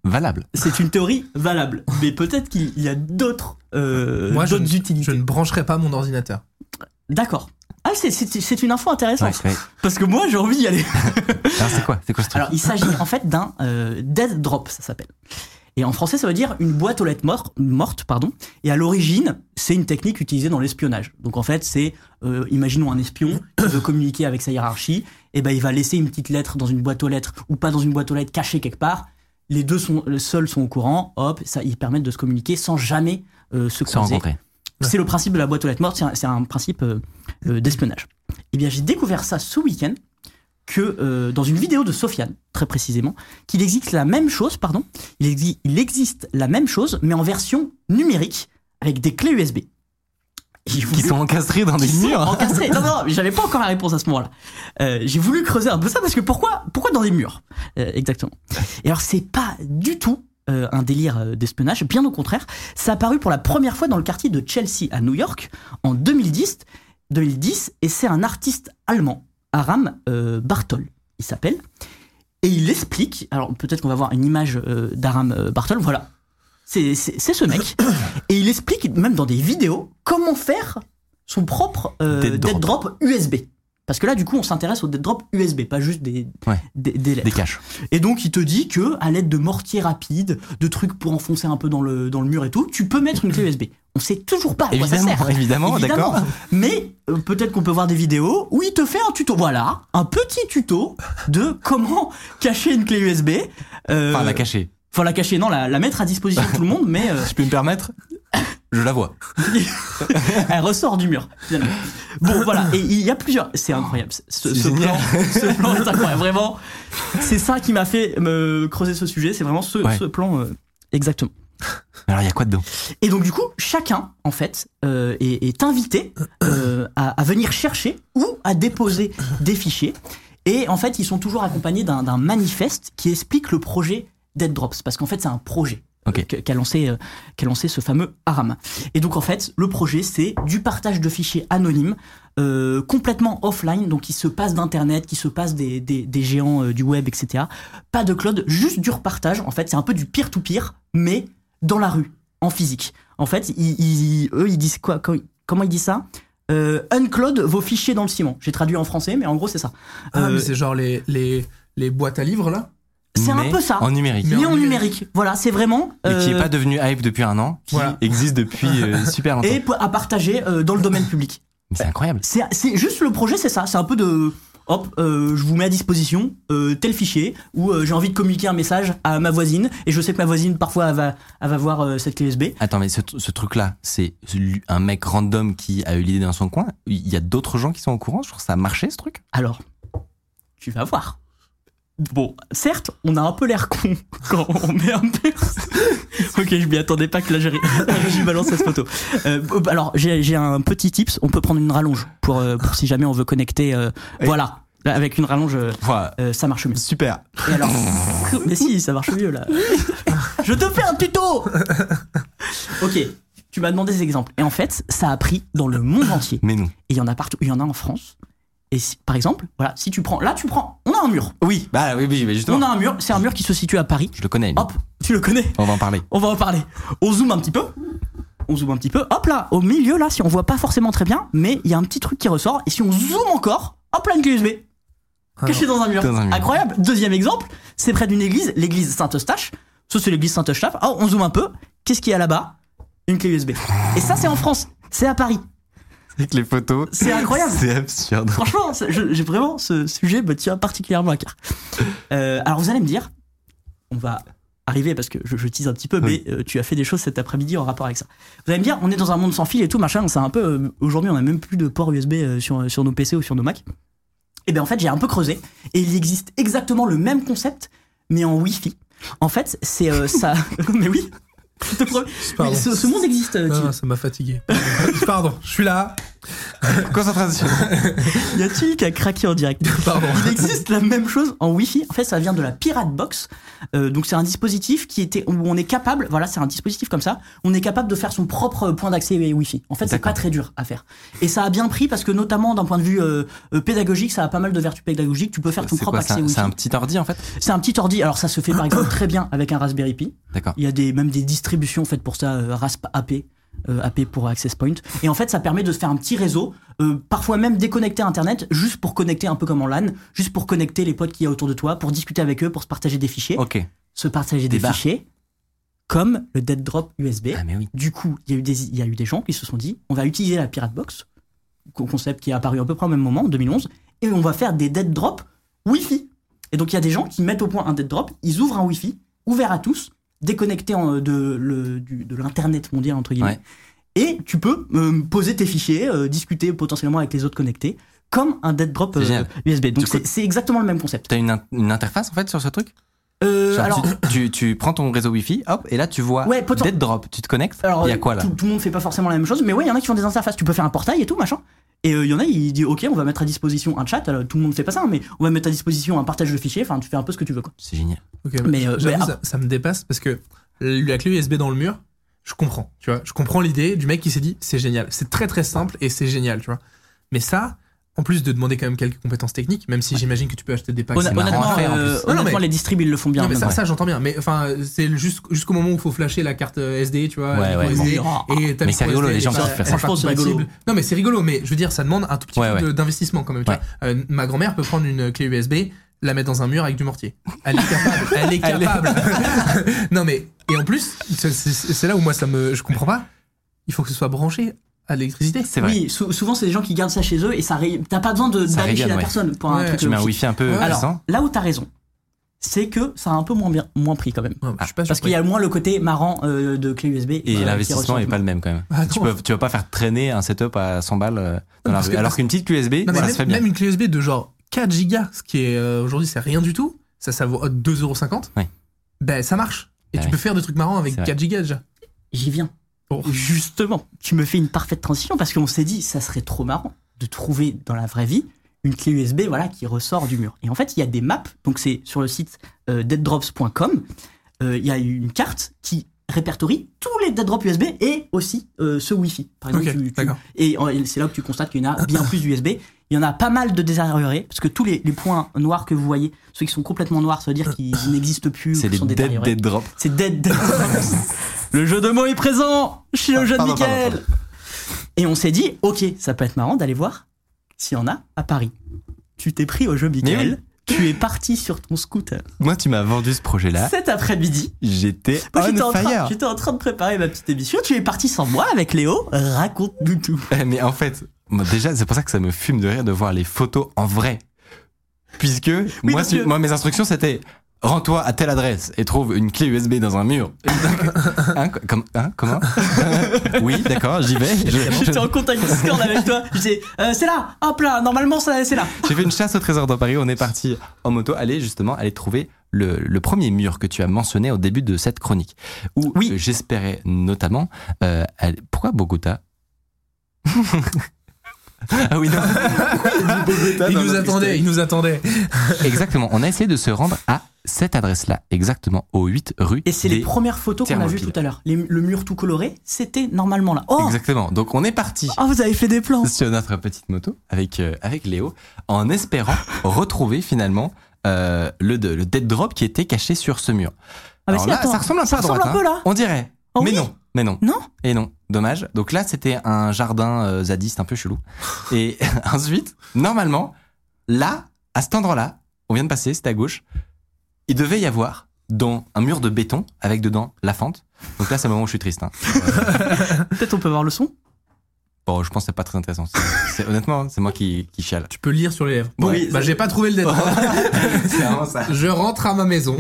S1: valable.
S2: c'est une théorie valable, mais peut-être qu'il y a d'autres, euh,
S3: Moi, je
S2: d'autres
S3: ne- Je
S2: utilités.
S3: ne brancherai pas mon ordinateur.
S2: D'accord. Ah, c'est- c'est c'est une info
S1: Ouais,
S2: intéressante
S1: ouais.
S2: parce que moi, j'ai envie d'y aller.
S1: Alors c'est quoi C'est quoi ce truc
S2: Alors, il s'agit en fait d'un euh, dead drop, ça s'appelle. Et en français, ça veut dire une boîte aux lettres mor- morte, pardon. Et à l'origine, c'est une technique utilisée dans l'espionnage. Donc en fait, c'est, euh, imaginons un espion qui veut communiquer avec sa hiérarchie, et ben il va laisser une petite lettre dans une boîte aux lettres ou pas dans une boîte aux lettres cachée quelque part. Les deux sont, les seuls sont au courant. Hop, ça, ils permettent de se communiquer sans jamais euh, se
S1: Se
S2: croiser.
S1: rencontrer.
S2: C'est le principe de la boîte aux lettres morte, c'est un, c'est un principe euh, euh, d'espionnage. Eh bien, j'ai découvert ça ce week-end, que euh, dans une vidéo de Sofiane, très précisément, qu'il existe la même chose, pardon, il, exi- il existe la même chose, mais en version numérique, avec des clés USB. J'ai voulu-
S1: Qui sont encastrés dans des
S2: qui sont
S1: murs.
S2: encastrés. Non, non, mais j'avais pas encore la réponse à ce moment-là. Euh, j'ai voulu creuser un peu ça parce que pourquoi, pourquoi dans des murs Euh, Exactement. Et alors, c'est pas du tout euh, un délire euh, d'espionnage, bien au contraire. Ça a apparu pour la première fois dans le quartier de Chelsea à New York en 2010, 2010 et c'est un artiste allemand, Aram euh, Bartol, il s'appelle. Et il explique, alors peut-être qu'on va voir une image euh, d'Aram euh, Bartol, voilà. C'est c'est- c'est ce mec. Et il explique, même dans des vidéos, comment faire son propre euh,
S1: Dead
S2: dead, drop. USB. Parce que là, du coup, on s'intéresse au dead drop USB, pas juste des,
S1: Ouais.
S2: des, des lettres.
S1: Des caches.
S2: Et donc, il te dit que, à l'aide de mortiers rapides, de trucs pour enfoncer un peu dans le, dans le mur et tout, tu peux mettre une clé USB. On sait toujours pas à quoi ça sert.
S1: Évidemment, évidemment,
S2: Évidemment.
S1: Oh, d'accord.
S2: Mais euh, peut-être qu'on peut voir des vidéos où il te fait un tuto. Voilà, un petit tuto de comment cacher une clé USB. Euh,
S1: Enfin, la cacher.
S2: faut la cacher, non, la, la mettre à disposition de tout le monde, mais euh,
S1: Je peux me permettre Je la vois.
S2: elle ressort du mur. Finalement. Bon, voilà. Et il y a plusieurs. C'est incroyable. Ce, ce
S1: C'est
S2: plan,
S1: génial.
S2: ce plan est incroyable. Vraiment, c'est ça qui m'a fait me creuser ce sujet. C'est vraiment ce,
S1: Ouais.
S2: ce plan. euh, exactement.
S1: Alors il y a quoi dedans
S2: Et donc du coup, chacun en fait euh, est, est invité euh, à, à venir chercher ou à déposer des fichiers. Et en fait, ils sont toujours accompagnés d'un d'un manifeste qui explique le projet Dead Drops, parce qu'en fait, c'est un projet
S1: Ok.
S2: euh, que- qu'a lancé, euh, qu'a lancé ce fameux Aram. Et donc en fait, le projet, c'est du partage de fichiers anonymes, euh, complètement offline, donc qui se passe d'Internet, qui se passe des, des- des géants euh, du web, etc. Pas de cloud, juste du repartage. En fait, c'est un peu du peer-to-peer, mais dans la rue, en physique. En fait, ils- ils- eux, ils disent quoi quand- Comment ils disent ça euh, Uncloud vos fichiers dans le ciment. J'ai traduit en français, mais en gros, c'est ça.
S3: Ah,
S2: Euh,
S3: mais c'est genre les, les, les boîtes à livres là
S2: c'est un
S1: Mais
S2: peu ça.
S1: En numérique.
S2: mais en numérique. Voilà, c'est vraiment.
S1: Mais qui
S2: euh,
S1: n'est pas devenu hype depuis un an, qui
S3: Voilà.
S1: existe depuis euh, super longtemps.
S2: et p- à partager euh, dans le domaine public.
S1: Mais c'est incroyable.
S2: C'est c'est juste le projet, c'est ça. C'est un peu de. Hop, euh, je vous mets à disposition euh, tel fichier où euh, j'ai envie de communiquer un message à ma voisine et je sais que ma voisine parfois elle va, elle va voir euh, cette clé USB.
S1: Attends, mais ce, ce truc-là, c'est lu- un mec random qui a eu l'idée dans son coin. Il y a d'autres gens qui sont au courant. Je trouve que ça a marché ce truc.
S2: Alors, tu vas voir. Bon, certes, on a un peu l'air con quand on met un piercing. ok, je m'y attendais pas que la gérer. J'ai balancé cette photo. Euh, bah, alors, j'ai j'ai un petit tips. On peut prendre une rallonge pour, euh, pour si jamais on veut connecter. euh, voilà. Avec une rallonge, euh,
S8: Voilà.
S2: euh, ça marche mieux.
S8: Super.
S2: Et alors Mais si, ça marche mieux là. Je te fais un tuto Ok, tu m'as demandé des exemples. Et en fait, ça a pris dans le monde entier.
S8: Mais non.
S2: Et il y en a partout. Il y en a en France. Et si- par exemple, voilà, si tu prends. Là, tu prends. On a un mur.
S8: Oui, bah oui, oui, mais justement.
S2: On a un mur. C'est un mur qui se situe à Paris.
S1: Je le connais. lui.
S2: Hop, tu le connais
S1: On va en parler.
S2: on va en parler. On zoome un petit peu. On zoome un petit peu. Hop là, au milieu là, si on voit pas forcément très bien, mais il y a un petit truc qui ressort. Et si on zoome encore, hop là, une clé USB. Cachée dans un, mur.
S1: Ah Dans un mur.
S2: Incroyable. Deuxième exemple, c'est près d'une église, l'église Saint-Eustache. Ça, c'est l'église Saint-Eustache. Ah, on zoome un peu. Qu'est-ce qu'il y a là-bas Une clé USB. Et ça, c'est en France. C'est à Paris.
S8: Avec les photos.
S2: C'est incroyable.
S8: C'est absurde.
S2: Franchement, c'est- je- j'ai vraiment ce sujet me tient particulièrement à cœur. Euh, alors vous allez me dire, on va arriver parce que je, je tease un petit peu, mais euh, tu as fait des choses cet après-midi en rapport avec ça. Vous allez me dire, on est dans un monde sans fil et tout machin, c'est un peu. euh, Aujourd'hui, on a même plus de port USB euh, sur sur nos PC ou sur nos Mac. Et bien en fait, j'ai un peu creusé et il existe exactement le même concept, mais en Wi-Fi. En fait, c'est euh, ça. mais oui. je te promets.
S3: Pardon.
S2: Mais ce, ce monde existe. euh, Thibaut.
S3: Ah, ça m'a fatigué. Pardon, je suis là.
S8: Concentration.
S2: Y a-t-il qui a craqué en direct
S3: Pardon.
S2: Il existe la même chose en Wi-Fi. En fait, ça vient de la Pirate Box. Euh, donc, c'est un dispositif qui était où on est capable. Voilà, c'est un dispositif comme ça. On est capable de faire son propre point d'accès Wi-Fi. En fait, c'est pas très dur à faire. Et ça a bien pris parce que notamment d'un point de vue euh, euh, pédagogique, ça a pas mal de vertus pédagogiques. Tu peux faire ton
S1: C'est
S2: propre
S1: quoi, c'est
S2: accès
S1: un-
S2: Wi-Fi.
S1: C'est un petit ordi en fait
S2: C'est un petit ordi. Alors, ça se fait par exemple très bien avec un Raspberry Pi.
S1: D'accord.
S2: Il y a des, même des distributions faites pour ça, euh, RASP AP, euh, AP pour Access Point. Et en fait, ça permet de se faire un petit réseau, euh, parfois même déconnecter Internet, juste pour connecter un peu comme en LAN, juste pour connecter les potes qu'il y a autour de toi, pour discuter avec eux, pour se partager des fichiers.
S1: Ok.
S2: Se partager des,
S1: Des barres.
S2: fichiers, comme le dead drop USB.
S1: Ah mais oui.
S2: Du coup, il y, a eu des- il y a eu des gens qui se sont dit, on va utiliser la Pirate Box, co- concept qui est apparu à peu près au même moment, en 2011, et on va faire des dead drops Wi-Fi. Et donc, il y a des gens qui mettent au point un dead drop, ils ouvrent un Wi-Fi, ouvert à tous, déconnecté en- de, le- du- de l'Internet mondial, entre guillemets. Et tu peux euh, poser tes fichiers, euh, discuter potentiellement avec les autres connectés, comme un dead drop euh,
S1: Génial.
S2: USB. Donc,
S1: Du coup-
S2: c'est c'est exactement le même concept.
S1: T'as une, in- une interface en fait sur ce truc
S2: Euh,
S1: Genre,
S2: alors,
S1: tu, tu, tu prends ton réseau Wi-Fi, hop, et là tu vois
S2: Ouais, potent-
S1: Dead Drop, tu te connectes.
S2: Alors,
S1: Il y a quoi là
S2: tout, tout le monde fait pas forcément la même chose, mais ouais, il y en a qui font des interfaces. Tu peux faire un portail et tout, machin. Et euh, il y en a, il dit ok, on va mettre à disposition un chat. Alors, tout le monde fait pas ça, hein, mais on va mettre à disposition un partage de fichiers. Enfin, tu fais un peu ce que tu veux, quoi.
S1: C'est génial.
S3: Ok, bah,
S2: Mais, euh,
S3: j'avoue,
S2: mais-
S3: ça, ça me dépasse parce que la clé USB dans le mur, je comprends. Tu vois, je comprends l'idée du mec qui s'est dit c'est génial, c'est très très simple et c'est génial, tu vois. Mais ça, en plus de demander quand même quelques compétences techniques, même si j'imagine que tu peux acheter des packs.
S2: Honn-
S1: marrant
S2: honnêtement,
S1: à faire,
S2: euh,
S1: en
S3: plus. Non, non,
S2: honnêtement,
S3: mais-
S2: les distribs, ils le font bien.
S3: Non, mais
S2: même,
S3: ça,
S2: ouais.
S3: ça j'entends bien, mais enfin, c'est juste- jusqu'au moment où il faut flasher la carte euh, SD, tu vois.
S1: Ouais,
S3: le
S1: ouais,
S3: micro SD,
S2: bon.
S3: et t'as
S1: Mais
S3: le
S1: c'est
S3: micro
S1: rigolo,
S3: SD,
S1: les gens
S3: et
S1: qui
S3: ça,
S1: savent faire
S3: c'est
S2: ça.
S3: pas
S2: Franchement, c'est
S3: compatible.
S2: rigolo.
S3: Non, mais c'est rigolo, mais je veux dire, ça demande un tout petit
S1: Ouais,
S3: peu
S1: ouais.
S3: de- d'investissement quand même, tu
S1: Ouais.
S3: vois. Euh, ma grand-mère peut prendre une clé USB, la mettre dans un mur avec du mortier. Elle est capable, elle est capable. non, mais, et en plus, c'est- c'est c'est là où moi ça me, je comprends pas. Il faut que ce soit branché à l'électricité.
S1: C'est vrai.
S2: Oui, sou- souvent, c'est des gens qui gardent ça chez eux et ça. ré- T'as pas besoin de-
S1: Ça
S2: d'aller chez
S1: régale,
S2: la
S1: ouais.
S2: personne pour un
S3: Ouais.
S2: truc.
S1: Tu mets un
S2: euh,
S1: Wi-Fi un peu
S3: Ouais.
S1: puissant.
S2: Alors, là où t'as raison, c'est que ça a un peu moins, bien, moins pris quand même.
S3: Ouais, je suis pas
S2: Parce qu'il y a moins le côté marrant euh, de clé USB.
S1: Et
S2: euh, qui
S1: l'investissement
S2: ressort
S1: est pas le même quand même.
S3: Ah,
S1: tu, peux,
S3: non.
S1: tu vas pas faire traîner un setup à 100 balles euh, dans la
S3: parce
S1: rue.
S3: que-
S1: Alors
S3: parce-
S1: qu'une petite clé USB,
S3: Non, mais
S1: ça
S3: même,
S1: se fait bien.
S3: même une clé USB de genre 4 gigas, ce qui est euh, aujourd'hui c'est rien du tout, ça, ça vaut 2,50€.
S1: Ouais.
S3: Ben ça marche. Et
S1: Ah
S3: tu
S1: ouais.
S3: peux faire des trucs marrants avec
S1: C'est vrai.
S3: 4 gigas déjà.
S2: J'y viens.
S3: Oh.
S2: Justement, tu me fais une parfaite transition parce qu'on s'est dit, ça serait trop marrant de trouver dans la vraie vie une clé USB voilà, qui ressort du mur. Et en fait, il y a des maps, donc c'est sur le site euh, deaddrops.com, euh, il y a une carte qui répertorie tous les dead drops USB et aussi euh, ce Wi-Fi. Par exemple,
S3: Ok,
S2: tu- tu-
S3: d'accord.
S2: et en- et c'est là que tu constates qu'il y en a bien plus d'USB. Il y en a pas mal de détériorés, parce que tous les, les points noirs que vous voyez, ceux qui sont complètement noirs, ça veut
S3: Euh,
S2: dire qu'ils n'existent plus,
S1: C'est
S2: qu'ils
S1: les
S2: sont
S1: dead,
S2: détériorés.
S1: dead drop.
S2: C'est Dead. le jeu de mots est présent chez le
S8: Ah,
S2: jeune
S8: pardon,
S2: Michael.
S8: pardon,
S2: Et on s'est dit, ok, ça peut être marrant d'aller voir s'il y en a à Paris. Tu t'es pris au jeu Michael. Tu es parti sur ton scooter
S1: Moi, tu m'as vendu ce projet-là.
S2: cet après-midi.
S1: J'étais
S2: Moi, j'étais
S1: on
S2: en, train,
S1: fire.
S2: j'étais en train de préparer ma petite émission. Tu es parti sans moi avec Léo. Raconte-nous tout.
S1: Eh, Mais en fait, moi, déjà, c'est pour ça que ça me fume de rire de voir les photos en vrai. Puisque moi,
S2: parce
S1: tu-
S2: que-
S1: moi, mes instructions, c'était rends-toi à telle adresse et trouve une clé USB dans un mur. Hein, co- comme, hein, comment Oui, d'accord, j'y vais. Je-
S2: J'étais en contact Discord avec toi. Je disais, euh, c'est là, hop là, normalement ça- c'est là.
S1: J'ai fait une chasse au trésor dans Paris. On est parti en moto. Allez, justement, aller trouver le, le premier mur que tu as mentionné au début de cette chronique. Où
S2: Oui.
S1: euh, j'espérais notamment. euh, aller- Pourquoi Bogota Ah oui, non.
S3: Il nous attendait, il nous attendait.
S1: Exactement. On a essayé de se rendre à cette adresse-là, exactement, au 8 rue.
S2: Et c'est les
S1: des-
S2: premières photos qu'on a vues tout
S1: Thermopyles.
S2: à l'heure. Les- Le mur tout coloré, c'était normalement là. Oh,
S1: Exactement. Donc on est parti
S2: Ah, vous avez fait des plans.
S1: sur notre petite moto avec, euh, avec Léo en espérant retrouver finalement euh, le, de- le dead drop qui était caché sur ce mur.
S2: Ah, mais
S1: Alors
S2: si,
S1: là,
S2: attends,
S1: ça ressemble un peu
S2: ça
S1: à droite.
S2: ressemble un peu,
S1: hein.
S2: là.
S1: On dirait.
S2: Oh
S1: mais
S2: oui.
S1: non, mais non.
S2: Non
S1: Et non, dommage. Donc là, c'était un jardin euh, zadiste un peu chelou. Et ensuite, normalement, là, à cet endroit-là, on vient de passer, c'était à gauche, il devait y avoir dans un mur de béton avec dedans la fente. Donc là, c'est le moment où je suis triste. hein.
S2: Peut-être on peut voir le son.
S1: Bon, je pense que c'est pas très intéressant. C'est- c'est- honnêtement, c'est moi qui, qui chiale.
S3: Tu peux lire sur les lèvres. Bon,
S1: Oui,
S3: bah
S1: c'est-
S3: j'ai pas trouvé le dead
S1: C'est vraiment ça.
S3: Je rentre à ma maison.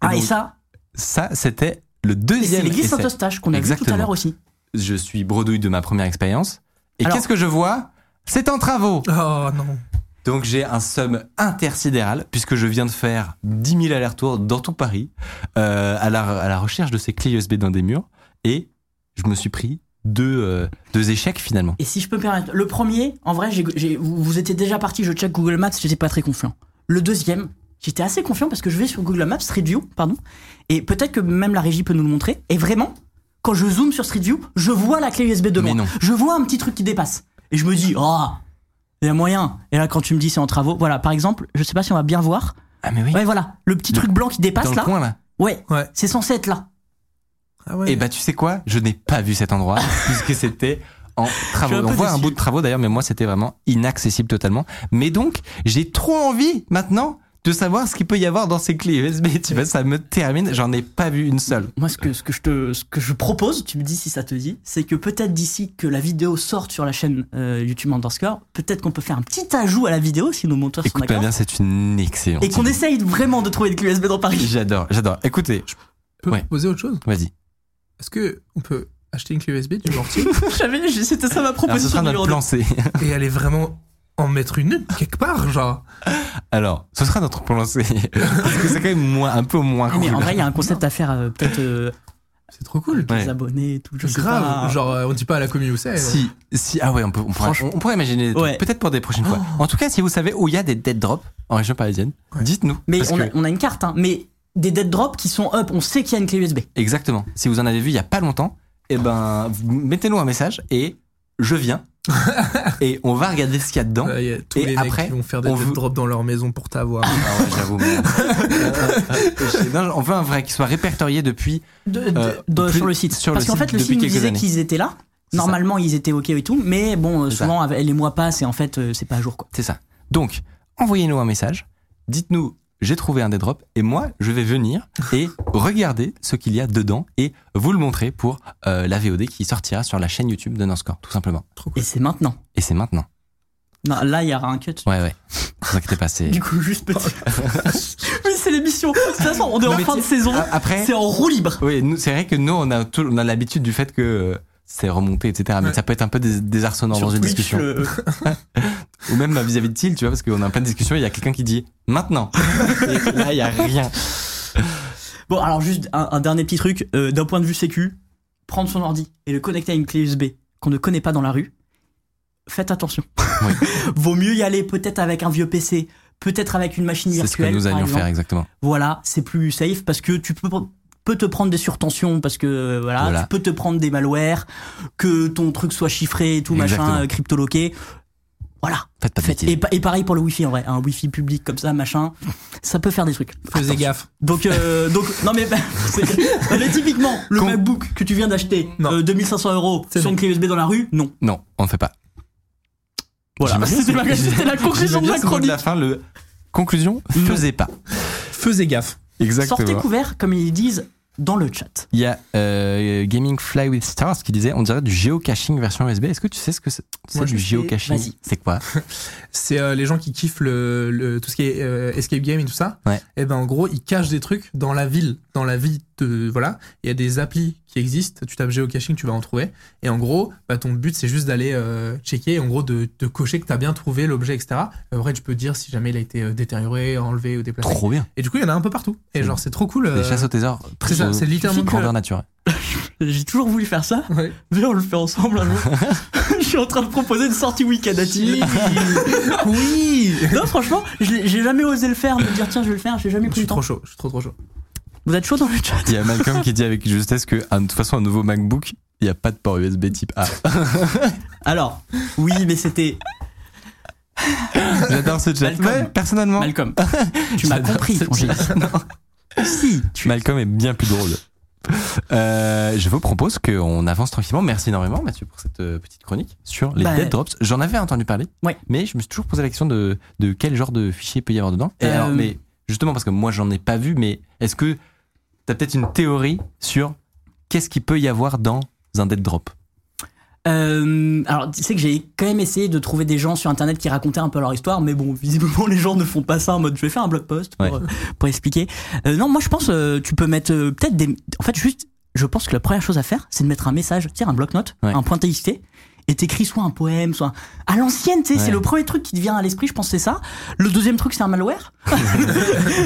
S2: Ah, et
S1: donc,
S2: ça,
S1: Ça, c'était le
S2: et c'est
S1: deuxième
S2: l'église
S1: essai.
S2: Saint-Eustache qu'on a vu tout à
S1: Exactement.
S2: l'heure aussi.
S1: Je suis bredouille de ma première expérience. Et
S2: Alors-
S1: qu'est-ce que je vois C'est en travaux
S3: Oh non.
S1: Donc j'ai un somme intersidéral puisque je viens de faire 10 000 allers-retours dans tout Paris euh, à, la, à la recherche de ces clés USB dans des murs et je me suis pris deux, euh, deux échecs finalement.
S2: Et si je peux me permettre, le premier, en vrai, j'ai- j'ai- vous, vous étiez déjà parti, je check Google Maps, j'étais pas très confiant. Le deuxième, j'étais assez confiant parce que je vais sur Google Maps, Street View, pardon, et peut-être que même la régie peut nous le montrer. Et vraiment, quand je zoome sur Street View, je vois la clé USB de
S1: Mais
S2: moi.
S1: non.
S2: Je vois un petit truc qui dépasse. Et je me dis, oh, il y a moyen. Et là, quand tu me dis c'est en travaux, voilà, par exemple, je sais pas si on va bien voir.
S1: Ah mais oui,
S2: Ouais, voilà, le petit
S1: Le-
S2: truc blanc qui
S1: dans
S2: dépasse
S1: le
S2: là.
S1: coin là.
S2: Ouais,
S3: Ouais.
S2: c'est censé être là.
S3: Ah ouais.
S1: Et bah tu sais quoi Je n'ai pas vu cet endroit puisque c'était en travaux.
S2: Je suis un peu
S1: On voit un
S2: déçu.
S1: bout de travaux d'ailleurs mais moi c'était vraiment inaccessible totalement. Mais donc j'ai trop envie maintenant de savoir ce qu'il peut y avoir dans ces clés USB. Tu vois, ça me termine. J'en ai pas vu une seule.
S2: Moi, ce que, ce que je te, ce que je propose, tu me dis si ça te dit, c'est que peut-être d'ici que la vidéo sorte sur la chaîne euh, YouTube Underscore, peut-être qu'on peut faire un petit ajout à la vidéo si nos monteurs sont
S1: Écoute-moi
S2: d'accord.
S1: bien, c'est une excellente.
S2: Et qu'on
S1: idée.
S2: essaye vraiment de trouver des clés USB dans Paris.
S1: J'adore, j'adore. Écoutez, je-
S3: peut
S1: ouais.
S3: poser autre chose.
S1: vas-y.
S3: Est-ce que on peut acheter une clé USB du mortier
S2: J'avais, j'ai- c'était ça ma
S1: Alors, ce
S2: proposition
S1: sera
S2: numéro
S1: notre plan C.
S3: et aller vraiment en mettre une quelque part, genre
S1: Alors, ce sera notre plan C. Parce que c'est quand même moins, un peu moins
S2: deux.
S1: cool.
S2: Mais Ah en vrai, il y a un concept à faire, euh, peut-être euh,
S3: C'est trop cool.
S2: avec les
S1: Ouais.
S2: abonnés et tout. Je sais
S3: grave.
S2: pas.
S3: Genre euh, on dit pas à la commu où c'est.
S1: Si, si, ah ouais, on, peut, on, pourra,
S2: Franchement.
S1: on pourra imaginer. des trucs.
S2: Ouais. Oh.
S1: Peut-être pour des prochaines fois. En tout cas, si vous savez où il y a des dead drops en région parisienne, dites-nous.
S2: Mais
S1: Parce
S2: on, a,
S1: que-
S2: on a une carte, hein, mais des dead drops qui sont up, on sait qu'il y a une clé USB.
S1: exactement. Si vous en avez vu il y a pas longtemps, eh ben, vous- mettez-nous un message et je viens. et on va regarder ce qu'il y a dedans.
S3: Euh, y a tous
S1: Et
S3: les
S1: après,
S3: mecs qui vont faire des
S1: on
S3: dead
S1: veut-
S3: drops dans leur maison pour t'avoir.
S1: Ah ouais, j'avoue. mais- Euh, non, on veut un vrai qui soit répertorié depuis
S2: De- de-
S1: Euh,
S2: de-
S1: plus-
S2: sur le site.
S1: sur le
S2: Parce qu'en
S1: site
S2: fait, le
S1: depuis
S2: site nous
S1: quelques
S2: disait
S1: années.
S2: qu'ils étaient là.
S1: ça.
S2: Normalement, ils étaient OK et tout, mais bon, euh,
S1: C'est ça.
S2: souvent, avec- les mois passent et en fait, euh, c'est pas à jour, quoi.
S1: C'est ça. Donc, envoyez-nous un message. Dites-nous, j'ai trouvé un des drops et moi, je vais venir et regarder ce qu'il y a dedans et vous le montrer pour euh, la VOD qui sortira sur la chaîne YouTube de Norscore, tout simplement.
S3: trop
S2: Et
S3: cool.
S2: c'est maintenant.
S1: Et c'est maintenant.
S2: Non, là, il y aura un cut.
S1: Ouais, ouais. Ne vous inquiétez pas, c'est.
S2: Du coup, juste petit. oui, c'est l'émission. De toute façon, on est en
S1: mais
S2: fin de
S1: tu-
S2: saison.
S1: A- Après,
S2: C'est Ah, en roue libre.
S1: oui, nous, c'est vrai que nous, on a, tout- on a l'habitude du fait que euh, c'est remonté, etc. Mais
S3: Ouais.
S1: ça peut être un peu dés- désarçonnant
S2: Sur
S1: dans une
S2: Twitch, euh,
S1: discussion.
S2: le-
S1: Ou même euh, vis-à-vis de Thiel, tu vois, parce qu'on a plein de discussions et il y a quelqu'un qui dit maintenant. et là, il y a rien.
S2: Bon, alors, juste un, un dernier petit truc. euh, D'un point de vue sécu, prendre son ordi et le connecter à une clé USB qu'on ne connaît pas dans la rue, faites attention.
S1: Oui.
S2: Vaut mieux y aller peut-être avec un vieux PC, peut-être avec une machine
S1: C'est
S2: virtuelle.
S1: ce que nous
S2: par
S1: allions
S2: exemple.
S1: faire exactement.
S2: voilà, c'est plus safe parce que tu peux, peux te prendre des surtensions parce que euh, voilà,
S1: Voilà.
S2: tu peux te prendre des malwares, que ton truc soit chiffré et tout
S1: Exactement.
S2: machin, euh, cryptoloqué. Voilà.
S1: Faites pas de
S2: Faites-
S1: bêtises.
S2: et, pa- et pareil pour le wifi en vrai, un wifi public comme ça, machin, ça peut faire des trucs.
S3: Faisais gaffe.
S2: Donc, euh, donc non mais, c'est- non, mais typiquement le
S1: Con-
S2: MacBook que tu viens d'acheter,
S3: Non.
S2: euh, 2500 euros sur une clé USB dans la rue, non.
S1: Non, on ne fait pas.
S2: Voilà,
S1: J'imagine
S2: c'était
S1: ce
S2: la,
S1: mot-
S2: c'était la conclusion de la
S1: J'imagine ce mot
S2: chronique.
S1: la fin, le conclusion, faisait pas.
S3: Faisais gaffe.
S2: Sortez couvert comme ils disent dans le chat.
S1: Il y a euh, Gaming Fly with Stars qui disait on dirait du géocaching version USB. Est-ce que tu sais ce que c'est c'est
S3: Moi, je
S1: du
S3: sais.
S1: géocaching
S2: Vas-y.
S1: C'est quoi
S3: C'est euh, les gens qui kiffent le, le- tout ce qui est euh, escape game et tout ça.
S1: Ouais.
S3: Et ben en gros, ils cachent des trucs dans la ville, dans la vie de voilà. Il y a des applis qui existent. Tu tapes géocaching, tu vas en trouver. Et en gros, bah, ton but c'est juste d'aller euh, checker, en gros de, de cocher que t'as bien trouvé l'objet, etc. Après, tu peux dire si jamais il a été euh, détérioré, enlevé ou déplacé.
S1: Trop bien.
S3: Et du coup, il y en a un peu partout. Et genre, c'est trop cool.
S1: Les
S3: euh,
S1: chasses au trésor.
S3: c'est ça, c'est littéralement
S1: grandeur nature.
S2: J'ai toujours voulu faire ça.
S3: Ouais.
S2: Viens, on le fait ensemble un jour. je suis en train de proposer une sortie week-end à Tilly.
S3: Oui
S2: Non, franchement, je l'ai- j'ai jamais osé le faire, me dire tiens, je vais le faire, j'ai jamais
S3: Je
S2: pris
S3: suis
S2: le temps.
S3: trop chaud, je suis trop trop chaud.
S2: Vous êtes chaud dans le chat
S1: Il y a Malcolm qui dit avec justesse que ah, de toute façon un nouveau MacBook, il n'y a pas de port USB type A.
S2: Alors, oui, mais c'était
S1: J'adore ce chat.
S2: Malcolm.
S1: Ouais, personnellement,
S2: Malcolm. tu m'as
S1: J'adore
S2: compris,
S1: cette
S2: mon génie. Si, tu
S1: Malcolm est bien plus drôle. Euh, je vous propose qu'on avance tranquillement. Merci énormément, Mathieu, pour cette euh, petite chronique sur les
S2: Bah,
S1: dead drops. J'en avais entendu parler,
S2: Ouais.
S1: mais je me suis toujours posé la question de, de quel genre de fichier peut y avoir dedans. Et
S2: Euh,
S1: alors, mais justement, parce que moi, j'en ai pas vu, mais est-ce que tu as peut-être une théorie sur qu'est-ce qui peut y avoir dans un dead drop
S2: Euh, alors, tu sais que j'ai quand même essayé de trouver des gens sur internet qui racontaient un peu leur histoire, mais bon, visiblement les gens ne font pas ça en mode je vais faire un blog post pour,
S1: Ouais.
S2: euh, pour expliquer. Euh, non, moi je pense euh, tu peux mettre euh, peut-être des. En fait, juste, je pense que la première chose à faire, c'est de mettre un message, tu sais, un bloc-notes,
S1: Ouais.
S2: un point TXT, et t'écris soit un poème, soit un- à l'ancienne, tu sais,
S1: Ouais.
S2: c'est le premier truc qui te vient à l'esprit, je pense que c'est ça. Le deuxième truc, c'est un malware.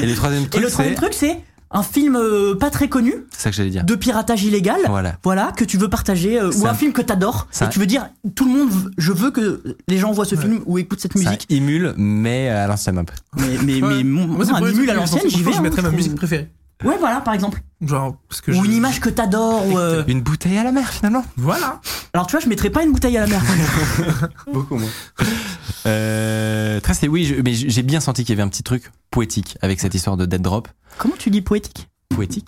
S1: Et le troisième
S2: et
S1: truc,
S2: le troisième
S1: c'est Ah.
S2: truc, c'est un film euh, pas très connu
S1: c'est ça que j'allais dire.
S2: de piratage illégal
S1: Voilà.
S2: voilà, que tu veux partager, euh, ou
S1: Ça-
S2: un film que t'adores,
S1: ça-
S2: et tu veux dire, tout le monde, v- je veux que les gens voient ce film ou écoutent cette musique.
S1: Ça émule, mais euh, à l'ancienne un peu.
S2: Mais, mais, mais mon,
S3: Moi, c'est
S2: moi,
S3: le
S2: un
S3: premier
S2: émule à
S3: truc que je pensais.
S2: l'ancienne, j'y vais.
S3: Franchement, Je
S2: hein,
S3: mettrais ma
S2: trouve.
S3: musique préférée.
S2: Ouais, voilà, par exemple.
S3: Genre, parce que
S2: Ou
S3: je-
S2: une image que t'adores, ou. euh,
S1: Une bouteille à la mer, finalement.
S3: Voilà
S2: Alors, tu vois, je mettrais pas une bouteille à la mer.
S1: Beaucoup moins. Euh, très, c'est oui, je- mais j'ai bien senti qu'il y avait un petit truc poétique avec cette histoire de dead drop.
S2: Comment tu dis poétique
S1: Poétique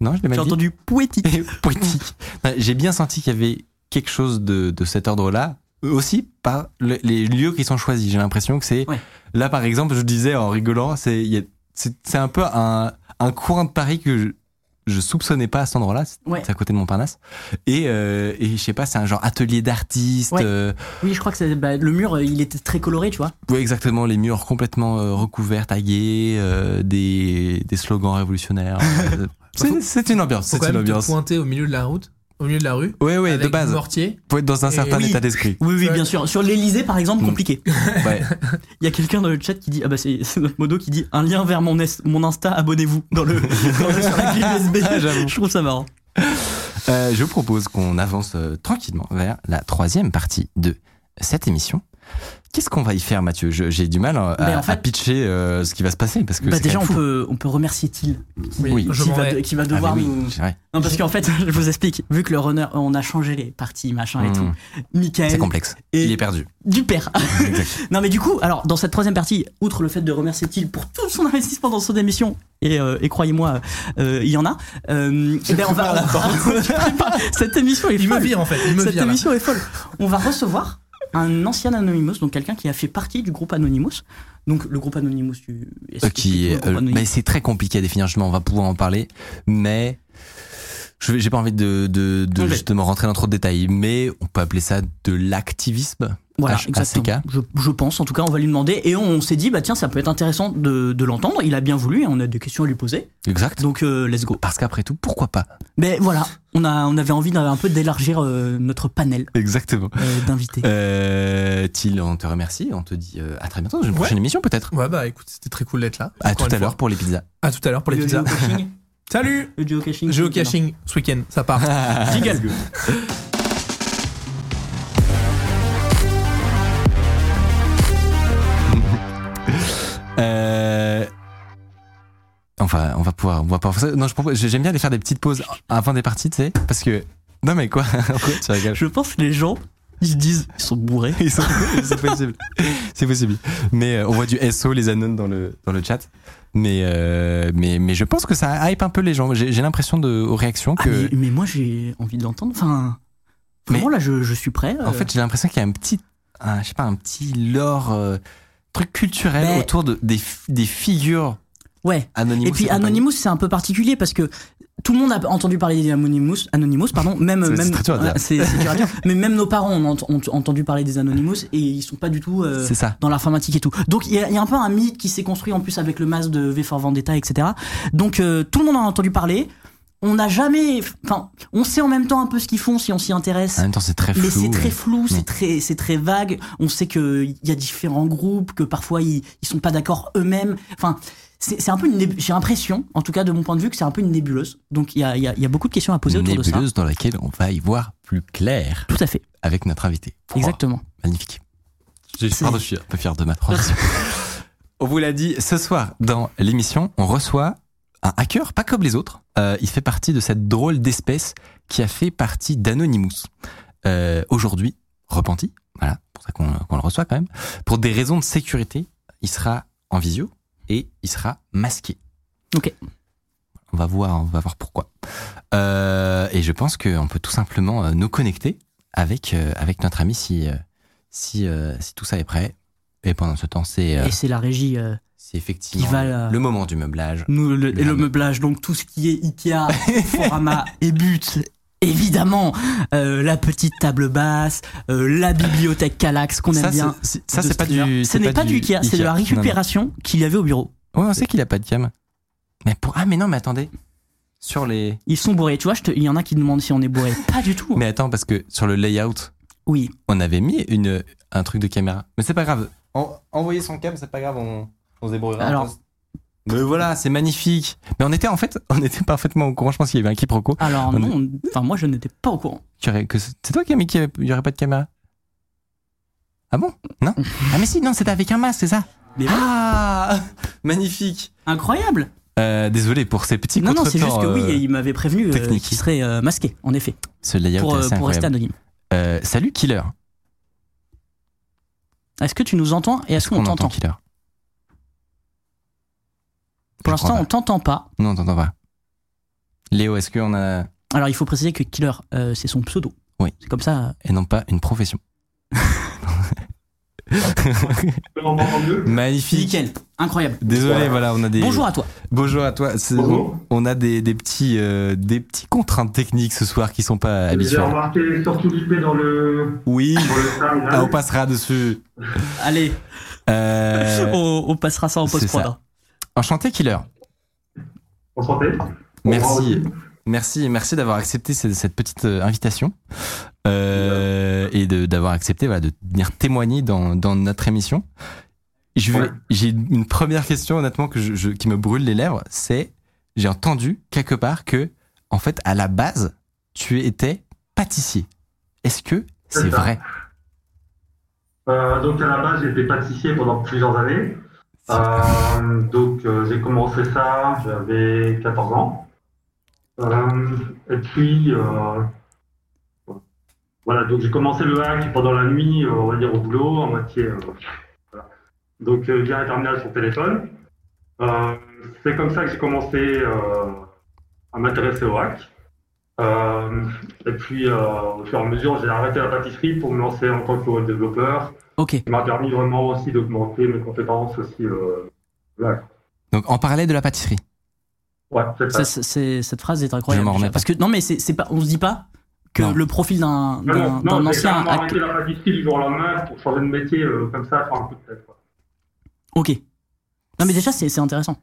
S1: Non, je l'ai
S2: J'ai
S1: mal dit.
S2: entendu poétique.
S1: poétique. Non, J'ai bien senti qu'il y avait quelque chose de, de cet ordre-là. Aussi par le- les lieux qui sont choisis. J'ai l'impression que c'est.
S2: Ouais.
S1: Là, par exemple, je disais en rigolant, c'est il y a- c'est c'est un peu un, un coin de Paris que je, je soupçonnais pas à cet endroit-là. C'est
S2: Ouais.
S1: c'est à côté de Montparnasse. Et, euh, et je sais pas, c'est un genre atelier d'artistes.
S2: Ouais.
S1: euh,
S2: Oui, je crois que c'est- bah, le mur, euh, il était très coloré, tu vois.
S1: Oui, exactement. Les murs complètement euh, recouverts, tagués, euh, des, des slogans révolutionnaires. Euh, c'est- C'est une ambiance.
S3: Faut
S1: C'est
S3: quand
S1: une
S3: même te
S1: ambiance.
S3: pointer au milieu de la route, au milieu de la rue.
S1: Oui, oui,
S3: avec
S1: de base.
S3: du mortier.
S1: Faut être dans un
S3: Et
S1: certain
S3: oui.
S1: état d'esprit.
S2: Oui, oui,
S3: Ouais.
S2: bien sûr. Sur l'Elysée, par exemple,
S1: Mm.
S2: compliqué.
S1: Ouais.
S2: Il y a quelqu'un dans le chat qui dit, ah bah c'est c'est notre modo qui dit, un lien vers mon, est- mon Insta, abonnez-vous dans le, dans le- sur la clé USB.
S1: Ah, j'avoue.
S2: je trouve ça marrant.
S1: Euh, je propose qu'on avance euh, tranquillement vers la troisième partie de cette émission. Qu'est-ce qu'on va y faire, Mathieu Je- J'ai du mal euh,
S2: Ben,
S1: à,
S2: en fait-
S1: à pitcher euh, ce qui va se passer parce que
S2: Bah
S1: c'est
S2: déjà,
S1: quand
S2: on
S1: même fou.
S2: peut, on peut remercier Thiel,
S1: Oui.
S3: Je
S2: qui
S3: m'en
S2: va,
S3: vais.
S2: de- qui va
S1: Ah, mais
S2: devoir
S1: oui,
S2: nous...
S1: c'est vrai.
S2: Non, parce qu'en fait, je vous explique, vu que le runner, on a changé les parties, machin et
S1: Hmm,
S2: tout,
S1: C'est
S2: Michael,
S1: complexe.
S2: et-
S1: Il est perdu.
S2: du père.
S1: Exact.
S2: non, mais du coup, alors, dans cette troisième partie, outre le fait de remercier Thiel pour tout son investissement dans son émission, et, euh, et croyez-moi, euh, il y en a, euh, eh ben, on va. cette émission est
S3: Il me
S2: folle.
S3: vire en fait, il me
S2: Cette
S3: vire là.
S2: émission est folle. On va recevoir un ancien Anonymous, donc quelqu'un qui a fait partie du groupe Anonymous. Donc, le groupe Anonymous, tu. est-ce
S1: Euh,
S2: que tu
S1: qui
S2: sais tout,
S1: est,
S2: le groupe
S1: euh,
S2: Anonymous
S1: mais c'est très compliqué à définir justement on va pouvoir en parler mais je vais- j'ai pas envie de, de, de
S2: Ok.
S1: justement rentrer dans trop de détails mais on peut appeler ça de l'activisme
S2: Voilà,
S1: H-
S2: exactement.
S1: ACK.
S2: Je, je pense, en tout cas, on va lui demander. Et on, on s'est dit, bah tiens, ça peut être intéressant de, de l'entendre. Il a bien voulu et on a des questions à lui poser.
S1: exact
S2: Donc, euh, let's go.
S1: parce qu'après tout pourquoi pas
S2: Mais voilà, on, a, on avait envie d'un un peu d'élargir euh, notre panel
S1: exactement
S2: euh, d'invités.
S1: euh, Thiel on te remercie on te dit euh, à très bientôt dans une
S3: Ouais.
S1: prochaine émission peut-être
S3: Ouais, bah écoute, c'était très cool d'être là.
S1: à
S3: Encore
S1: tout
S3: une
S1: à l'heure pour les pizzas
S3: fois. À tout à l'heure pour les
S2: Le
S3: pizzas.
S2: géocaching.
S3: Salut
S2: Le géocaching.
S3: Géocaching ce week-end, ça part.
S2: Jingle.
S1: Euh, Enfin, on va pouvoir, on va pouvoir faire ça. Non, je propose, j'aime bien aller faire des petites pauses avant des parties, tu sais, parce que. Non, mais quoi Pourquoi Tu rigoles.
S2: Je pense que les gens, ils se disent, ils sont bourrés.
S1: Ils sont- C'est possible. C'est possible. Mais euh, on voit du SO, les anons dans le, dans le chat. Mais, euh, mais, mais je pense que ça hype un peu les gens. J'ai j'ai l'impression de, aux réactions
S2: Ah,
S1: que.
S2: mais, mais moi, j'ai envie de l'entendre. Enfin,
S1: Mais-
S2: vraiment, là, je, je suis prêt.
S1: En fait, j'ai l'impression qu'il y a un petit, un, je sais pas, un petit lore, euh, truc culturel
S2: Mais-
S1: autour de, des, fi- des figures
S2: euh, ouais.
S1: anonymes.
S2: Et puis Anonymous, c'est un peu particulier parce que tout le monde a entendu parler des Anonymous, Anonymous pardon, même
S1: C'est-
S2: même
S1: c'est très dur à dire.
S2: Ouais, c'est- c'est dur à dire. mais même nos parents ont, ent- ont entendu parler des Anonymous et ils sont pas du tout euh,
S1: C'est ça.
S2: dans l'informatique et tout. Donc il y, a- il y a un peu un mythe qui s'est construit en plus avec le masque de V for Vendetta, etc. Donc euh, tout le monde en a entendu parler. on n'a jamais. Enfin, on sait en même temps un peu ce qu'ils font si on s'y intéresse.
S1: En même temps, c'est très flou. euh,
S2: Mais c'est très
S1: ouais.
S2: flou,
S1: Ouais.
S2: c'est très, c'est très vague. On sait que il y a différents groupes, que parfois ils, ils sont pas d'accord eux-mêmes. Enfin, c'est c'est un peu une. nébule- J'ai l'impression, en tout cas de mon point de vue, que c'est un peu une nébuleuse. Donc il y a, il y a- il y a beaucoup de questions à poser
S1: Une
S2: autour de ça.
S1: nébuleuse dans laquelle on va y voir plus clair
S2: Tout à fait,
S1: avec notre invité. Pouah,
S2: exactement.
S1: Magnifique.
S9: J'ai-
S2: C'est-
S9: pardon,
S1: Je suis un peu fier de ma transition. on vous l'a dit, ce soir, dans l'émission, on reçoit un hacker, pas comme les autres. Euh, il fait partie de cette drôle d'espèce qui a fait partie d'Anonymous. Euh, Aujourd'hui, repenti, voilà, pour ça qu'on qu'on le reçoit quand même. Pour des raisons de sécurité, il sera en visio et il sera masqué.
S2: Ok.
S1: On va voir, on va voir pourquoi. Euh, et je pense qu'on peut tout simplement euh, nous connecter avec, euh, avec notre ami si, euh, si, euh, si tout ça est prêt. Et pendant ce temps, c'est euh,
S2: Et c'est la régie, euh,
S1: c'est effectivement
S2: Il va, euh,
S1: le moment du meublage.
S2: nous, le, et le
S1: Merde.
S2: meublage, donc tout ce qui est Ikea, Forama et But. Évidemment, euh, la petite table basse, euh, la bibliothèque Calax qu'on aime
S1: Ça,
S2: bien.
S1: c'est- c'est- ça,
S2: de
S1: c'est pas
S2: streamer.
S1: du.
S2: Ce n'est pas du Ikea, c'est de la
S1: Non, non.
S2: récupération qu'il y avait au bureau.
S1: Ouais, on sait qu'il a pas de cam. Mais pour... Ah, mais non, mais attendez. Sur les.
S2: Ils sont bourrés, tu vois, je te- il y en a qui demandent si on est bourré. Pas du tout.
S1: Mais attends, parce que sur le layout,
S2: Oui,
S1: on avait mis une, un truc de caméra. Mais c'est pas grave. En- envoyer son cam, c'est pas grave, on, on se débrouillera.
S2: Alors-
S1: On passe. Mais voilà, c'est magnifique. Mais on était en fait, on était parfaitement au courant. Je pense qu'il y avait un quiproquo.
S2: alors
S1: On
S2: non, on- enfin moi je n'étais pas au courant.
S1: Tu aurais- que- C'est toi qui as mis qu'il n'y aurait pas de caméra Ah bon Non Ah mais si, non, c'était avec un masque, c'est ça
S2: Mais voilà.
S1: Ah Magnifique
S2: Incroyable
S1: Euh, Désolé pour ces petits
S2: Non, non, c'est
S1: contretemps,
S2: juste que oui,
S1: euh,
S2: il m'avait prévenu euh,
S1: technique.
S2: qu'il serait euh, masqué, en effet,
S1: Ce layout
S2: pour,
S1: est
S2: euh,
S1: assez
S2: pour rester
S1: incroyable.
S2: anonyme.
S1: Euh, salut Killer.
S2: Est-ce que tu nous entends et est-ce qu'on
S1: On
S2: t'entend
S1: Killer
S2: Pour
S1: Je crois
S2: l'instant, on t'entend pas.
S1: pas. Non, on t'entend pas. Léo, est-ce qu'on a...
S2: Alors il faut préciser que Killer, euh, c'est son pseudo.
S1: Oui.
S2: C'est comme ça. euh,
S1: Et non pas une profession.
S10: On m'entend mieux
S1: Magnifique.
S2: Nickel, incroyable.
S1: Désolé, voilà, on a des...
S2: Bonjour à toi.
S1: Bonjour à toi. C'est-
S10: Bonjour.
S1: On a des, des petits, euh, des petits contraintes techniques ce soir qui sont pas
S10: J'ai
S1: habituelles.
S10: remarqué surtout l'IP dans le,
S1: Oui,
S10: dans le hein. terminal.
S1: Ah, on passera dessus.
S2: Allez,
S1: Euh,
S2: on, on passera ça en
S1: c'est ça.
S2: post-prod. hein.
S1: Enchanté, Killer.
S10: On s'entend
S1: Merci. Merci, merci d'avoir accepté ce- cette petite euh, invitation Euh, et de- d'avoir accepté voilà, de venir témoigner dans, dans notre émission. Je vais-
S10: Ouais.
S1: J'ai une première question honnêtement que je- je- qui me brûle les lèvres, c'est j'ai entendu quelque part que en fait à la base tu étais pâtissier. Est-ce que
S10: C'est
S1: c'est
S10: ça.
S1: vrai
S10: Euh, donc à la base, j'étais pâtissier pendant plusieurs années. Euh, donc euh, j'ai commencé ça, j'avais 14 ans. Euh, et puis euh, voilà, donc j'ai commencé le hack pendant la nuit, euh, on va dire au boulot, à moitié. euh, voilà. Donc euh, via un terminal sur téléphone. Euh, C'est comme ça que j'ai commencé euh, à m'intéresser au hack. Euh, et puis, euh, au fur et à mesure, j'ai arrêté la pâtisserie pour me lancer en tant que web développeur.
S2: Ok.
S10: Ça m'a permis vraiment aussi d'augmenter mes compétences aussi. euh, voilà.
S1: Donc en parallèle de la pâtisserie.
S10: Ouais, c'est ça.
S2: Ça, c'est- c'est- cette phrase est incroyable.
S1: Je m'en remets
S2: déjà. Parce que non, mais c'est c'est pas, on se dit pas que
S1: Non.
S2: le profil
S10: Non,
S2: d'un d'un- d'un
S10: non, j'ai
S2: ancien
S10: carrément
S2: acte.
S10: arrêté la pâtisserie du jour au lendemain pour changer de métier euh, comme ça, faire un coup de tête. quoi.
S2: Ok. Non, mais déjà, c'est c'est intéressant.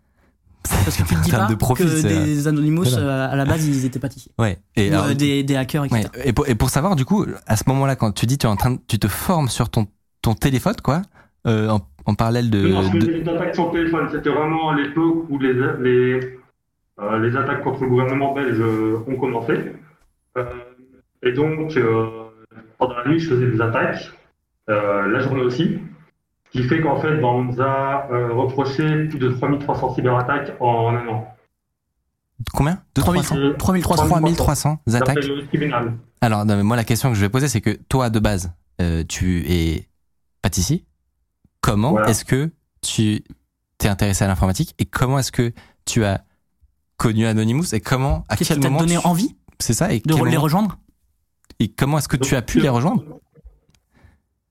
S2: Parce que tu te dis
S1: En termes
S2: pas
S1: de profil,
S2: que
S1: c'est-
S2: des Anonymous,
S1: Voilà.
S2: euh, à la base, ils étaient pâtissiers.
S1: Ouais. Et
S2: Ou,
S1: alors,
S2: euh, des, des hackers, etc.
S1: Ouais, et, pour, et pour savoir, du coup, à ce moment-là, quand tu dis tu es en train de- tu te formes sur ton, ton téléphone, quoi, euh, en, en parallèle de,
S10: non, je
S1: de-
S10: faisais des attaques sur téléphone. C'était vraiment à l'époque où les, les, euh, les attaques contre le gouvernement belge euh, ont commencé. Euh, et donc, euh, pendant la nuit, je faisais des attaques, euh, la journée aussi. Ce qui fait qu'en fait, ben, on nous a euh, reproché plus de 3300 cyberattaques en un an.
S1: combien De
S2: 3300.
S10: 3300.
S2: 3300.
S1: 3300
S10: D'après
S1: attaques.
S10: le tribunal.
S1: Alors, non, mais moi, la question que je vais poser, c'est que toi, de base, euh, tu es pâtissier. Comment
S10: Voilà.
S1: est-ce que tu t'es intéressé à l'informatique et comment est-ce que tu as connu Anonymous et comment, à
S2: Qu'est-ce
S1: quel
S2: qui t'a
S1: moment
S2: donné
S1: tu-
S2: envie
S1: c'est ça et,
S2: de
S1: quel
S2: les
S1: moment-
S2: rejoindre
S1: et comment est-ce que tu as pu les rejoindre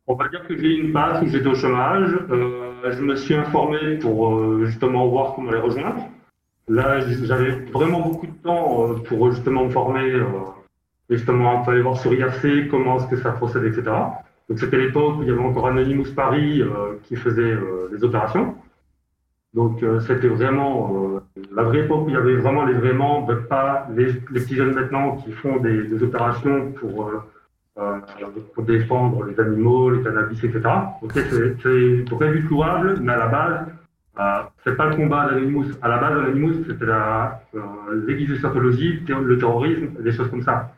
S10: On va dire que j'ai eu une passe où j'étais au chômage. Euh, je me suis informé pour euh, justement voir comment les rejoindre. Là, j- j'avais vraiment beaucoup de temps euh, pour justement me former, euh, et justement un peu aller voir sur IRC comment est-ce que ça procède, etc. Donc c'était l'époque où il y avait encore Anonymous Paris euh, qui faisait euh, les opérations. Donc euh, c'était vraiment euh, la vraie époque où il y avait vraiment les vraiment, pas les, les petits jeunes maintenant qui font des, des opérations pour, euh, euh, pour défendre les animaux, les cannabis, etc. Ok, c'est c'est très juste louable, mais à la base, euh, c'est pas le combat à l'animus. À la base, l'animus, c'était la, euh, l'église de Scientologie, le terro- le terrorisme, des choses comme ça.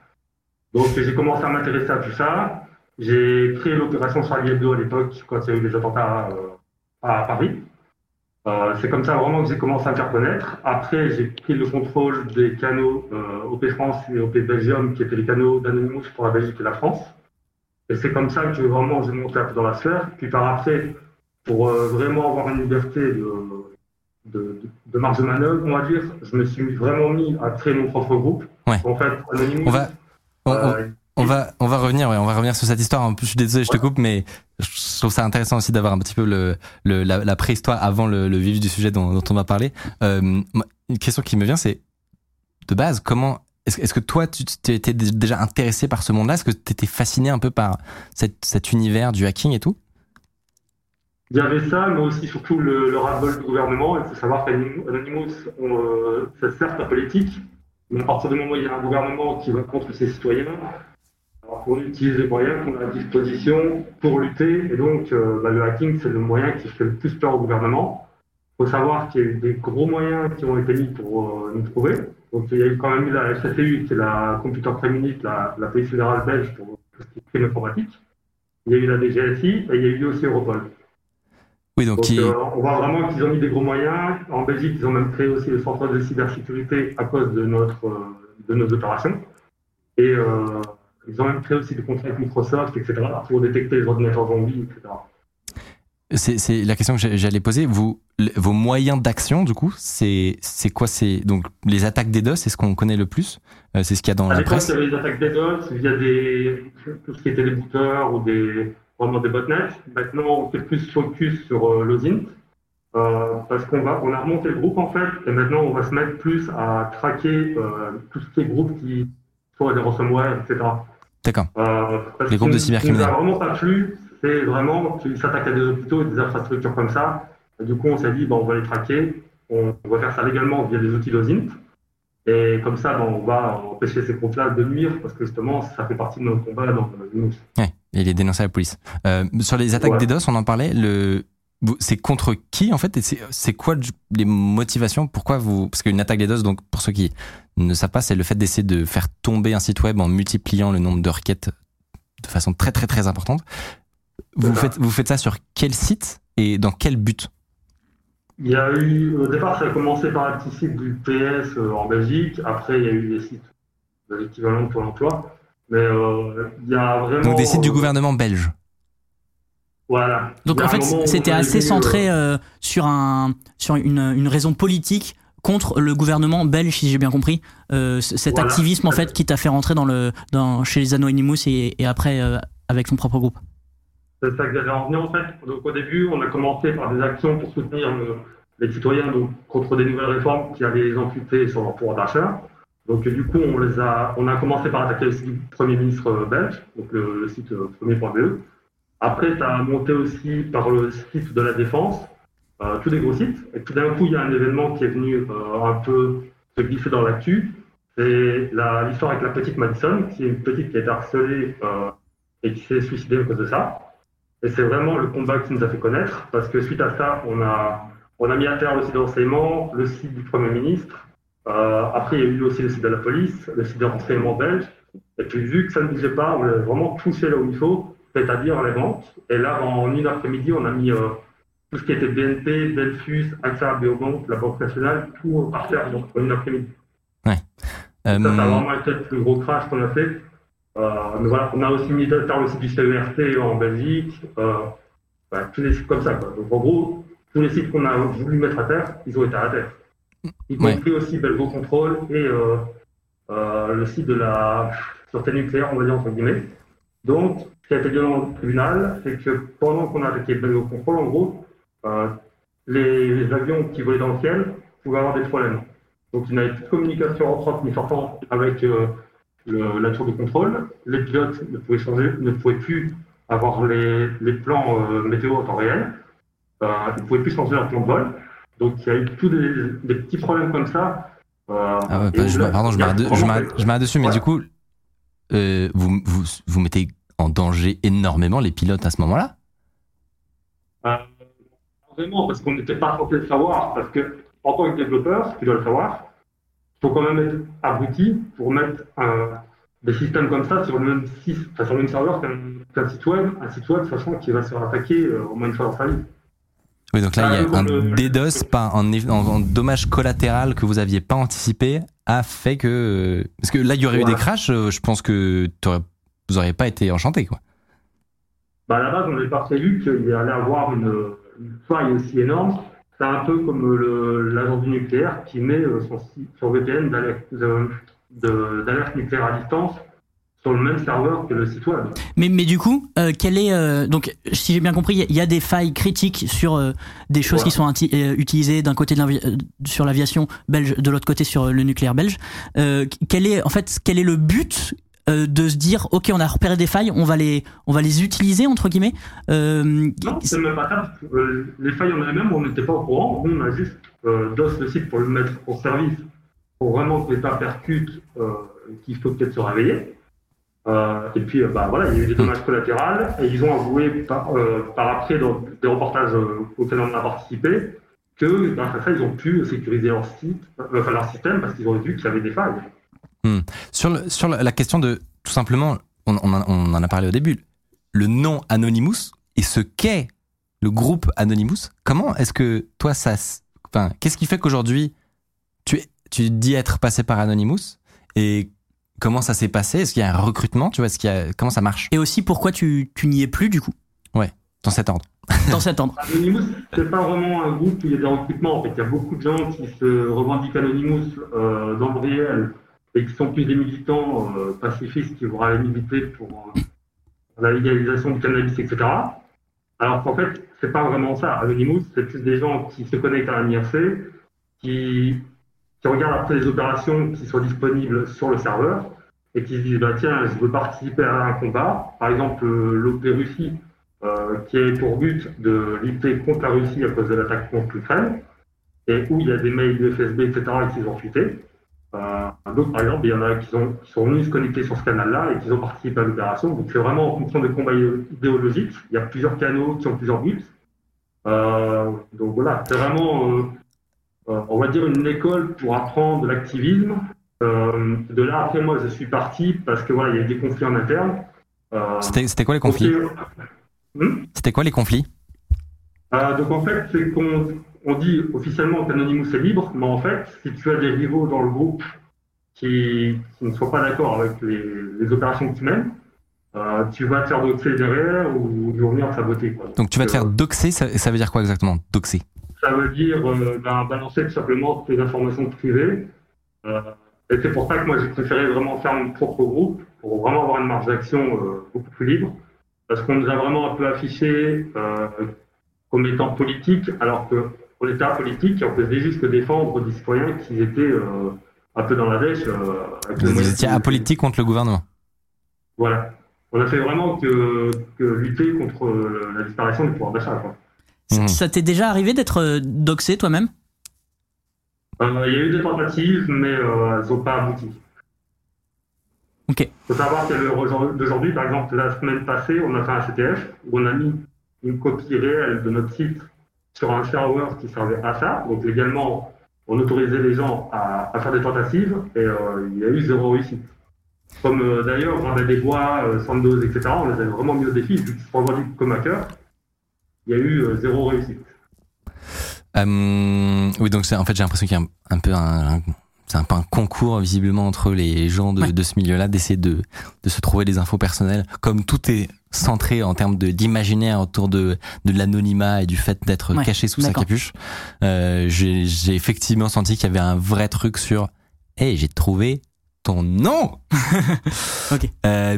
S10: Donc j'ai commencé à m'intéresser à tout ça. J'ai créé l'opération Charlie Hebdo à l'époque, quand il y a eu les attentats euh, à Paris. Euh, c'est comme ça vraiment que j'ai commencé à me faire connaître. Après, j'ai pris le contrôle des canaux euh, OP France et OP Belgium, qui étaient les canaux d'Anonymous pour la Belgique et la France. Et c'est comme ça que vraiment j'ai monté un peu dans la sphère. Puis par après, pour euh, vraiment avoir une liberté de, de, de marge de manœuvre, on va dire, je me suis vraiment mis à créer mon propre groupe.
S1: Ouais.
S10: En fait, Anonymous,
S1: On va, oh, on, on-
S10: euh,
S1: on va, on va revenir, ouais, on va revenir sur cette histoire. En plus, je suis désolé, je te coupe, mais je trouve ça intéressant aussi d'avoir un petit peu le, le- la, la préhistoire avant le, le vif du sujet dont, dont on va parler. Euh, moi, une question qui me vient, c'est de base, comment est-ce est-ce que toi, tu tu étais dé- déjà intéressé par ce monde-là Est-ce que tu étais fasciné un peu par cette, cet univers du hacking et tout
S10: Il y avait ça, mais aussi surtout le, le ras-le-bol du gouvernement. Il faut savoir qu'Anonymous, on, euh, ça sert à politique, mais à partir du moment où il y a un gouvernement qui va contre ses citoyens, alors on utilise les moyens qu'on a à disposition pour lutter. Et donc, euh, bah, le hacking, c'est le moyen qui fait le plus peur au gouvernement. Il faut savoir qu'il y a eu des gros moyens qui ont été mis pour euh, nous trouver. Donc, il y a eu quand même eu la FFU, qui est la Computer Crime Unit, la, la police fédérale belge pour tout ce qui est crime informatique. Il y a eu la DGSI et il y a eu aussi Europol.
S1: Oui, donc,
S10: Donc,
S1: qui-
S10: euh, on voit vraiment qu'ils ont mis des gros moyens. En Belgique, ils ont même créé aussi le centre de cybersécurité à cause de, notre, euh, de nos opérations. Et euh, ils ont même créé aussi des contrats avec Microsoft, etc., pour détecter les ordinateurs zombies, etc.
S1: c'est c'est la question que j'a- j'allais poser. Vous, le- vos moyens d'action, du coup, c'est c'est quoi C'est donc les attaques des DOS, c'est ce qu'on connaît le plus. Euh, c'est ce qu'il y a dans
S10: à
S1: la
S10: l'époque,
S1: presse.
S10: il y avait des attaques DDoS via des, tout ce qui était des booters ou des, vraiment des botnets. Maintenant, on fait plus focus sur euh, l'OSINT. euh, parce qu'on va, on a remonté le groupe en fait, et maintenant on va se mettre plus à traquer euh, tout ce qui est groupe qui soit des ransomware, etc.
S1: D'accord.
S10: Euh, parce
S1: Les groupes de
S10: que ce qui nous a
S1: cybercriminels.
S10: vraiment pas plu, c'est vraiment qu'ils s'attaquent à des hôpitaux et des infrastructures comme ça. Et du coup, on s'est dit, bah, on va les traquer, on, on va faire ça légalement via des outils d'OSINT. Et comme ça, bah, on va empêcher ces groupes-là de nuire, parce que justement, ça fait partie de notre combat dans le news.
S1: Ouais, il est dénoncé à la police. Euh, sur les attaques
S10: Ouais.
S1: des DOS, on en parlait. Le... vous- C'est contre qui en fait et c'est- C'est quoi du- les motivations Pourquoi vous Parce qu'une attaque des DOS, donc pour ceux qui ne savent pas, c'est le fait d'essayer de faire tomber un site web en multipliant le nombre de requêtes de façon très très très importante. Vous
S10: Voilà.
S1: faites vous faites ça sur quel site et dans quel but
S10: Il y a eu, au départ, ça a commencé par un petit site du PS euh, en Belgique. Après, il y a eu des sites de l'équivalent de Pôle emploi. Mais euh, il y a vraiment.
S1: Donc des sites du
S10: euh,
S1: gouvernement belge.
S10: Voilà.
S2: Donc
S10: Il y a
S2: en
S10: un
S2: fait,
S10: moment où
S2: c'était
S10: on a
S2: assez
S10: eu, euh,
S2: centré euh, sur un sur une, une raison politique contre le gouvernement belge, si j'ai bien compris. Euh, c- cet
S10: Voilà.
S2: activisme en fait qui t'a fait rentrer dans le dans chez les Anonymous et, et après euh, avec ton propre groupe.
S10: C'est ça que j'allais en venir en fait. Donc au début, on a commencé par des actions pour soutenir euh, les citoyens donc, contre des nouvelles réformes qui avaient les amputés sur leur pouvoir d'achat. Donc euh, du coup, on les a, on a commencé par attaquer le site du Premier ministre euh, belge, donc le, le site euh, premier.be. Après, ça a monté aussi par le site de la Défense, euh, tous des gros sites. Et puis d'un coup, il y a un événement qui est venu euh, un peu se glisser dans l'actu. C'est la- l'histoire avec la petite Madison, qui est une petite qui a été harcelée euh, et qui s'est suicidée à cause de ça. Et c'est vraiment le combat qui nous a fait connaître, parce que suite à ça, on a, on a mis à terre le site de renseignement, le site du Premier ministre. Euh, après, il y a eu aussi le site de la police, le site de renseignement belge. Et puis, vu que ça ne bougeait pas, on a vraiment touché là où il faut, c'est-à-dire les banques. Et là, en une après-midi, on a mis euh, tout ce qui était BNP, Delfus, AXA, Biobank, la Banque nationale, tout par terre donc, en une après-midi.
S1: Euh,
S10: Ça, ça a vraiment été le plus gros crash qu'on a fait. Euh, mais voilà, on a aussi mis à terre le site du CERT en Belgique, euh, bah, tous les sites comme ça. quoi. Donc en gros, tous les sites qu'on a voulu mettre à terre, ils ont été à terre. Y
S1: Ouais.
S10: compris aussi Belgo Control et euh, euh, le site de la sûreté nucléaire, on va dire entre guillemets. Donc, ce qui a été dit dans le tribunal, c'est que pendant qu'on a attaqué Belgo Control, en gros, euh, les, les avions qui volaient dans le ciel pouvaient avoir des problèmes. Donc, ils n'avaient plus de communication entrante ni sortante avec euh, le- la tour de contrôle. Les pilotes ne pouvaient, changer, ne pouvaient plus avoir les, les plans euh, météo en temps réel. Euh, ils ne pouvaient plus changer leur plan de vol. Donc il y a eu tous des, des petits problèmes comme ça. Euh,
S1: Ah ouais,
S10: et
S1: bah, je,
S10: là,
S1: pardon, je
S10: il y a
S1: m'arrête de- je
S10: vraiment-
S1: m'arrête je m'arrête dessus, mais
S10: Ouais.
S1: du coup, euh, vous, vous, vous mettez en danger énormément les pilotes à ce moment-là
S10: Vraiment, parce qu'on n'était pas censé le savoir, parce que en tant que développeur, tu dois le savoir, il faut quand même être abouti pour mettre un- des systèmes comme ça sur le même, sys- enfin, sur le même serveur qu'un qu'un site web, un site web sachant qu'il va se faire attaquer euh, au moins une fois dans sa vie.
S1: Oui, donc là,
S10: Ah,
S1: il y
S10: oui,
S1: a un
S10: le-
S1: DDoS, pas un, eff- en, en dommage collatéral que vous n'aviez pas anticipé, a fait que. Parce que là, il y aurait eu
S10: Voilà.
S1: des crashs, euh, je pense que t'aurais- vous n'auriez pas été enchanté, quoi.
S10: Bah, à la base, on n'avait pas prévu qu'il allait avoir une, une faille aussi énorme. C'est un peu comme euh, le- l'agence du nucléaire qui met euh, son site sur VPN d'alerte de- de- d'alerte nucléaire à distance sur le même serveur que le site web.
S2: Mais, mais du coup, euh, quel est euh, donc si j'ai bien compris, il y a des failles critiques sur euh, des choses
S10: Voilà.
S2: qui sont inti- euh, utilisées d'un côté de l'avi- euh, sur l'aviation belge, de l'autre côté sur euh, le nucléaire belge. Euh, quel est en fait quel est le but euh, de se dire ok on a repéré des failles, on va les on va les utiliser entre guillemets. Euh,
S10: Non, c'est même pas ça. parce que, euh, les failles en elles-mêmes, on n'était pas au courant. Nous, on a juste euh, DOS le site pour le mettre en service, pour vraiment que l'État percute euh, qu'il faut peut-être se réveiller. Euh, et puis, euh, bah, voilà, il y a eu des dommages collatéraux. Et ils ont avoué par, euh, par après, dans des reportages euh, auxquels on a participé, que grâce à ça, ils ont pu sécuriser leur site, euh, enfin, leur système, parce qu'ils ont vu qu'il y avait des failles.
S1: Sur, le- sur la la question de, tout simplement, on, on en- on en a parlé au début, le nom Anonymous et ce qu'est le groupe Anonymous, comment est-ce que toi, ça. s- Enfin, qu'est-ce qui fait qu'aujourd'hui, tu, es- tu dis être passé par Anonymous et comment ça s'est passé Est-ce qu'il y a un recrutement Tu vois, est-ce qu'il y a, comment ça marche
S2: et aussi pourquoi tu, tu n'y es plus du coup
S1: dans cet ordre
S2: dans cet ordre.
S10: Anonymous, c'est pas vraiment un groupe où il y a des recrutements. En fait, il y a beaucoup de gens qui se revendiquent Anonymous euh, dans le réel et qui sont plus des militants euh, pacifistes qui vont aller militer pour euh, la légalisation du cannabis, etc. Alors qu'en fait, c'est pas vraiment ça. Anonymous, c'est plus des gens qui se connectent à un IRC, qui, qui regardent après les opérations qui sont disponibles sur le serveur et qui se disent bah, tiens, je veux participer à un combat. Par exemple, euh, l'OP Russie euh, qui est pour but de lutter contre la Russie à cause de l'attaque contre l'Ukraine, et où il y a des mails de FSB, etc., qui sont fuités. Euh, D'autres, par exemple, il y en a qui sont, qui sont venus se connecter sur ce canal-là et qui ont participé à l'opération. Donc, c'est vraiment en fonction des combats idéologiques. Il y a plusieurs canaux qui ont plusieurs buts. Euh, donc, voilà, c'est vraiment, euh, euh, on va dire, une école pour apprendre l'activisme. Euh, de là, après, moi, je suis parti parce que voilà, il y a eu des conflits en interne. Euh,
S1: C'était c'était quoi les conflits
S10: donc,
S1: C'était quoi les conflits
S10: euh, donc en fait, c'est qu'on on dit officiellement qu'Anonymous est libre, mais en fait, si tu as des rivaux dans le groupe qui, qui ne sont pas d'accord avec les, les opérations que tu mènes, euh, tu vas te faire doxer derrière ou ils vont venir te saboter. Quoi.
S1: Donc tu vas te faire
S10: Euh,
S1: doxer, ça, ça veut dire quoi exactement Doxer.
S10: Ça veut dire euh, ben, balancer tout simplement tes informations privées. Euh, et c'est pour ça que moi, j'ai préféré vraiment faire mon propre groupe pour vraiment avoir une marge d'action euh, beaucoup plus libre. Parce qu'on nous a vraiment un peu affiché euh, comme étant politique, alors que on était apolitique et on faisait juste que défendre des citoyens qui étaient euh, un peu dans la dèche. euh, avec le
S1: Vous
S10: moyen-
S1: étiez apolitique contre le gouvernement.
S10: Voilà. On a fait vraiment que, que lutter contre euh, la disparition du pouvoir d'achat. quoi.
S2: Ça-
S10: Mmh.
S1: Mhm.
S2: Ça t'est déjà arrivé d'être euh, doxé toi-même
S10: Euh, Il y a eu des tentatives, mais euh, elles n'ont pas abouti.
S2: Ok.
S10: Il faut savoir que le- d'aujourd'hui, par exemple, la semaine passée, on a fait un CTF où on a mis une copie réelle de notre site sur un serveur qui servait à ça. Donc légalement, on autorisait les gens à, à faire des tentatives et euh, il y a eu zéro réussite. Comme euh, d'ailleurs, on avait des bois, euh, Sandoz, etc. On les avait vraiment mis au défi, vu qu'ils se revendiquent comme hackers. Il y a eu euh, zéro réussite.
S1: Euh, oui, donc c'est- en fait, j'ai l'impression qu'il y a un, un peu un, un- c'est un peu un concours visiblement entre les gens de,
S2: Ouais.
S1: de ce milieu-là d'essayer de, de se trouver des infos personnelles. Comme tout est centré en termes de d'imaginaire autour de de l'anonymat et du fait d'être
S2: Ouais,
S1: caché sous sa
S2: d'accord.
S1: capuche, euh, j'ai j'ai effectivement senti qu'il y avait un vrai truc sur. Hey, j'ai trouvé ton nom.
S2: Ok.
S1: Euh,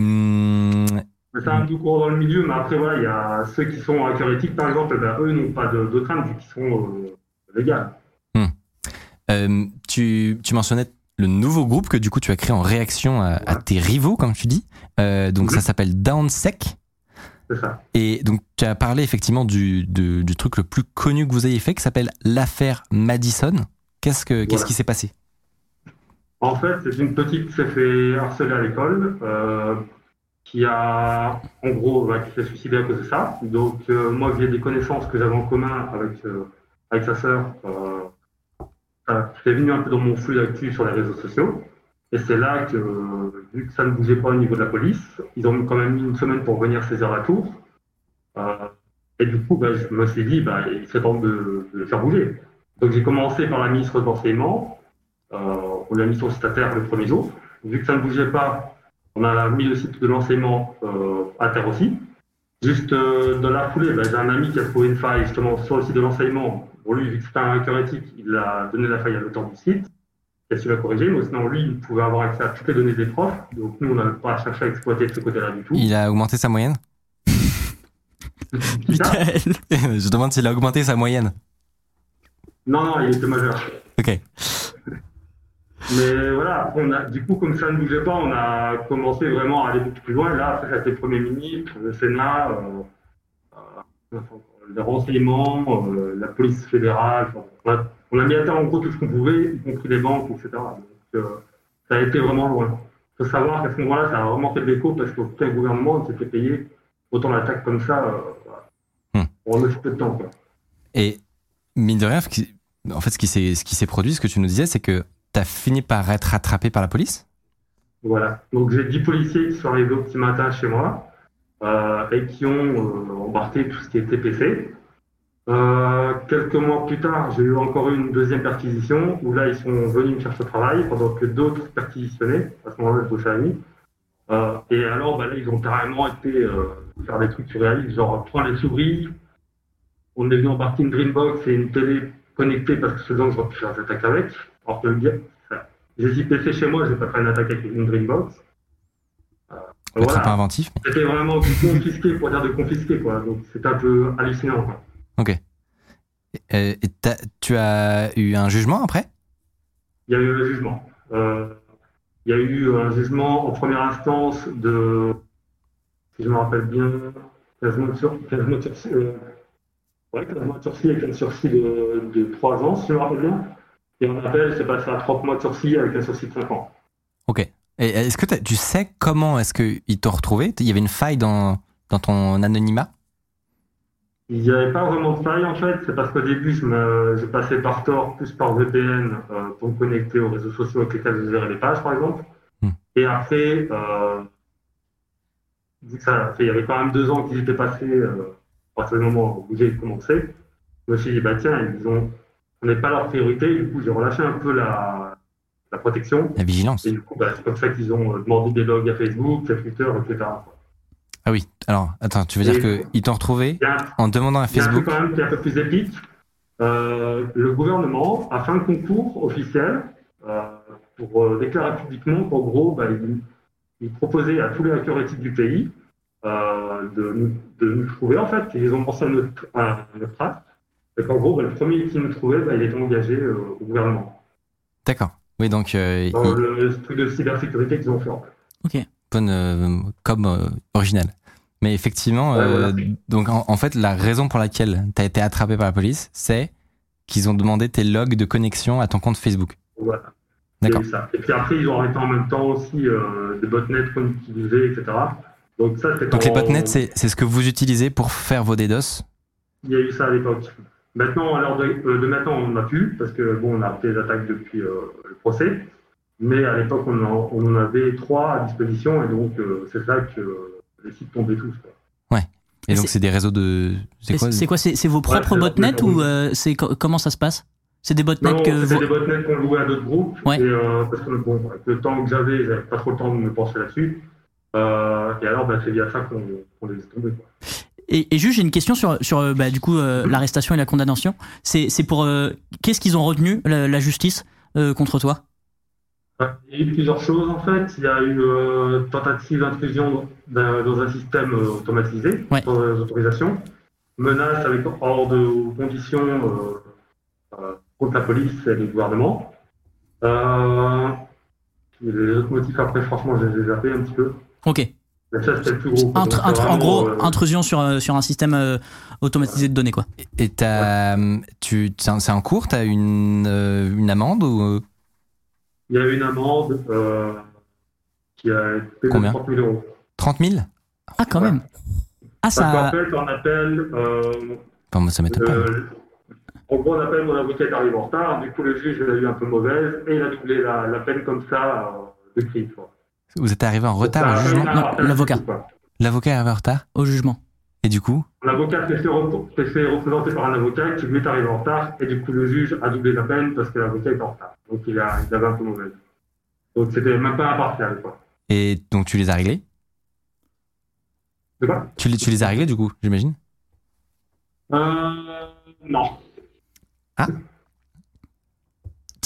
S10: Mais C'est un peu courant dans le milieu, mais après, voilà, il y a ceux qui sont hackers éthiques, par exemple, eh ben, eux n'ont pas de, de crainte, vu qu'ils sont euh, légales.
S1: Euh, tu, tu mentionnais le nouveau groupe que du coup tu as créé en réaction à, à tes rivaux, comme tu dis. Euh, donc ça s'appelle DownSec.
S10: c'est ça.
S1: Et donc, tu as parlé effectivement du, du- du truc le plus connu que vous ayez fait, qui s'appelle l'affaire Madison. Qu'est-ce que qu'est-ce
S10: Voilà.
S1: qui s'est passé
S10: En fait, c'est une petite qui s'est fait harceler à l'école, euh, qui a, en gros, bah, qui s'est suicidée à cause de ça. Donc, euh, moi, via des connaissances que j'avais en commun avec, euh, avec sa sœur, euh, ça- c'est venu un peu dans mon flux d'actu sur les réseaux sociaux. Et c'est là que, euh, vu que ça ne bougeait pas au niveau de la police, ils ont quand même mis une semaine pour venir saisir la tour. Euh, et du coup, bah, je me suis dit, bah, il serait temps de, de le faire bouger. Donc, j'ai commencé par la ministre de l'enseignement. Euh, on a mis sur le site terre le premier jour. Vu que ça ne bougeait pas, on a mis le site de l'enseignement euh, à terre aussi. Juste euh, dans la foulée, bah, j'ai un ami qui a trouvé une faille justement sur le site de l'enseignement. Bon, lui, vu que c'était un hacker éthique, il a donné la faille à l'auteur du site. Et celui l'a corrigé, mais sinon, lui, il pouvait avoir accès à toutes les données des profs. Donc, nous, on n'avait pas cherché à exploiter de ce côté-là du tout.
S1: Il a augmenté sa moyenne
S2: Michael.
S1: Je demande s'il a augmenté sa moyenne.
S10: Non, non, il était majeur.
S1: Ok.
S10: Mais voilà, on a, du coup, comme ça ne bougeait pas, on a commencé vraiment à aller beaucoup plus loin. Là, après, c'était le Premier ministre, le Sénat, euh, euh, le renseignement, euh, la police fédérale. Enfin, on, a, on a mis à terre en gros tout ce qu'on pouvait, y compris les banques, etc. Donc, euh, ça a été vraiment loin. Il faut savoir qu'à ce moment-là, ça a vraiment fait de l'écho parce qu'aucun gouvernement ne s'était payé autant d'attaques comme ça euh,
S1: Hmm.
S10: en aussi peu de temps. Quoi.
S1: Et mine de rien, ce qui- en fait, ce qui s'est ce qui s'est produit, ce que tu nous disais, c'est que tu as fini par être attrapé par la police
S10: Voilà. Donc j'ai 10 policiers qui sont arrivés au petit matin chez moi euh, et qui ont euh, embarqué tout ce qui est TPC. Euh, quelques mois plus tard, j'ai eu encore eu une deuxième perquisition où là ils sont venus me chercher au travail pendant que d'autres perquisitionnaient. À ce moment-là, je bossais la nuit. Euh, et alors, bah, là, ils ont carrément été euh, faire des trucs surréalistes, genre prendre les souris. On est venu embarquer une green box et une télé connectée parce que souvent j'aurais pu faire des attaques avec. Alors que le gars, ça- j'ai dit PC chez moi, je vais pas faire une attaque avec une green box. Euh,
S1: Le
S10: voilà.
S1: trip inventif
S10: C'était vraiment du confisqué pour dire de confisquer, quoi. Donc c'était un peu hallucinant, quoi.
S1: Euh, et t'as- Tu as eu un jugement après
S10: Il y a eu un jugement. Euh, il y a eu un jugement en première instance de, si je me rappelle bien, 15 mois de, sur, 15 mois de sursis, euh, ouais, 15 mois de sursis avec un sursis de, de 3 ans, si je me rappelle bien. Et en appel, c'est passé à 30 mois de sursis avec un sursis de 5 ans.
S1: Et est-ce que t'as- tu sais comment est-ce qu'ils t'ont retrouvé Il y avait une faille dans, dans ton anonymat
S10: Il n'y avait pas vraiment de faille en fait, c'est parce qu'au début je, me, je passais par Tor plus par VPN euh, pour me connecter aux réseaux sociaux avec lesquels je gérais les pages par exemple.
S1: Hmm.
S10: Et après, euh, vu que ça, il y avait quand même deux ans qu'ils étaient passés, euh, à partir du moment où j'ai commencé, je me suis dit bah tiens, ils ont, on n'est pas leur priorité, du coup j'ai relâché un peu la, la protection.
S1: La vigilance
S10: Et du coup, bah, c'est comme ça qu'ils ont euh, demandé des logs à Facebook, à Twitter, etc.
S1: Ah oui, alors attends, tu veux dire
S10: Et-
S1: qu'ils t'ont retrouvé
S10: Il y a un
S1: en demandant à
S10: Il y a un truc
S1: Facebook
S10: quand même qui est un peu plus épique. Euh, le gouvernement a fait un concours officiel euh, pour euh, déclarer publiquement qu'en gros, bah, il, il proposait à tous les hackers éthiques du pays euh, de, nous, de nous trouver, en fait, qu'ils ont pensé à notre, à notre trace. Et qu'en gros, bah, le premier qui nous trouvait, bah, il était engagé euh, au gouvernement.
S1: D'accord. Oui, donc euh,
S10: Dans
S1: ils-
S10: le truc de cybersécurité qu'ils ont fait. en fait.
S1: bonne euh, com euh, originale. Mais effectivement,
S10: Ouais,
S1: euh,
S10: voilà.
S1: donc en, en fait, la raison pour laquelle t'as été attrapé par la police, c'est qu'ils ont demandé tes logs de connexion à ton compte Facebook.
S10: Voilà. Il y a
S1: D'accord.
S10: eu ça. Et puis après, ils ont arrêté en même temps aussi euh, des botnets qu'on utilisait, etc. Donc, ça, c'était
S1: Donc les
S10: en-
S1: botnets, c'est c'est ce que vous utilisez pour faire vos DDoS.
S10: Il y a eu ça à l'époque. Maintenant, à l'heure de, euh, de maintenant, on n'a plus, parce que bon, on a fait des attaques depuis euh, le procès. Mais à l'époque, on, en- on en avait trois à disposition, et donc euh, c'est là que euh, les sites tombaient tous. quoi.
S1: Et
S2: Mais
S1: donc
S2: c'est-
S1: c'est des réseaux de. C'est
S2: Et
S1: quoi
S2: C'est quoi C'est c'est vos propres
S10: c'est-
S2: botnets ou euh, c'est co- comment ça se passe C'est des botnets
S10: Non, non,
S2: que
S10: c'était
S2: euh, vous-
S10: des botnets qu'on louait à d'autres groupes,
S2: Ouais.
S10: et, euh, parce que bon, avec le temps que j'avais, j'avais pas trop le temps de me pencher là-dessus. Euh, et alors, bah, c'est via ça qu'on qu'on les laisse tomber. quoi.
S2: Et, et juste, j'ai une question sur, sur euh, bah, du coup euh, l'arrestation et la condamnation. C'est c'est pour euh, qu'est-ce qu'ils ont retenu la, la justice euh, contre toi
S10: Ouais, Il y a eu plusieurs choses en fait. Il y a eu euh, tentative d'intrusion d'un- dans un système euh, automatisé,
S2: Ouais.
S10: sans euh, autorisation, menace avec hors de conditions euh, euh, contre la police et le gouvernement. Euh, les autres motifs après, franchement, je les ai zappés un petit peu.
S2: Ok.
S10: Mais ça, c'était le plus gros. quoi.
S2: Intr-
S10: Donc,
S2: intr-
S10: c'est
S2: en gros,
S10: vraiment, euh,
S2: intrusion sur, euh, sur un système euh, automatisé de données, quoi.
S1: Et t'as, tu, c'est un- c'est en cours, t'as une, euh, une amende ou
S10: Il y a une amende euh, qui a coûté
S1: Combien
S10: 30 000 euros.
S1: 30 000
S2: Ah, quand
S10: Ouais.
S2: même. Ah,
S10: Parce qu'en
S2: ça.
S10: fait, on appelle. euh,
S1: Enfin, moi, ça m'étonne pas.
S10: Euh, en gros, on appelle mon avocat qui arrive en retard. Du coup, le juge l'a eu un peu mauvaise et il a doublé la, la peine comme ça euh, de crime. quoi.
S1: Vous êtes arrivé en retard au
S10: Ça, euh,
S1: jugement
S10: ça,
S2: Non,
S10: ça,
S2: l'avocat.
S10: quoi.
S1: L'avocat est arrivé en retard
S2: Au jugement.
S1: Et du coup
S10: L'avocat s'est fait, repr- s'est fait représenter par un avocat qui lui est arrivé en retard et du coup, le juge a doublé la peine parce que l'avocat était en retard. Donc, il, a, il avait un peu mauvaise. Donc, c'était même pas impartial. Quoi.
S1: Et donc tu les as réglés
S10: De quoi
S1: tu les, tu les as réglés du coup, j'imagine
S10: Euh, non.
S1: Ah.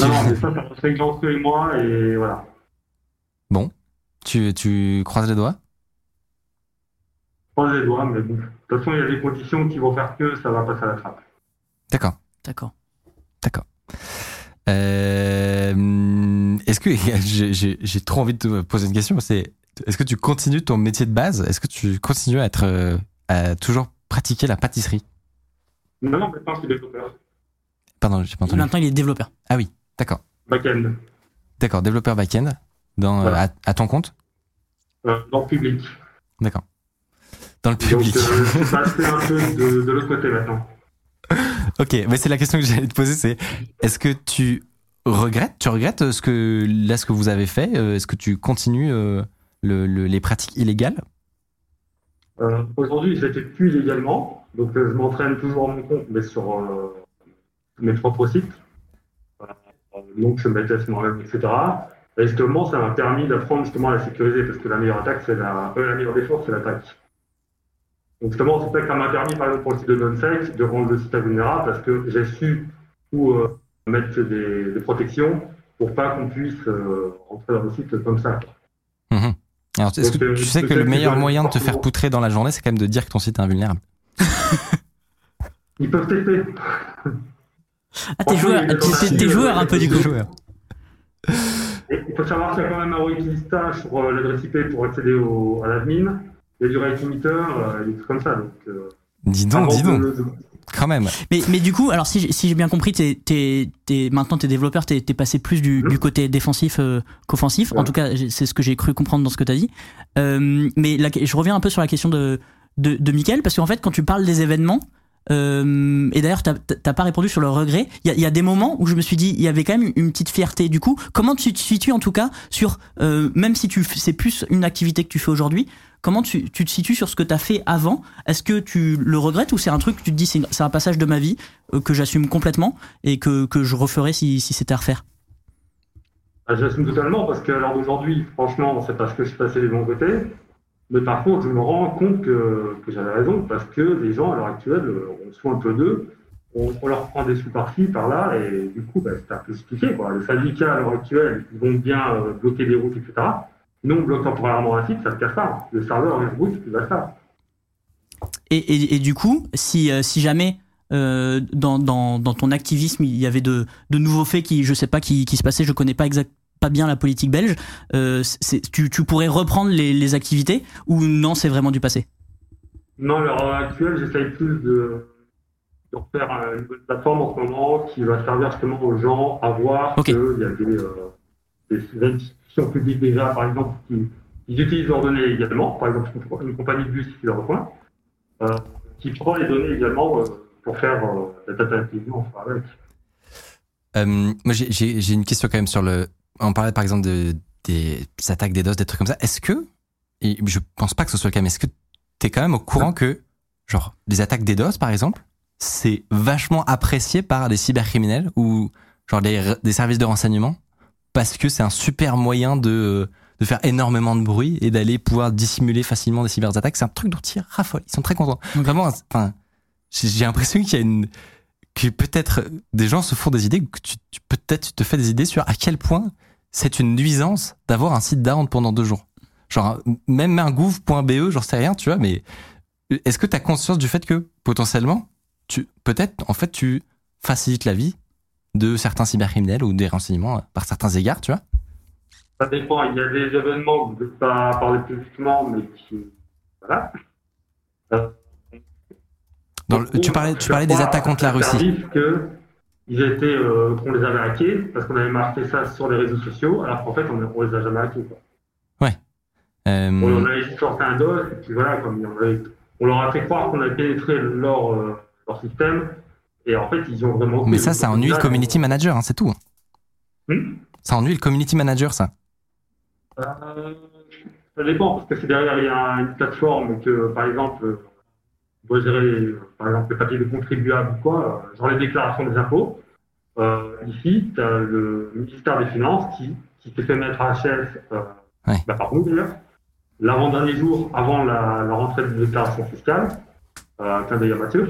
S10: Non, non, mais ça, ça fait que entre eux et moi et voilà.
S1: tu, tu croises les doigts
S10: Croise les doigts, mais bon. De toute façon, il y a des conditions qui vont faire que ça va passer à la trappe.
S1: D'accord.
S2: D'accord.
S1: Euh, est-ce que j'ai- j'ai j'ai trop envie de te poser une question C'est est-ce que tu continues ton métier de base Est-ce que tu continues à être euh, à toujours pratiquer la pâtisserie
S10: Non, non, maintenant, je suis développeur.
S1: Pardon, j'ai pas entendu.
S2: Maintenant, il est développeur.
S1: D'accord,
S10: Back-end.
S1: d'accord. Développeur back-end dans euh,
S10: Voilà.
S1: à, à ton compte,
S10: Euh, dans le public.
S1: d'accord. Dans le
S10: Donc,
S1: public.
S10: euh, je suis passé un peu de, de l'autre côté maintenant.
S1: Ok, mais c'est la question que j'allais te poser, c'est est-ce que tu regrettes, tu regrettes euh, ce que là ce que vous avez fait euh, Est-ce que tu continues euh, le- le- les pratiques illégales
S10: Euh, Aujourd'hui, je n'étais plus illégalement. Donc, euh, je m'entraîne toujours à mon compte, mais sur euh, mes propres sites. Voilà. Donc, je me teste moi-même, etc. Et justement, ça m'a permis d'apprendre justement à la sécuriser, parce que la meilleure attaque, c'est la... euh, la meilleure défense, c'est l'attaque. Donc, justement, c'est ça que ça m'a permis, par exemple, pour le site de NonSec, de rendre le site invulnérable, parce que j'ai su où euh, mettre des, des protections pour pas qu'on puisse euh, rentrer dans le site comme ça.
S1: Mhm. Alors, est-ce
S10: Donc,
S1: que
S10: euh,
S1: tu sais que
S10: peut-être
S1: le
S10: que
S1: meilleur
S10: dans-
S1: moyen de te faire poutrer dans la journée, c'est quand même de dire que ton site est invulnérable
S10: Ils peuvent tester.
S2: Ah, t'es joueur, t'es- t'es-
S10: euh,
S2: t'es joueur un peu du coup.
S10: Et Il faut savoir qu'il y a quand même un rate limiter sur euh, l'adresse IP pour accéder au, à l'admin. Il y a du rate limiter, euh, des trucs comme ça. Donc, euh,
S1: Dis donc,
S10: avant
S1: dis
S10: de-
S1: donc,
S10: de-
S1: quand même.
S2: Mais, mais du coup, alors si j'ai si j'ai bien compris, t'es t'es- t'es- maintenant t'es développeur, t'es es passé plus du, du côté défensif euh, qu'offensif. En
S10: Ouais.
S2: tout cas, j'ai- c'est ce que j'ai cru comprendre dans ce que t'as dit. Euh, mais la- je reviens un peu sur la question de, de, de Mickaël, parce qu'en fait, quand tu parles des événements, euh, et d'ailleurs, t'as- t'as t'as pas répondu sur le regret. Il y a, il y a des moments où je me suis dit, il y avait quand même une petite fierté. Du coup, comment tu te situes en tout cas sur, euh, même si tu f- c'est plus une activité que tu fais aujourd'hui, comment tu, tu te situes sur ce que t'as fait avant Est-ce que tu le regrettes ou c'est un truc que tu te dis, c'est c'est un passage de ma vie euh, que j'assume complètement et que, que je referais si, si c'était à refaire
S10: Ah, J'assume totalement parce que alors aujourd'hui, franchement, c'est parce que je suis passé du bon côté. Mais par contre, je me rends compte que, que j'avais raison parce que les gens à l'heure actuelle, euh, on se fout un peu d'eux. On, on leur prend des sous par-ci, par-là, et du coup, bah, c'est un peu expliqué. Quoi. Les syndicats à l'heure actuelle, ils vont bien euh, bloquer des routes, etc. Nous, on bloque temporairement un site, ça ne casse pas. Le serveur route, il va ça.
S2: et, et, et du coup, si, euh, si jamais euh, dans, dans, dans ton activisme il y avait de, de nouveaux faits qui, je sais pas, qui, qui se passaient, je connais pas exact pas bien la politique belge, euh, c'est- tu, tu pourrais reprendre les, les activités ou non, c'est vraiment du passé
S10: Non, à l'heure actuelle, j'essaye plus de, de refaire euh, une bonne plateforme en ce moment qui va servir justement aux gens à voir
S2: Ok.
S10: qu'il y a des, euh, des institutions publiques déjà, par exemple, qui ils utilisent leurs données également. Par exemple, une comp- une compagnie de bus qui leur rejoint, euh, qui prend les données également euh, pour faire euh, la data intelligence avec.
S1: Euh, moi, j'ai- j'ai j'ai une question quand même sur le. On parlait par exemple de, des attaques des doses, des trucs comme ça. Est-ce que. et je pense pas que ce soit le cas, mais est-ce que t'es quand même au courant que, genre, les attaques des doses, par exemple, c'est vachement apprécié par des cybercriminels ou, genre, des, re- des services de renseignement parce que c'est un super moyen de, de faire énormément de bruit et d'aller pouvoir dissimuler facilement des cyberattaques. C'est un truc dont ils raffolent. Ils sont très contents. Vraiment, enfin, j'ai j'ai l'impression qu'il y a une. que peut-être des gens se font des idées, que tu, tu- peut-être tu te fais des idées sur à quel point c'est une nuisance d'avoir un site down pendant deux jours. Genre, même un gouv.be, E, j'en sais rien, tu vois, mais euh, est-ce que tu as conscience du fait que potentiellement, tu, peut-être, en fait, tu facilites la vie de certains cybercriminels ou des renseignements euh, par certains égards, tu vois
S10: Ça dépend. Il y a des événements que vous ne pouvez pas parler publiquement, mais qui. Voilà.
S6: Dans le- tu parlais, tu parlais des attaques contre la Russie.
S10: service que ils étaient, euh, qu'on les avait hackés parce qu'on avait marqué ça sur les réseaux sociaux, alors qu'en fait, on ne les a jamais hackés. quoi. On
S6: Euh,
S10: en avait juste sorti un dos, et puis voilà, comme on, avait- on leur a fait croire qu'on avait pénétré leur, euh, leur système, et en fait, ils ont vraiment.
S6: mais ça, ça ennuie le community manager, hein, c'est tout.
S10: Hmm
S6: Ça ennuie le community manager, ça.
S10: Euh, ça dépend, parce que si derrière il y a une plateforme que, par exemple, euh, on doit gérer, euh, par exemple, le papier de contribuable ou quoi, euh, genre les déclarations des impôts, euh, ici, tu as le ministère des Finances qui, qui s'est fait mettre à chef, euh,
S6: Ouais.
S10: bah, par nous d'ailleurs, l'avant-dernier jour avant la, la rentrée des déclarations fiscales, euh, clin d'œil à Mathieu.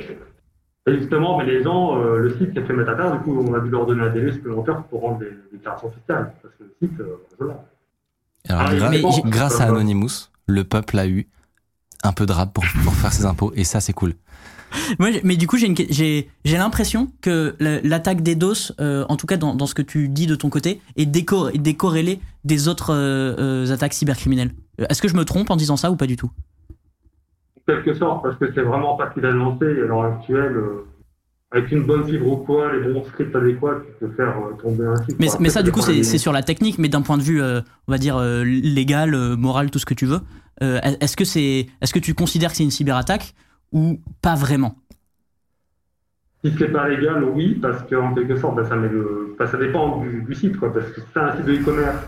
S10: Et justement, mais les gens, euh, le site s'est fait mettre à terre, du coup, on a dû leur donner un délai supplémentaire pour rendre des des déclarations fiscales, parce que le site, euh, voilà.
S6: Alors,
S10: Ah,
S6: gra-
S10: mais-
S6: gra- grâce à
S10: Euh,
S6: Anonymous, le peuple a eu un peu de rap pour, pour faire ses impôts, et ça, c'est cool.
S2: Ouais, j'ai- mais du coup, j'ai une que- j'ai j'ai l'impression que la- l'attaque des DOS, euh, en tout cas dans, dans ce que tu dis de ton côté, est décor- est décorrélée des autres euh, euh, attaques cybercriminelles. Euh, Est-ce que je me trompe en disant ça ou pas du tout
S10: en quelque sorte, parce que c'est vraiment facile à lancer et à l'heure actuelle. euh, avec une bonne fibre au poil et bons scripts adéquats, tu peux faire euh, tomber un site.
S2: mais,
S10: Enfin,
S2: mais ça,
S10: peut-être
S2: du coup,
S10: pour les-
S2: c'est c'est sur la technique, mais d'un point de vue, euh, on va dire, euh, légal, euh, moral, tout ce que tu veux, euh, est-ce que, est, est que tu considères que c'est une cyberattaque ou pas vraiment
S10: Si c'est pas légal, oui, parce qu'en quelque sorte, bah, ça, met le... enfin, ça dépend du, du site, quoi. Parce que si c'est un site de e-commerce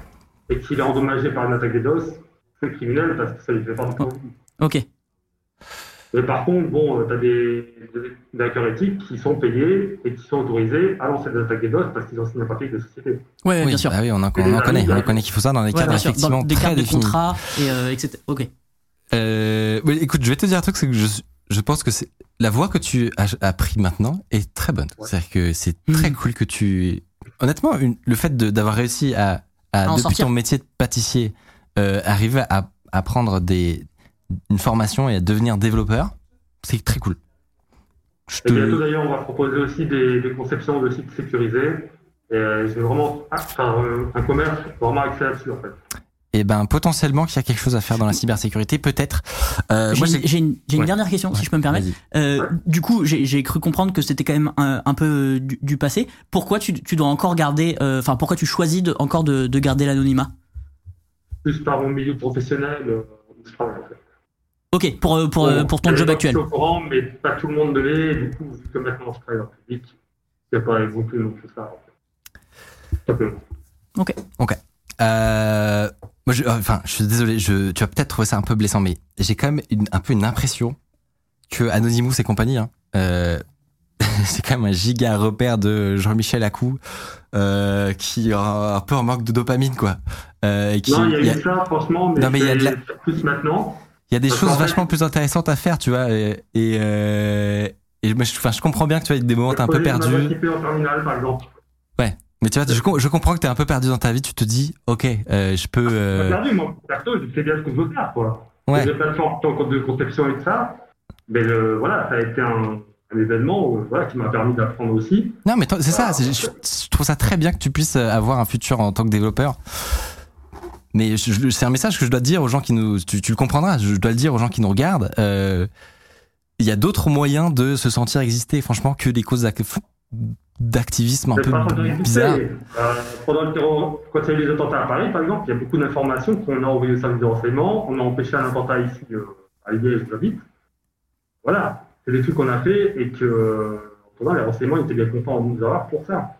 S10: et qu'il est endommagé par une attaque des DOS, c'est criminel parce que ça lui fait pas de profit.
S2: Ok.
S10: Mais par contre, bon, euh, t'as des, des- des hackers éthiques qui sont payés et qui sont autorisés à lancer des attaques des DOS parce qu'ils ont signé un papier avec des sociétés.
S2: Ouais, ouais,
S1: Bah
S6: Oui,
S2: bien sûr.
S6: ah oui, on en,
S10: Et
S6: on en
S10: les
S6: connaît, on
S10: amis,
S6: connaît qu'il faut ça dans les
S2: Ouais,
S6: cadres
S2: bien sûr, dans
S6: effectivement
S2: des
S6: très
S2: cartes de
S6: définis.
S2: contrat, et, euh, etc. Ok.
S1: Euh, oui, écoute, je vais te dire un truc, c'est que je, je pense que c'est la voie que tu as, as pris maintenant est très bonne.
S10: Ouais.
S1: C'est-à-dire que c'est très
S2: Mhm.
S1: cool que tu. Honnêtement, une- le fait de- d'avoir réussi à, à,
S2: À en
S1: depuis
S2: sortir.
S1: ton métier de pâtissier, euh, arriver à, à prendre des, une formation et à devenir développeur, c'est très cool. Je
S2: Mmh.
S10: Et bientôt
S1: te...
S10: d'ailleurs, on va proposer aussi des, des conceptions de sites sécurisés. Et euh, j'ai vraiment ah, enfin, euh, un commerce vraiment axé là-dessus en fait.
S1: Et ben potentiellement qu'il y a quelque chose à faire dans la cybersécurité, peut-être. Euh,
S2: J'ai
S1: moi,
S2: une,
S1: j'ai-
S2: j'ai une- j'ai une
S1: Ouais.
S2: dernière question, si
S1: Ouais,
S2: je peux me permettre.
S1: vas-y.
S2: Euh, du coup, j'ai j'ai cru comprendre que c'était quand même un, un peu euh, du, du passé. Pourquoi tu, tu dois encore garder, euh, enfin, pourquoi tu choisis de, encore de, de garder l'anonymat
S10: Plus par mon milieu professionnel euh, où je travaille en fait.
S2: Ok, pour, euh, pour, euh,
S10: Bon,
S2: pour ton
S10: il
S1: Oh.
S10: y a
S2: job
S10: des gens qui
S2: actuel.
S10: sont au courant, mais pas tout le monde de l'est. Et Du coup, vu que maintenant je travaille en public, il n'y a pas beaucoup non plus ça. En fait. Simplement.
S1: Euh, moi, je, enfin, je suis désolé, je, tu vas peut-être trouver ça un peu blessant, mais j'ai quand même une- un peu une impression que Anonymous et compagnie, hein, euh, c'est quand même un giga repère de Jean-Michel Acou, euh, qui est un peu en manque de dopamine, quoi. Euh, et qui,
S10: Non, il y a eu
S1: il y a-
S10: ça, franchement, mais,
S1: Non, mais il y a de la-
S10: c'est plus maintenant.
S1: il y a des
S10: Parce
S1: choses
S10: qu'en fait-
S1: vachement plus intéressantes à faire, tu vois. Et, et, euh, et moi, je, enfin, je comprends bien que tu as des moments t'es un peu perdu.
S10: Je suis en terminale, par exemple.
S1: Mais tu vois, je, com- je comprends que t'es un peu perdu dans ta vie. Tu te dis, ok, euh, je peux.
S10: Je suis
S1: euh,
S10: perdu, moi, perso, je sais bien ce que je veux faire, quoi.
S1: ouais.
S10: Les plateformes tant que de conception et tout ça. Mais le- voilà, ça a été un, un événement euh, voilà, qui m'a permis d'apprendre aussi.
S1: Non, mais toi, c'est ça. c'est- Je, je trouve ça très bien que tu puisses euh, avoir un futur en tant que développeur. Mais je- je- c'est un message que je dois dire aux gens qui nous. Tu, tu le comprendras. Je dois le dire aux gens qui nous regardent. Euh, Il y a d'autres moyens de se sentir exister, franchement, que des causes d'ac- d'activisme un
S10: J'ai pas entendu
S1: peu
S10: exister.
S1: bizarre.
S10: Euh, pendant le terror, quand il y a eu les attentats à Paris, par exemple, il y a beaucoup d'informations qu'on a envoyées au service de renseignement. On a empêché un attentat ici euh, à Liège, j'habite. Voilà, c'est des trucs qu'on a fait et que euh, pendant les renseignements, ils étaient bien contents de nous avoir pour ça.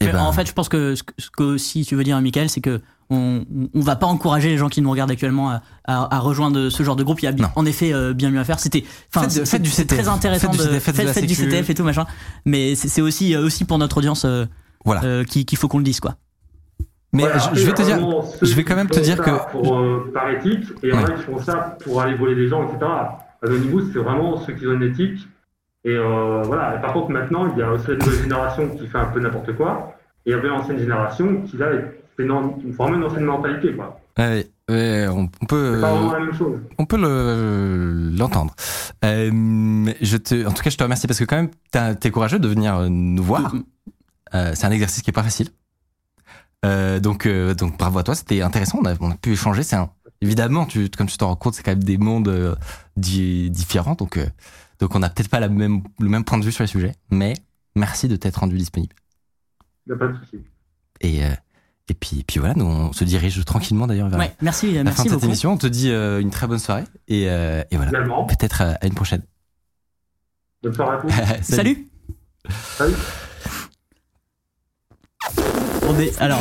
S1: Eh
S2: Mais
S1: ben,
S2: En fait, je pense que ce que- ce que si tu veux dire, Michael, c'est que on, on va pas encourager les gens qui nous regardent actuellement à, à- à rejoindre ce genre de groupe. Il y a bi-
S1: Non.
S2: en effet euh, bien mieux à faire. C'était, enfin,
S1: Faites de-
S2: c'est-
S1: faites du
S2: c'est
S1: CTF,
S2: très intéressant
S1: faites du
S2: de-
S1: CTF, faites de la
S2: faites du
S1: sécu.
S2: CTF et tout machin. Mais c'est c'est aussi euh, aussi pour notre audience euh,
S1: Voilà.
S2: euh, qui- qu'il faut qu'on le dise quoi.
S1: mais
S10: Voilà,
S1: je-
S10: après,
S1: je, vais te
S10: il y a
S1: dire.
S10: vraiment ceux
S1: je vais
S10: qui
S1: quand même te
S10: font
S1: dire
S10: ça
S1: que-
S10: Pour, euh, par éthique, et il y en a
S1: Ouais.
S10: qui font ça pour aller voler des gens, etc. Anonymous, c'est vraiment ceux qui ont une éthique. Et euh, voilà. Et par contre, maintenant, il y a aussi la nouvelle génération qui fait un peu n'importe quoi. Et il y avait l'ancienne génération qui, là, c'est une, une- vraiment une ancienne mentalité, quoi.
S1: Ouais, ouais, on, on peut. euh,
S10: C'est pas vraiment la même chose.
S1: on peut le- l'entendre. Euh, je te, en tout cas, je te remercie parce que quand même, t'as- t'es courageux de venir euh, nous voir.
S2: Mm.
S1: Euh, c'est un exercice qui est pas facile. Euh, donc, euh, donc bravo à toi, c'était intéressant, on a, on a pu échanger. C'est un- évidemment, tu, comme tu t'en rends compte, c'est quand même des mondes euh, di- différents, donc euh, donc on n'a peut-être pas la même, le même point de vue sur les sujets, mais merci de t'être rendu disponible.
S10: Il n'y a pas de souci.
S1: Et euh, et puis puis voilà, nous on se dirige tranquillement d'ailleurs vers
S2: Ouais, merci,
S1: la fin
S2: merci
S1: de cette
S2: beaucoup.
S1: émission. On te dit euh, une très bonne soirée et euh, et voilà,
S10: Également,
S1: peut-être euh, à, à une prochaine.
S10: bonne soirée à tous.
S1: Salut.
S2: Salut.
S10: Salut.
S2: On est alors.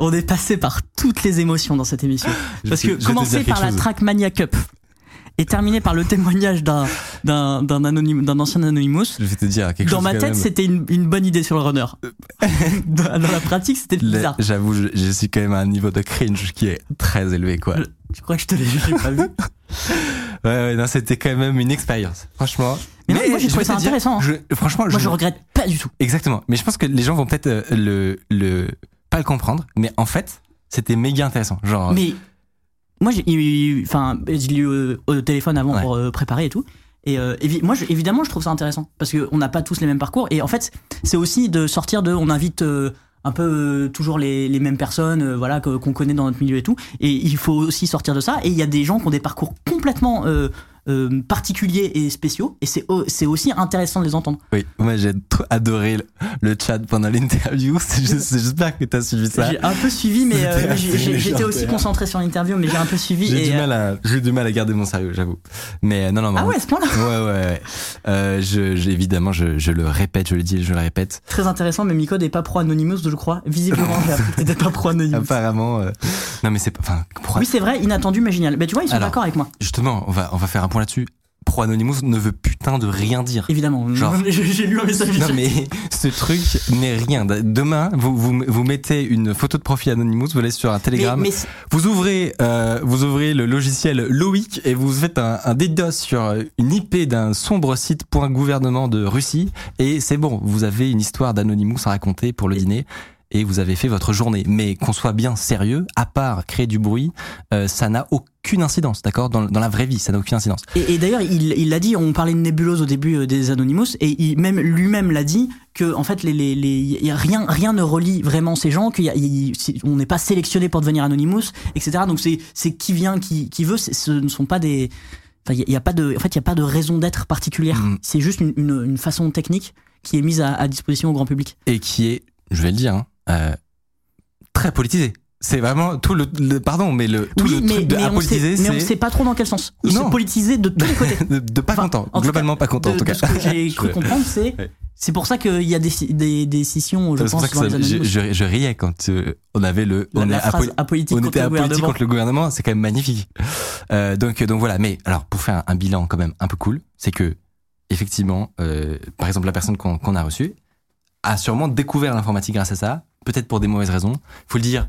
S2: On est passé par toutes les émotions dans cette émission. Parce
S1: Je vais te- je vais
S2: que
S1: te
S2: commencer
S1: dire quelque
S2: par la
S1: chose.
S2: Trackmania Cup et terminer par le témoignage d'un d'un d'un anonyme- d'un ancien Anonymous.
S1: Je vais te dire quelque
S2: Dans
S1: chose.
S2: ma
S1: quand
S2: tête,
S1: même.
S2: c'était une, une bonne idée sur le runner. dans, dans la pratique, c'était
S1: Le-
S2: bizarre.
S1: J'avoue, je, je suis quand même à un niveau de cringe qui est très élevé, quoi.
S2: Le- Je crois que je te l'ai j'ai pas vu.
S1: Ouais, ouais, non, c'était quand même une expérience, franchement.
S2: Mais non, moi, j'ai
S1: je
S2: trouvé
S1: vais
S2: ça
S1: te dire,
S2: intéressant, hein.
S1: je- franchement,
S2: Moi, je regrette pas du tout.
S1: exactement. Mais je pense que les gens vont peut-être euh, le, le, pas le comprendre, mais en fait, c'était méga intéressant. Genre,
S2: Mais moi, j'ai eu- enfin, je l'ai eu au, au téléphone avant
S1: Ouais.
S2: pour euh, préparer et tout. Et euh, évi- moi, je- évidemment, je trouve ça intéressant parce qu'on n'a pas tous les mêmes parcours. Et en fait, c'est aussi de sortir de. On invite euh, un peu euh, toujours les, les mêmes personnes, euh, voilà, que- qu'on connaît dans notre milieu et tout. Et il faut aussi sortir de ça. Et il y a des gens qui ont des parcours complètement euh, euh, particuliers et spéciaux. Et c'est au- c'est aussi intéressant de les entendre.
S1: oui, moi, j'ai trop adoré le, le chat pendant l'interview. C'est juste- J'espère que t'as suivi ça.
S2: J'ai un peu suivi, mais euh,
S1: C'était
S2: j'ai- j'ai- j'étais
S1: légendaire.
S2: aussi concentré sur l'interview, mais j'ai un peu suivi.
S1: J'ai
S2: et,
S1: du
S2: euh,
S1: mal à, j'ai eu du mal à garder mon sérieux, j'avoue. Mais euh, non, non, mais
S2: Ah
S1: en-
S2: ouais, à ce point-là,
S1: Ouais, ouais, ouais. Euh, je, je- évidemment, je, je le répète, je le dis, je le répète.
S2: très intéressant, mais Miko n'est pas pro Anonymous, je crois. Visiblement, j'ai appris que t'étais pas pro Anonymous.
S1: Apparemment, euh, non mais c'est pas. Enfin, pro-
S2: Mm. Oui, c'est vrai, inattendu, mais génial. Mais tu vois, ils sont
S1: Alors.
S2: d'accord avec moi,
S1: justement, on va on va faire un point là-dessus. Pro Anonymous ne veut putain de rien dire.
S2: évidemment.
S1: Genre.
S2: J'ai j'ai lu un message.
S1: Non mais ce truc n'est rien. Demain, vous, vous vous mettez une photo de profil Anonymous, vous allez sur un
S2: Mais,
S1: Telegram,
S2: mais c'est-
S1: vous ouvrez euh, vous ouvrez le logiciel Loic et vous faites un, un DDoS sur une IP d'un sombre site point gouvernement de Russie et c'est bon, vous avez une histoire d'Anonymous à raconter pour le dîner. Et vous avez fait votre journée. Mais qu'on soit bien sérieux, à part créer du bruit, euh, ça n'a aucune incidence, d'accord dans, dans la vraie vie, ça n'a aucune incidence.
S2: et, et d'ailleurs, il il l'a dit, on parlait de nébuleuse au début euh, des Anonymous, et il, même lui-même l'a dit que en fait, les, les, les- y a rien, rien ne relie vraiment ces gens, qu'on n'est pas sélectionné pour devenir Anonymous, etc. Donc c'est c'est qui vient, qui, qui veut, c'est- ce ne sont pas des. Enfin, il y a pas de, en fait, il n'y a pas de raison d'être particulière.
S1: Mm.
S2: C'est juste une, une, une façon technique qui est mise à, à disposition au grand public.
S1: et qui est, je vais le dire, hein, euh, très politisé. C'est vraiment tout le, le- pardon, mais le tout le truc de
S2: on sait,
S1: apolitisé,
S2: mais on
S1: c'est
S2: sait pas trop dans quel sens. Ils
S1: Non.
S2: sont politisés de tous les côtés.
S1: de, de pas
S2: Enfin, en
S1: content,
S2: tout
S1: globalement pas content
S2: de,
S1: en tout
S2: de
S1: cas.
S2: ce que j'ai cru
S1: Je-
S2: comprendre, c'est
S1: Ouais.
S2: c'est pour ça qu'il y a des, des, des scissions, je
S1: C'est pour ça
S2: pense,
S1: que
S2: dans les
S1: ça- je,
S2: Anonymous.
S1: je- je riais quand euh, on avait le,
S2: La,
S1: on,
S2: la
S1: est
S2: phrase
S1: apo-
S2: apolitique
S1: on
S2: contre
S1: était
S2: le
S1: apolitique
S2: gouvernement.
S1: contre le gouvernement, c'est quand même magnifique. Euh, donc donc voilà, mais alors pour faire un, un bilan quand même un peu cool, c'est que effectivement, euh, par exemple la personne qu'on qu'on a reçue a sûrement découvert l'informatique grâce à ça, peut-être pour des mauvaises raisons. Faut le dire,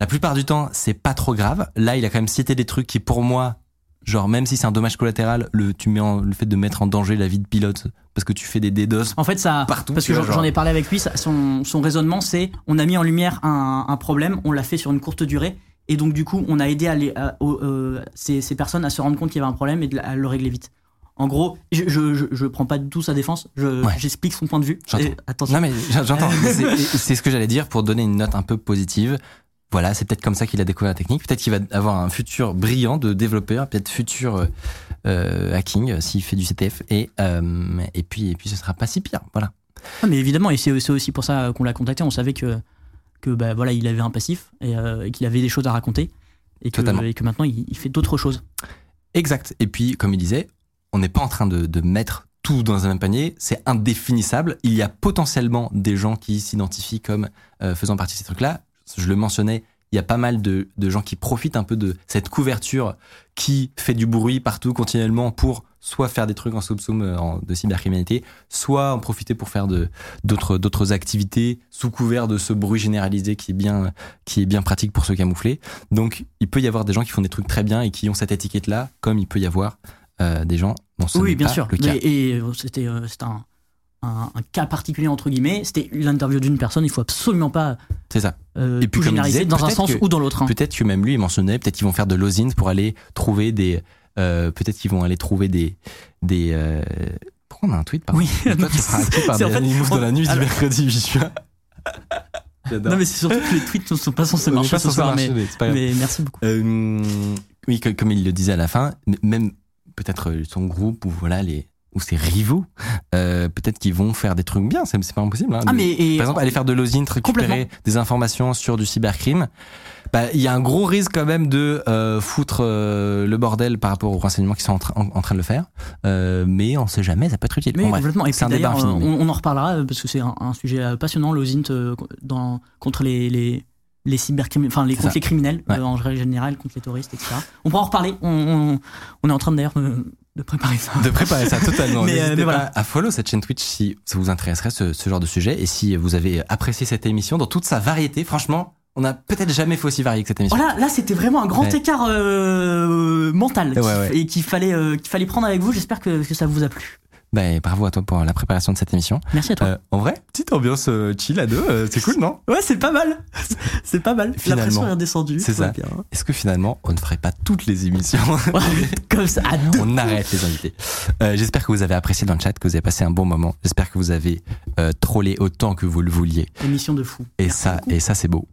S1: La plupart du temps, c'est pas trop grave. Là, il a quand même cité des trucs qui, pour moi, genre, même si c'est un dommage collatéral, le, tu mets en- le fait de mettre en danger la vie de pilote parce que tu fais des DDoS.
S2: En fait, ça,
S1: Partout,
S2: parce
S1: tu
S2: que j'en
S1: vois, genre.
S2: j'en ai parlé avec lui, ça- son, son raisonnement, c'est on a mis en lumière un, un problème, on l'a fait sur une courte durée, et donc du coup, on a aidé à les- à- aux- euh, ces, ces personnes à se rendre compte qu'il y avait un problème et de la- à le régler vite. En gros, je, je, je, je prends pas du tout sa défense, je-
S1: Ouais.
S2: j'explique son point de vue.
S1: J'entends.
S2: Et- attention.
S1: Non, mais j'- j'entends. Mais c'est- c'est ce que j'allais dire pour donner une note un peu positive. Voilà, c'est peut-être comme ça qu'il a découvert la technique. Peut-être qu'il va avoir un futur brillant de développeur, peut-être futur euh, euh, hacking euh, s'il fait du CTF. Et, euh, et, puis, et puis, ce sera pas si pire. Voilà.
S2: Ah, mais évidemment, et c'est c'est aussi pour ça qu'on l'a contacté. On savait que, que bah, voilà, il avait un passif et, euh, et qu'il avait des choses à raconter. Et
S1: Totalement.
S2: que, et que maintenant, il, il fait d'autres choses.
S1: Exact. Et puis, comme il disait, on n'est pas en train de, de mettre tout dans un même panier, c'est indéfinissable. Il y a potentiellement des gens qui s'identifient comme euh, faisant partie de ces trucs-là. Je le mentionnais, il y a pas mal de, de gens qui profitent un peu de cette couverture qui fait du bruit partout continuellement pour soit faire des trucs en soupçon de cybercriminalité, soit en profiter pour faire de- d'autres d'autres activités sous couvert de ce bruit généralisé qui est bien, qui est bien pratique pour se camoufler. Donc, il peut y avoir des gens qui font des trucs très bien et qui ont cette étiquette-là, comme il peut y avoir euh, des gens dont ce n'est
S2: oui, bien
S1: pas
S2: sûr.
S1: le cas.
S2: Mais- et euh, c'était euh, c'était un, un- un cas particulier, entre guillemets. C'était l'interview d'une personne. Il faut absolument pas
S1: C'est ça.
S2: euh,
S1: Et
S2: tout
S1: puis, comme il
S2: généraliser
S1: disait,
S2: dans un
S1: peut-être
S2: sens
S1: que-
S2: ou dans l'autre. hein.
S1: Peut-être que même lui, il mentionnait, peut-être qu'ils vont faire de l'osine pour aller trouver des. euh, peut-être qu'ils vont aller trouver des. des euh, Pourquoi on a un tweet par
S2: Oui,
S1: Toi, tu seras hacké par
S2: c'est
S1: des
S2: en fait-
S1: animaux dans la nuit du
S2: alors-
S1: mercredi 8 juin. J'adore.
S2: Non, mais c'est surtout que les tweets ne sont pas censés
S1: On est
S2: marcher
S1: pas
S2: ce
S1: censé
S2: soir,
S1: marcher,
S2: mais,
S1: c'est pas grave.
S2: mais merci beaucoup.
S1: Euh, oui, que- comme il le disait à la fin, m- même peut-être euh, son groupe ou voilà les ou ses rivaux, euh, peut-être qu'ils vont faire des trucs bien, c'est c'est pas impossible. hein,
S2: Ah,
S1: de-
S2: mais et-
S1: Par exemple, aller faire de l'osint, récupérer
S2: Complètement.
S1: des informations sur du cybercrime, bah, il y a un gros risque quand même de euh, foutre euh, le bordel par rapport aux renseignements qui sont en, train- en- en train de le faire. Euh, mais on sait jamais, ça peut être utile.
S2: Mais
S1: Bon, bref.
S2: complètement. Et
S1: c'est
S2: puis
S1: un débat
S2: d'ailleurs,
S1: infini,
S2: euh, on, on en reparlera euh, parce que c'est un, un sujet euh, passionnant, l'OSINT euh, dans, contre les, les, les cybercriminels, enfin les,
S1: C'est
S2: contre
S1: ça.
S2: les criminels
S1: Ouais.
S2: euh, en règle générale, contre les terroristes, etc. On pourra en reparler. On, on, on est en train d'ailleurs euh, de préparer ça.
S1: de préparer ça totalement.
S2: Mais, euh,
S1: N'hésitez
S2: mais
S1: pas
S2: voilà.
S1: à follow cette chaîne Twitch si ça vous intéresserait ce, ce genre de sujet et si vous avez apprécié cette émission dans toute sa variété. Franchement, on n'a peut-être jamais fait aussi varié que cette émission.
S2: Voilà, Oh là c'était vraiment un grand
S1: Ouais.
S2: écart euh, mental
S1: Ouais,
S2: qu'il-
S1: ouais.
S2: et qu'il fallait, euh, qu'il fallait prendre avec vous. J'espère que, que ça vous a plu.
S1: Ben, bravo à toi pour la préparation de cette émission.
S2: Merci à toi.
S1: Euh, en vrai, petite ambiance euh, chill à deux, euh, c'est cool, non
S2: Ouais, c'est pas mal. c'est pas mal.
S1: Finalement.
S2: La pression est redescendue.
S1: C'est
S2: Tout va
S1: ça.
S2: bien.
S1: Est-ce que finalement, on ne ferait pas toutes les émissions
S2: Comme ça, Ah à deux.
S1: On arrête les invités. Euh, J'espère que vous avez apprécié dans le chat, que vous avez passé un bon moment. J'espère que vous avez euh, trollé autant que vous le vouliez.
S2: Émission de fou.
S1: Et
S2: Merci
S1: ça,
S2: beaucoup.
S1: et ça c'est beau.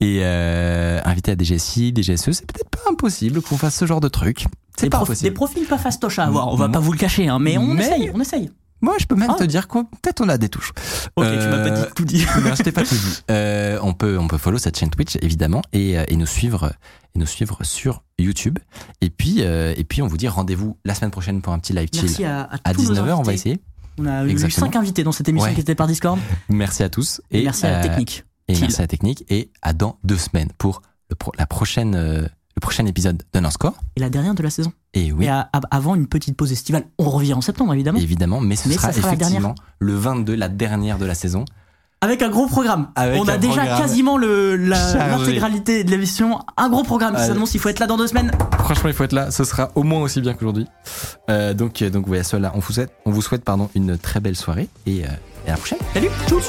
S1: Et euh, invité à DGSI, DGSE, E, c'est peut-être pas impossible qu'on fasse ce genre de truc. C'est
S2: des,
S1: pas
S2: prof- des
S1: impossible.
S2: profils pas fastoches à avoir, on va
S1: Mm.
S2: pas vous le cacher, hein, mais on
S1: Mais-
S2: essaye, on essaye.
S1: Moi, je peux même
S2: Ah.
S1: te dire qu'on peut-être on a des touches.
S2: Ok, tu
S1: Euh,
S2: m'as pas dit tout dit.
S1: non, je t'ai pas tout dit. Euh, on peut on peut follow cette chaîne Twitch évidemment et, euh, et nous suivre euh, et nous suivre sur YouTube. Et puis euh, et puis on vous dit rendez-vous la semaine prochaine pour un petit live
S2: Merci
S1: chill.
S2: à, à,
S1: À
S2: tous nos
S1: 19h, on va
S2: invités.
S1: essayer.
S2: On a eu
S1: Exactement.
S2: 5 invités dans cette émission
S1: Ouais.
S2: qui était par Discord.
S1: Merci à tous
S2: Et merci à la
S1: euh,
S2: technique.
S1: Et
S2: Chill.
S1: merci à la technique et à dans deux semaines pour le pro- la prochaine euh, le prochain épisode de Non Score.
S2: Et la dernière de la saison.
S1: Et oui.
S2: Et à- à- avant une petite pause estivale. On revient en septembre, évidemment.
S1: Évidemment, mais ce
S2: Mais
S1: sera,
S2: ça sera la dernière.
S1: effectivement le 22, la dernière de la saison.
S2: Avec un gros programme.
S1: Avec
S2: on a
S1: un
S2: déjà
S1: programme
S2: quasiment le- la-
S1: chargé.
S2: l'intégralité de l'émission. Un gros programme qui
S1: Euh,
S2: s'annonce, il faut être là dans deux semaines.
S1: Franchement, il faut être là. Ce sera au moins aussi bien qu'aujourd'hui. Euh, donc, euh, donc, voilà, cela. On vous souhaite, on vous souhaite pardon, une très belle soirée et, euh, et à la prochaine.
S2: Salut, tous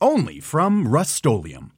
S11: Only from Rust-Oleum.